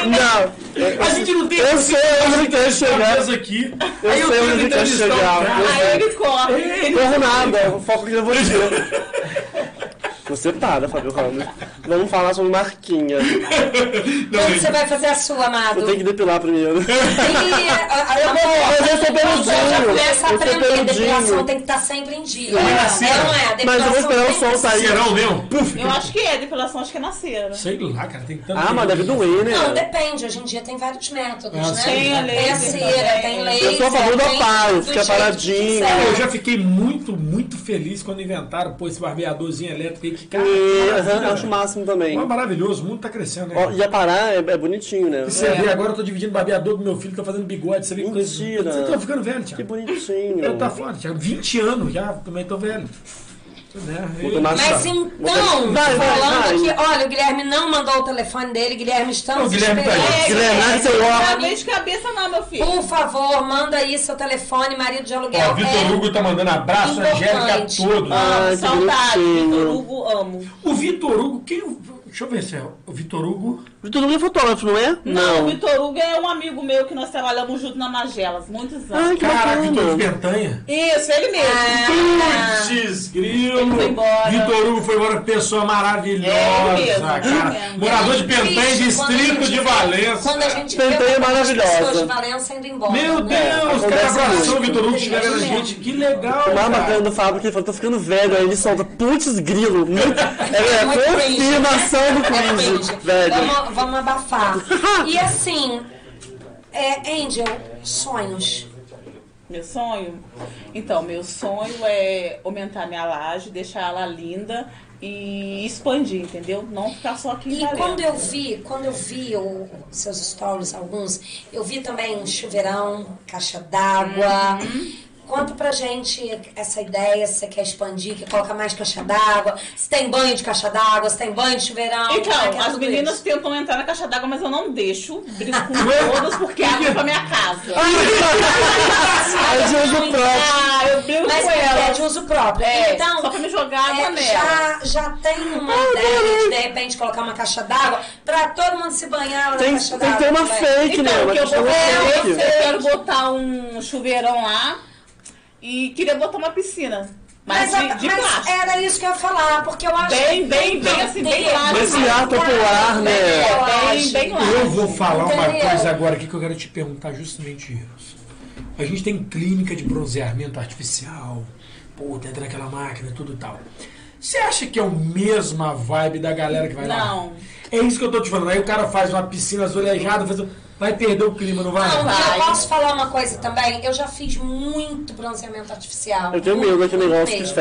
Não. A gente não tem. Eu sei onde quer chegar. cabeça aqui. Eu aí né? eu sei tenho onde que quer entrevistar o chegar. cara. Aí ele corre. Ele... Não erro nada, o foco que eu vou dizer. [LAUGHS] Você para, Fábio Ramos. Vamos falar sobre marquinha. Quando é você vai fazer a sua, amado? Eu tenho que depilar primeiro. E a, a, Eu vou fazer seu já peludinho. começa a Eu sou aprender. Depilação peludinho. tem que estar sempre em dia. é na É, cera. não é? Depilação assim? Mas eu vou esperar o tem que- sol sair. Serão mesmo? Puf. Eu acho que é, depilação acho que é na cera. Sei lá, cara, tem tanto. Ah, mas deve doer, né? Não, depende. Hoje em dia tem vários métodos, Ah, né? sim. Tem a Tem a laser cera, também. tem laser. Eu sou a favor da tem paz, do fica jeito que paradinho. quiser. Eu já fiquei muito, muito feliz quando inventaram pô, esse barbeadorzinho elétrico aí. Que cara, E, que maravilha, aham, acho o velho. máximo também. Mas maravilhoso, o mundo tá crescendo, né? Ó, cara? É. e a Pará é, é bonitinho, né? Você vê, agora eu tô dividindo barbeador do meu filho, tô fazendo bigode, você vê que coisa- Mentira. Você tá ficando velho, Que Thiago. É bonitinho. Eu tá fora, Thiago. 20 anos já, também tô velho. Né? Vou tomar Mas chá. então, Vai, vai, falando vai. aqui, olha, o Guilherme não mandou o telefone dele, Guilherme, estamos O Guilherme tá aí. esperando. Guilherme, larga seu Não óculos. vem de cabeça não, meu filho. Por favor, manda aí seu telefone, marido de aluguel. É, Ó, Vitor Hugo tá mandando abraço, Importante. Angélica, a todos. Ah, que Saudade, bonitinho. Vitor Hugo, amo. O Vitor Hugo, quem. Deixa eu ver se é o Vitor Hugo. Vitor Hugo é fotógrafo, não é? Não, o Vitor Hugo é um amigo meu que nós trabalhamos junto na Magelas, muitos Ai, anos. que Caraca, Vitor Hugo bacana. Pentanha. Isso, ele mesmo. Putz, grilo. Ele foi embora. Vitor Hugo foi embora, pessoa maravilhosa, É, ele mesmo, cara. é mesmo. Morador de Pentanha, Triste quando a distrito gente de vê- Valença. Quando a gente Pentanha vê é como as pessoas maravilhosa. de Valença indo embora. Meu né? Deus, cara, acontece abração, muito. Vitor Hugo, estiver vendo a gente. Que legal, O mais bacana cara. do Fábio é que ele falou, tô ficando velho, aí ele solta, putz, grilo. Muito, é, é Muito cringe, confirmação do É cringe, cringe. velho. Vamos, vamos abafar. E assim, é, Angel, sonhos. É. Meu sonho? Então, meu sonho é aumentar minha laje, deixar ela linda e expandir, entendeu? Não ficar só aqui em E Valença. quando eu vi, quando eu vi o- os seus stories, alguns, eu vi também um chuveirão, caixa d'água. Uhum. Conta pra gente essa ideia, se você quer expandir, quer colocar mais caixa d'água, se tem banho de caixa d'água, se tem banho de chuveirão. como é que é Então, as tudo meninas isso? tentam entrar na caixa d'água, mas eu não deixo. Brigo com todas porque é água pra minha casa. Aí de uso próprio. Ah, eu brigo Mas com é elas. de uso próprio. É, então, só pra me jogar água é, nela. já, já tem uma Ah, ideia de, de repente, colocar uma caixa d'água pra todo mundo se banhar Tem, na caixa tem que d'água. ter uma também. fake, né? Então, Uma que eu questão vou de é, eu fake. quero botar um chuveirão lá e queria botar uma piscina. Mas, Mas de, a- de mas plástico. era isso que eu ia falar, porque eu acho Bem, que bem, bem, assim, bem tem- lá. Esse ar popular, né? eu É, bem, acho. bem lá. Eu vou falar uma Entendeu? coisa agora aqui que eu quero te perguntar justamente isso. A gente tem clínica de bronzeamento artificial, pô, entra naquela máquina e tudo e tal. Você acha que é o mesma vibe da galera que vai lá? Não. É isso que eu tô te falando. Aí o cara faz uma piscina azulejada, faz... um- vai perder o clima, não vai? Não, Vai. e eu posso falar uma coisa também? Eu já fiz muito bronzeamento artificial. Eu tenho medo daquele Muito negócio que mesmo.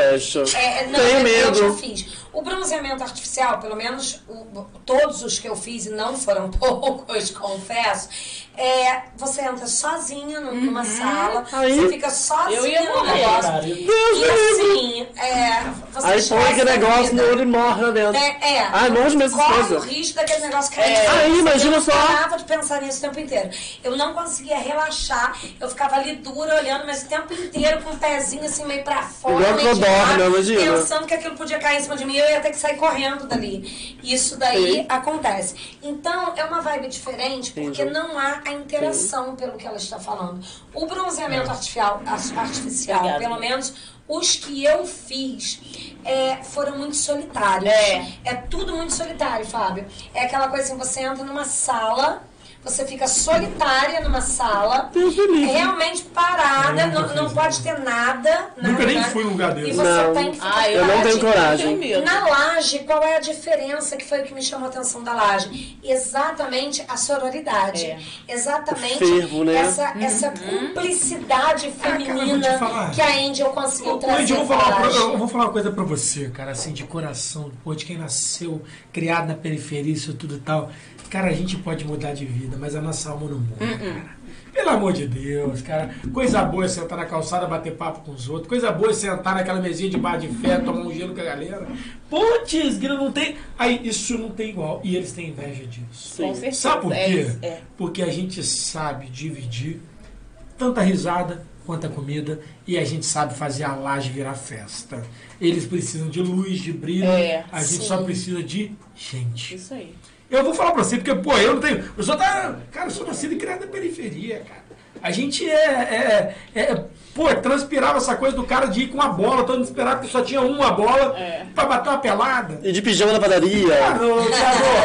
fecha. É, não, Tenho eu, medo. eu já fiz. O bronzeamento artificial, pelo menos o- todos os que eu fiz, e não foram [LAUGHS] poucos, confesso, é, você entra sozinha num- numa sala, Uhum. Aí- você fica sozinha Eu ia no morrer, negócio. cara. E assim, é, você Aí põe esquece aquele da negócio no vida. olho e morre lá dentro. É, é. Ai, morre de medo dessas Corre o coisas. risco daquele negócio que É. Aí, imagina eu só. Eu parava de pensar nisso o tempo inteiro. Eu não conseguia relaxar. Eu ficava ali dura, olhando, mas o tempo inteiro com o pezinho assim meio pra fora. Igual meio de codorna, lado, imagina. Pensando que aquilo podia cair em cima de mim, eu ia ter que sair correndo dali. Isso daí Sim. acontece. Então, é uma vibe diferente, porque Entendi. não há a interação pelo que ela está falando. O É. bronzeamento artificial, artificial Obrigada. pelo menos os que eu fiz é, foram muito solitários. É. É tudo muito solitário, Fábio. É aquela coisa assim, você entra numa sala, você fica solitária numa sala, é Deus me livre. realmente parada, Nunca não, fiz não isso. pode ter nada. Nunca nada, nem nada. fui num lugar desse. E você tá Não. tem que ficar Ah, Eu não tenho paradinha. coragem. medo. Na laje, qual é a diferença que foi o que me chamou a atenção da laje? Exatamente a sororidade. Exatamente É. O fervo, né? essa, essa cumplicidade eu Ah, vou feminina te falar. que a Angel conseguiu trazer. Andy, eu vou pra falar, uma laje. coisa- eu vou falar uma coisa pra você, cara, assim, de coração, pô, de quem nasceu, criado na periferia, isso tudo e tal. Cara, a gente pode mudar de vida, mas a nossa alma não muda, cara. Uh-uh. Pelo amor de Deus, cara. Coisa boa é sentar na calçada, bater papo com os outros. Coisa boa é sentar naquela mesinha de bar de fé, tomar um gelo com a galera. Putz, grilo, não tem. Aí, isso não tem igual. E eles têm inveja disso. Com certeza. é assim. Sabe por quê? É, é. Porque a gente sabe dividir tanta risada quanto a comida e a gente sabe fazer a laje virar festa. Eles precisam de luz, de brilho, É, a gente sim. só precisa de gente. Isso aí. Eu vou falar pra você, porque, pô, eu não tenho. Eu sou da. Cara, eu sou nascido e criado na periferia, cara. A gente é. é- é- pô, transpirava essa coisa do cara de ir com a bola, todo mundo esperava que só tinha uma bola É. pra bater uma pelada. E de pijama na padaria. Cara, ô, Thiago,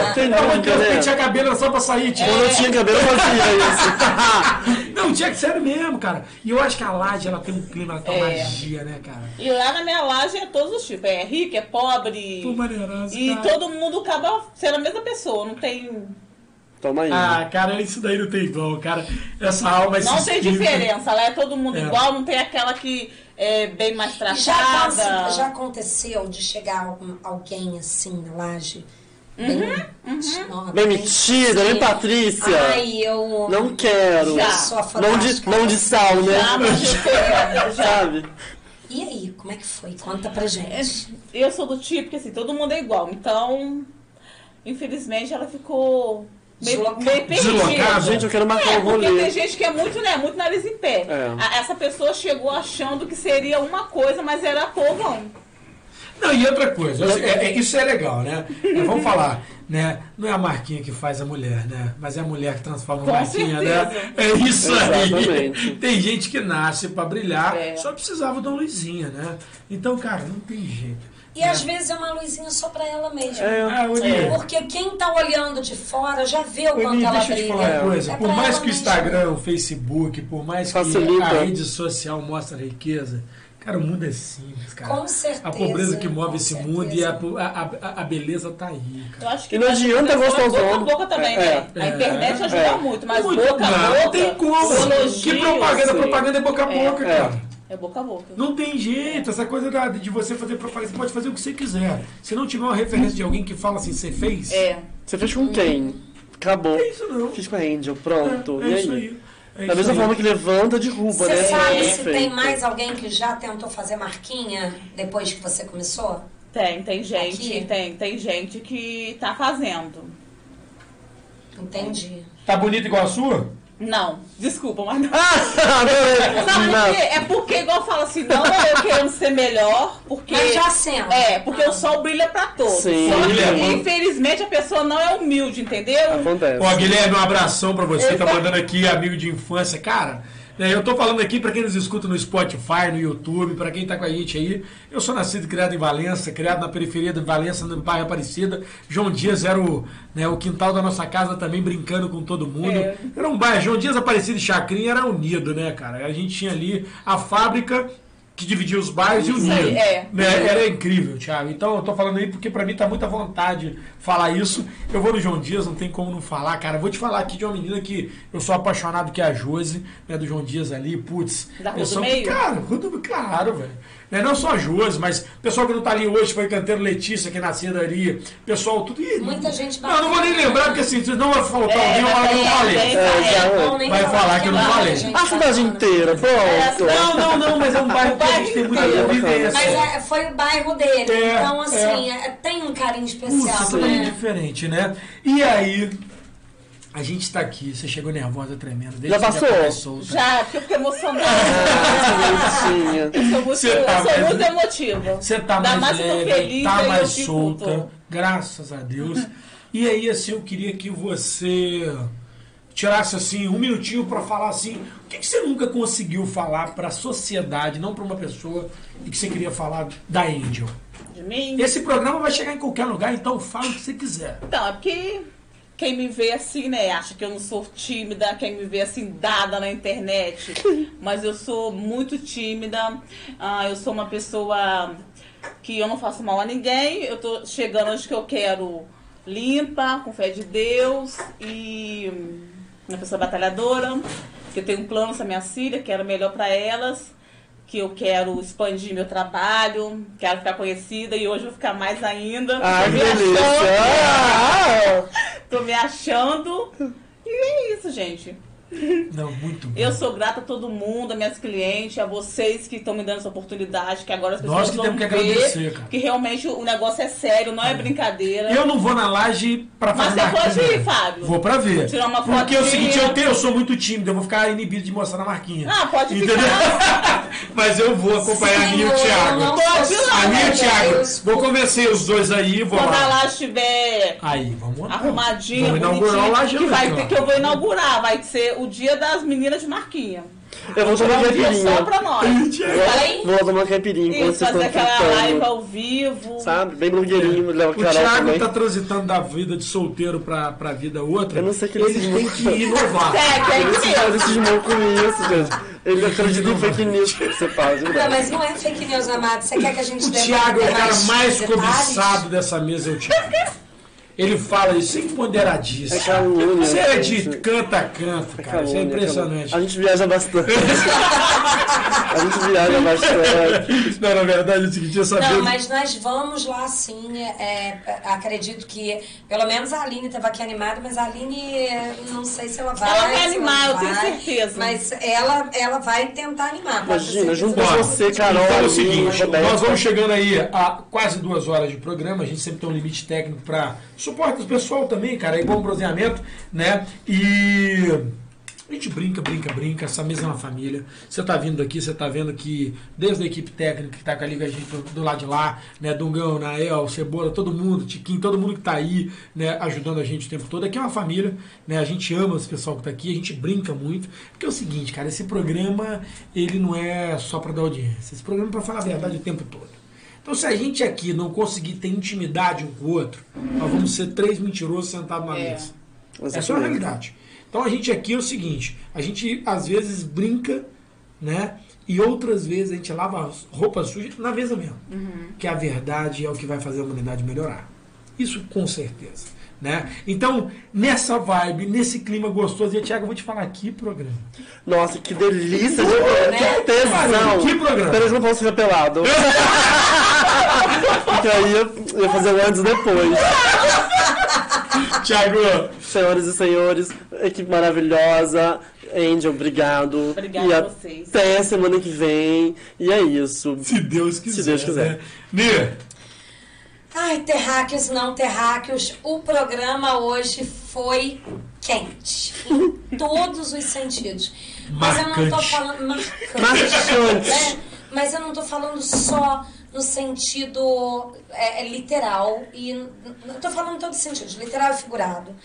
Ah, Tem pelo amor nada, de Deus, né? pentear cabelo era só pra sair, É, tipo. Quando eu tinha cabelo, eu [LAUGHS] fazia isso. Não, tinha que ser mesmo, cara. E eu acho que a laje, ela tem um clima, ela tem uma É. magia, né, cara? E lá na minha laje é todos os tipos. É rico, é pobre. Pô, maneirança, E cara. todo mundo acaba sendo a mesma pessoa. Não tem. Toma aí. Ah, cara, isso daí não tem igual, cara. Essa alma, esse Não tem espírito- diferença. Lá é todo mundo É. igual, não tem aquela que é bem mais E Já, tratada. aconte- já aconteceu de chegar algum- alguém assim na laje? Bem, nova, Bem metida, bem Patrícia. uhum. Ai, eu. Não quero. Já. Sou a Não de, fantástica. não de sal, né? [LAUGHS] Já, mas eu sou- já. Sabe? E aí, como é que foi? Conta pra gente. Eu sou do tipo que assim, todo mundo é igual. Então, infelizmente, ela ficou meio, Deslocada. meio perdida. Deslocada. Gente, eu quero marcar É, um porque tem rolê. gente que é muito, né? Muito nariz em pé. É. A- Essa pessoa chegou achando que seria uma coisa, mas era povão. Não, e outra coisa, assim, é- é- isso é legal, né? É, [LAUGHS] vamos falar, né? Não é a Marquinha que faz a mulher, né? Mas é a mulher que transforma a Com Marquinha, né? certeza. É isso Exatamente. aí. [LAUGHS] Tem gente que nasce pra brilhar, É. só precisava de uma luzinha, né? Então, cara, não tem jeito. E às vezes é uma luzinha só pra ela mesma. É, Ah, Olívia, Porque quem tá olhando de fora já vê o quanto Olívia, ela deixa eu te brilha. falar uma coisa. É Por pra mais ela que o mesma. Instagram, o Facebook, por mais que Facilita. a rede social mostre a riqueza, cara, o mundo é simples, cara. Com certeza, A pobreza que move com esse mundo e a, certeza. a- a- a beleza tá aí, cara. Eu acho que E não faz adianta diferença gostar na os boca a homens. boca também, É, né? é. a internet ajuda É. muito, mas Muito, boca a não, boca. Não tem como. os elogios, que propaganda? assim. sim. Propaganda é boca a boca, É. cara. É boca a boca. Não tem jeito. Essa coisa da- de você fazer propaganda, você pode fazer o que você quiser. Se não tiver uma referência de alguém que fala assim, você fez, É. Você fez com quem? Acabou. é isso não. Fiz com a Angel, pronto. É, é e isso aí? aí. É Da isso mesma aí. forma que levanta, derruba, né? Você sabe se Perfeito. tem mais alguém que já tentou fazer marquinha depois que você começou? Tem, tem gente, Tá Aqui? tem, tem gente que tá fazendo. Entendi. Tá bonita igual a sua? Não, desculpa, mas não. [LAUGHS] [LAUGHS] Ah, Não, não, é é. porque, é porque, igual fala assim, não é eu querendo ser melhor, porque. Mas já sendo. É, porque o sol brilha pra todos. Sim. Só que, Brilha, Tá mano. infelizmente, a pessoa não é humilde, entendeu? Acontece. Ó, Guilherme, um abração pra você, tá Exato. mandando aqui, amigo de infância. Cara, né, eu tô falando aqui pra quem nos escuta no Spotify, no YouTube, pra quem tá com a gente aí. Eu sou nascido e criado em Valença, criado na periferia de Valença, no bairro Aparecida. João Dias era o, né, o quintal da nossa casa também, brincando com todo mundo. É. Era um bairro, João Dias Aparecida e Chacrinha era unido, né, cara? A gente tinha ali a fábrica que dividia os bairros e Isso aí, unia. é. né? Era incrível, Thiago. Então eu tô falando aí porque pra mim tá muita vontade falar isso. Eu vou no João Dias, não tem como não falar, cara. Vou te falar aqui de uma menina que eu sou apaixonado que é a Josi, né, do João Dias ali, putz. Da Rua do pessoal, Meio? Cara, Rua do- claro, velho. Né, Não só a Josi, mas pessoal que não tá ali hoje, foi canteiro Letícia, que nasceu ali, pessoal, tudo. Ih, Muita gente Não, eu não vou nem lembrar, porque assim, não vai faltar É, alguém, eu falo que eu tá não falei. tem, É, tem. já- Bom, nem Vai falar que eu não muita falei. gente A tá cidade falando. inteira, pronto. Não, não, não, mas é um bairro que a gente tem muita Bairro. convivência. Mas é, foi o bairro dele. É, então, assim, é, tem um carinho especial, Putz, é né? diferente, né? E aí, a gente tá aqui, você chegou nervosa, tremendo. desde Já que passou? começou, tá? Já, porque eu fico [LAUGHS] emocionada. Eu sou Ah, muito, Você tá eu sou mais- muito emotiva. Você tá Ainda mais mais eu tô leve, feliz, tá aí eu mais fico, solta, tô. graças a Deus. E aí, assim, eu queria que você tirasse, assim, um minutinho pra falar, assim, o que, que você nunca conseguiu falar pra sociedade, não pra uma pessoa, e que você queria falar da Angel? De mim. Esse programa vai chegar em qualquer lugar, então fala o que você quiser. Então, é porque quem me vê assim, né, acha que eu não sou tímida, quem me vê assim, dada na internet. [LAUGHS] Mas eu sou muito tímida, ah, eu sou uma pessoa que eu não faço mal a ninguém, eu tô chegando onde que eu quero limpa, com fé de Deus e hum, uma pessoa batalhadora, que eu tenho um plano para minha filha, quero o melhor para elas, que eu quero expandir meu trabalho, quero ficar conhecida e hoje eu vou ficar mais ainda. Ah, Tô que me delícia. achando. Ah, ah. Tô me achando. E é isso, gente. Não, muito bom. Eu sou grata a todo mundo, a minhas clientes, a vocês que estão me dando essa oportunidade, que agora as pessoas Nós que vão temos que ver agradecer, cara. que realmente o negócio é sério, não é brincadeira. Eu não vou na laje pra Mas fazer você pode marquinha. ir, Fábio. Vou pra ver. Tirar uma Porque é o seguinte, fotinha. eu, tenho, eu sou muito tímido, eu vou ficar inibido de mostrar na marquinha. Ah, pode Entendeu? ficar. Mas eu vou acompanhar a minha e o Senhor, Thiago. eu não Pode sou ir lá, A minha e meu o Thiago. Deus. Vou convencer os dois aí, vou Quando a lá. laje estiver Aí, vamos lá. Ah. arrumadinha, Vamos inaugurar o bonitinha, laje que, vai, lá. ter- que eu vou inaugurar, vai ser o dia das meninas de Marquinha. Eu vou tomar Um dia só caipirinha. pra nós. Falei? Vou tomar uma caipirinha enquanto Isso, vocês fazer estão aquela live cantando. ao vivo. Sabe? Bem blogueirinho, leva O Carol Thiago também. tá transitando da vida de solteiro pra, pra vida outra. Eu não sei que Eles desse têm mundo. que inovar. [LAUGHS] Sério, tem que é ser. Ele se esmou com isso, gente. Ele acredita em fake news que você faz, de Não, verdade. mas não é fake news, amado. Você quer que a gente O dê Thiago é o cara mais detalhes? cobiçado dessa mesa, é o Thiago. Ele fala isso empoderadíssimo. É calúnia, Você é gente. de canta a canto, cara. Isso é Calúnia, impressionante. calúnia. A gente [LAUGHS] viaja bastante. a gente viaja bastante. Não, na verdade, eu seguinte, eu sabia. Não, mas nós vamos lá sim. é, é, acredito que, pelo menos a Aline estava aqui animada, mas a Aline, é, não sei se ela vai. Ela vai se animar, eu vai, tenho certeza. Mas ela, ela vai tentar animar. pode ter Imagina, certeza. junto com Bora. você, Carol. Então é o Aline, seguinte, Roberta. nós vamos chegando aí a quase duas horas de programa, a gente sempre tem um limite técnico para suporte do pessoal também, cara, é bom bronzeamento, né? um E A gente brinca, brinca, brinca, essa mesa é uma família. Você tá vindo aqui, você tá vendo que desde a equipe técnica que tá com a liga, a gente do, do lado de lá, né, Dungão, Nael, Cebola, todo mundo, Tiquinho, todo mundo que tá aí, né, ajudando a gente o tempo todo. Aqui é uma família, né, a gente ama esse pessoal que tá aqui, a gente brinca muito. Porque é o seguinte, cara, esse programa, ele não é só para dar audiência. Esse programa é pra falar a verdade o tempo todo. Então, se a gente aqui não conseguir ter intimidade um com o outro, nós vamos ser três mentirosos sentados na É. mesa. Tá Essa é a realidade. Então, a gente aqui é o seguinte: a gente às vezes brinca, né? E outras vezes a gente lava as roupas sujas na mesa mesmo. Uhum. Que a verdade é o que vai fazer a humanidade melhorar. Isso com certeza. Né? Então, nessa vibe, nesse clima gostoso, e Tiago, eu vou te falar que programa. Nossa, que delícia! de- Que tesão! né? Que programa? Peraí, eu não posso [LAUGHS] ficar pelado. Porque aí eu ia fazer o antes e depois. Ah. Tiago, Senhoras e senhores, equipe maravilhosa. Angel, obrigado. Obrigada e a vocês. Até semana que vem. E é isso. se Deus quiser. Deus quiser. Né? Nia, Ai, terráqueos, não terráqueos, o programa hoje foi quente. Em todos os sentidos. Mas eu não tô Marcante. falando. Marcante. Marcante. né? Mas eu não tô falando só no sentido é, é, literal. E, n- n- eu tô falando em todos os sentidos, literal e figurado.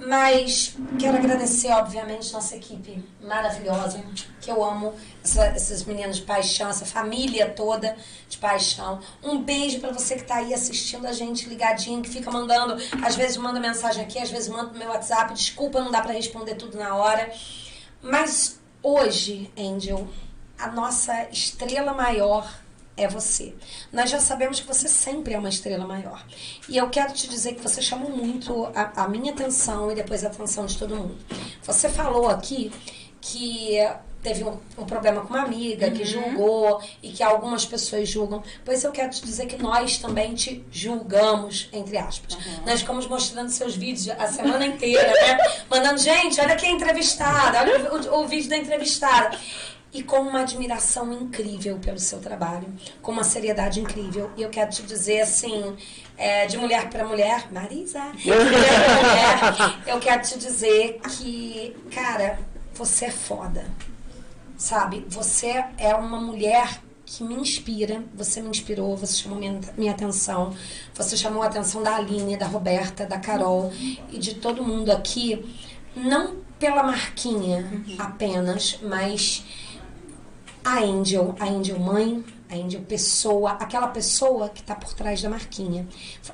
Mas quero agradecer, obviamente, nossa equipe maravilhosa, que eu amo, essa- essas meninas de paixão, essa família toda de paixão. Um beijo pra você que tá aí assistindo a gente ligadinho, que fica mandando, às vezes manda mensagem aqui, às vezes manda no meu WhatsApp. Desculpa, não dá pra responder tudo na hora. Mas hoje, Angel, a nossa estrela maior é você. Nós já sabemos que você sempre é uma estrela maior. E eu quero te dizer que você chamou muito a, a minha atenção e depois a atenção de todo mundo. Você falou aqui que teve um, um problema com uma amiga, que julgou e que algumas pessoas julgam. Pois eu quero te dizer que nós também te julgamos, entre aspas. Nós ficamos mostrando seus vídeos a semana inteira, né? [LAUGHS] Mandando, gente, olha aqui a entrevistada, olha o- o- o vídeo da entrevistada e com uma admiração incrível pelo seu trabalho, com uma seriedade incrível. E eu quero te dizer assim, é, de mulher pra mulher, Marisa, de mulher pra mulher, eu quero te dizer que, cara, você é foda. Sabe, você é uma mulher que me inspira, você me inspirou, você chamou minha, minha atenção, você chamou a atenção da Aline, da Roberta, da Carol e de todo mundo aqui, não pela marquinha apenas, mas a Angel, a Angel mãe, a Angel pessoa, aquela pessoa que está por trás da marquinha.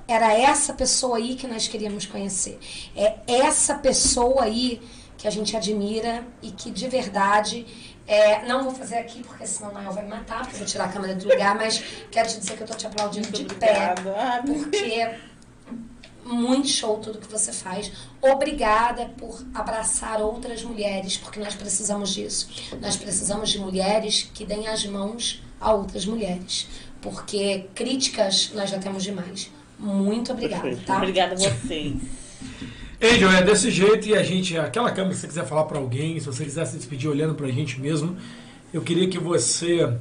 Era essa pessoa aí que nós queríamos conhecer. É essa pessoa aí que a gente admira e que de verdade. é, não vou fazer aqui porque senão o Nael vai me matar, porque eu vou tirar a câmera do lugar, mas quero te dizer que eu tô te aplaudindo de pé Obrigada. Ah, porque muito show tudo que você faz. Obrigada por abraçar outras mulheres, porque nós precisamos disso. Nós precisamos de mulheres que deem as mãos a outras mulheres, porque críticas nós já temos demais. Muito obrigada, Perfeito. tá? Obrigada a vocês. Angel, é desse jeito e a gente, aquela câmera, se você quiser falar pra alguém, se você quiser se despedir olhando pra gente mesmo, eu queria que você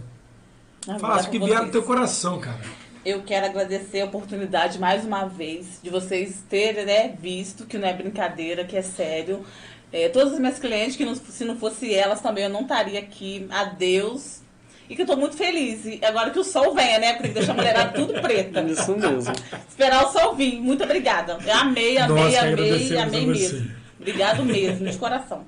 Ah, falasse o que com vier do vocês. teu coração, cara. Eu quero agradecer a oportunidade mais uma vez de vocês terem né, visto que não é brincadeira, que é sério. É, todas as minhas clientes, que não- se não fosse elas também eu não estaria aqui. Adeus. E que eu tô muito feliz. E agora que o sol venha, né? Porque deixa [LAUGHS] a mulherada tudo preta. Isso mesmo. Esperar o sol vir. Muito obrigada. Eu amei, amei, Nossa, amei, agradecemos amei a você. mesmo. Obrigado mesmo, de coração.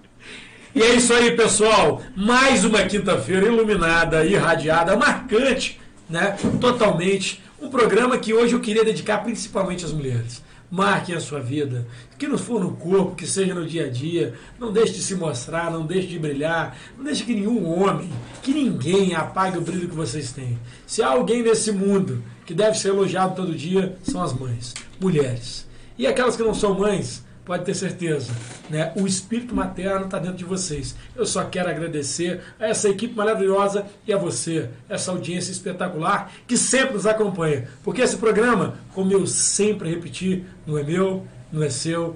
E é isso aí, pessoal. Mais uma quinta-feira iluminada, irradiada, marcante, né? Totalmente. Um programa que hoje eu queria dedicar principalmente às mulheres. Marquem a sua vida. Que não for no corpo, que seja no dia a dia. Não deixe de se mostrar, não deixe de brilhar. Não deixe que nenhum homem, que ninguém apague o brilho que vocês têm. Se há alguém nesse mundo que deve ser elogiado todo dia, são as mães, mulheres. E aquelas que não são mães, Pode ter certeza, né? O espírito materno está dentro de vocês. Eu só quero agradecer a essa equipe maravilhosa e a você, essa audiência espetacular que sempre nos acompanha. Porque esse programa, como eu sempre repeti, não é meu, não é seu,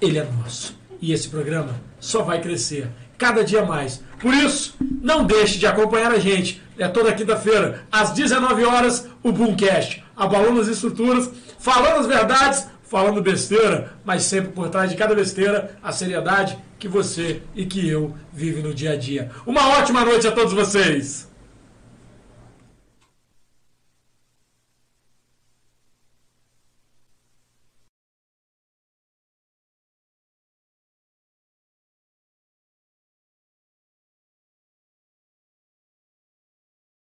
ele é nosso. E esse programa só vai crescer cada dia mais. Por isso, não deixe de acompanhar a gente. É toda quinta-feira, às 19 horas, o Boomcast, abalando as estruturas, falando as verdades, falando besteira, mas sempre por trás de cada besteira, a seriedade que você e que eu vive no dia a dia. Uma ótima noite a todos vocês!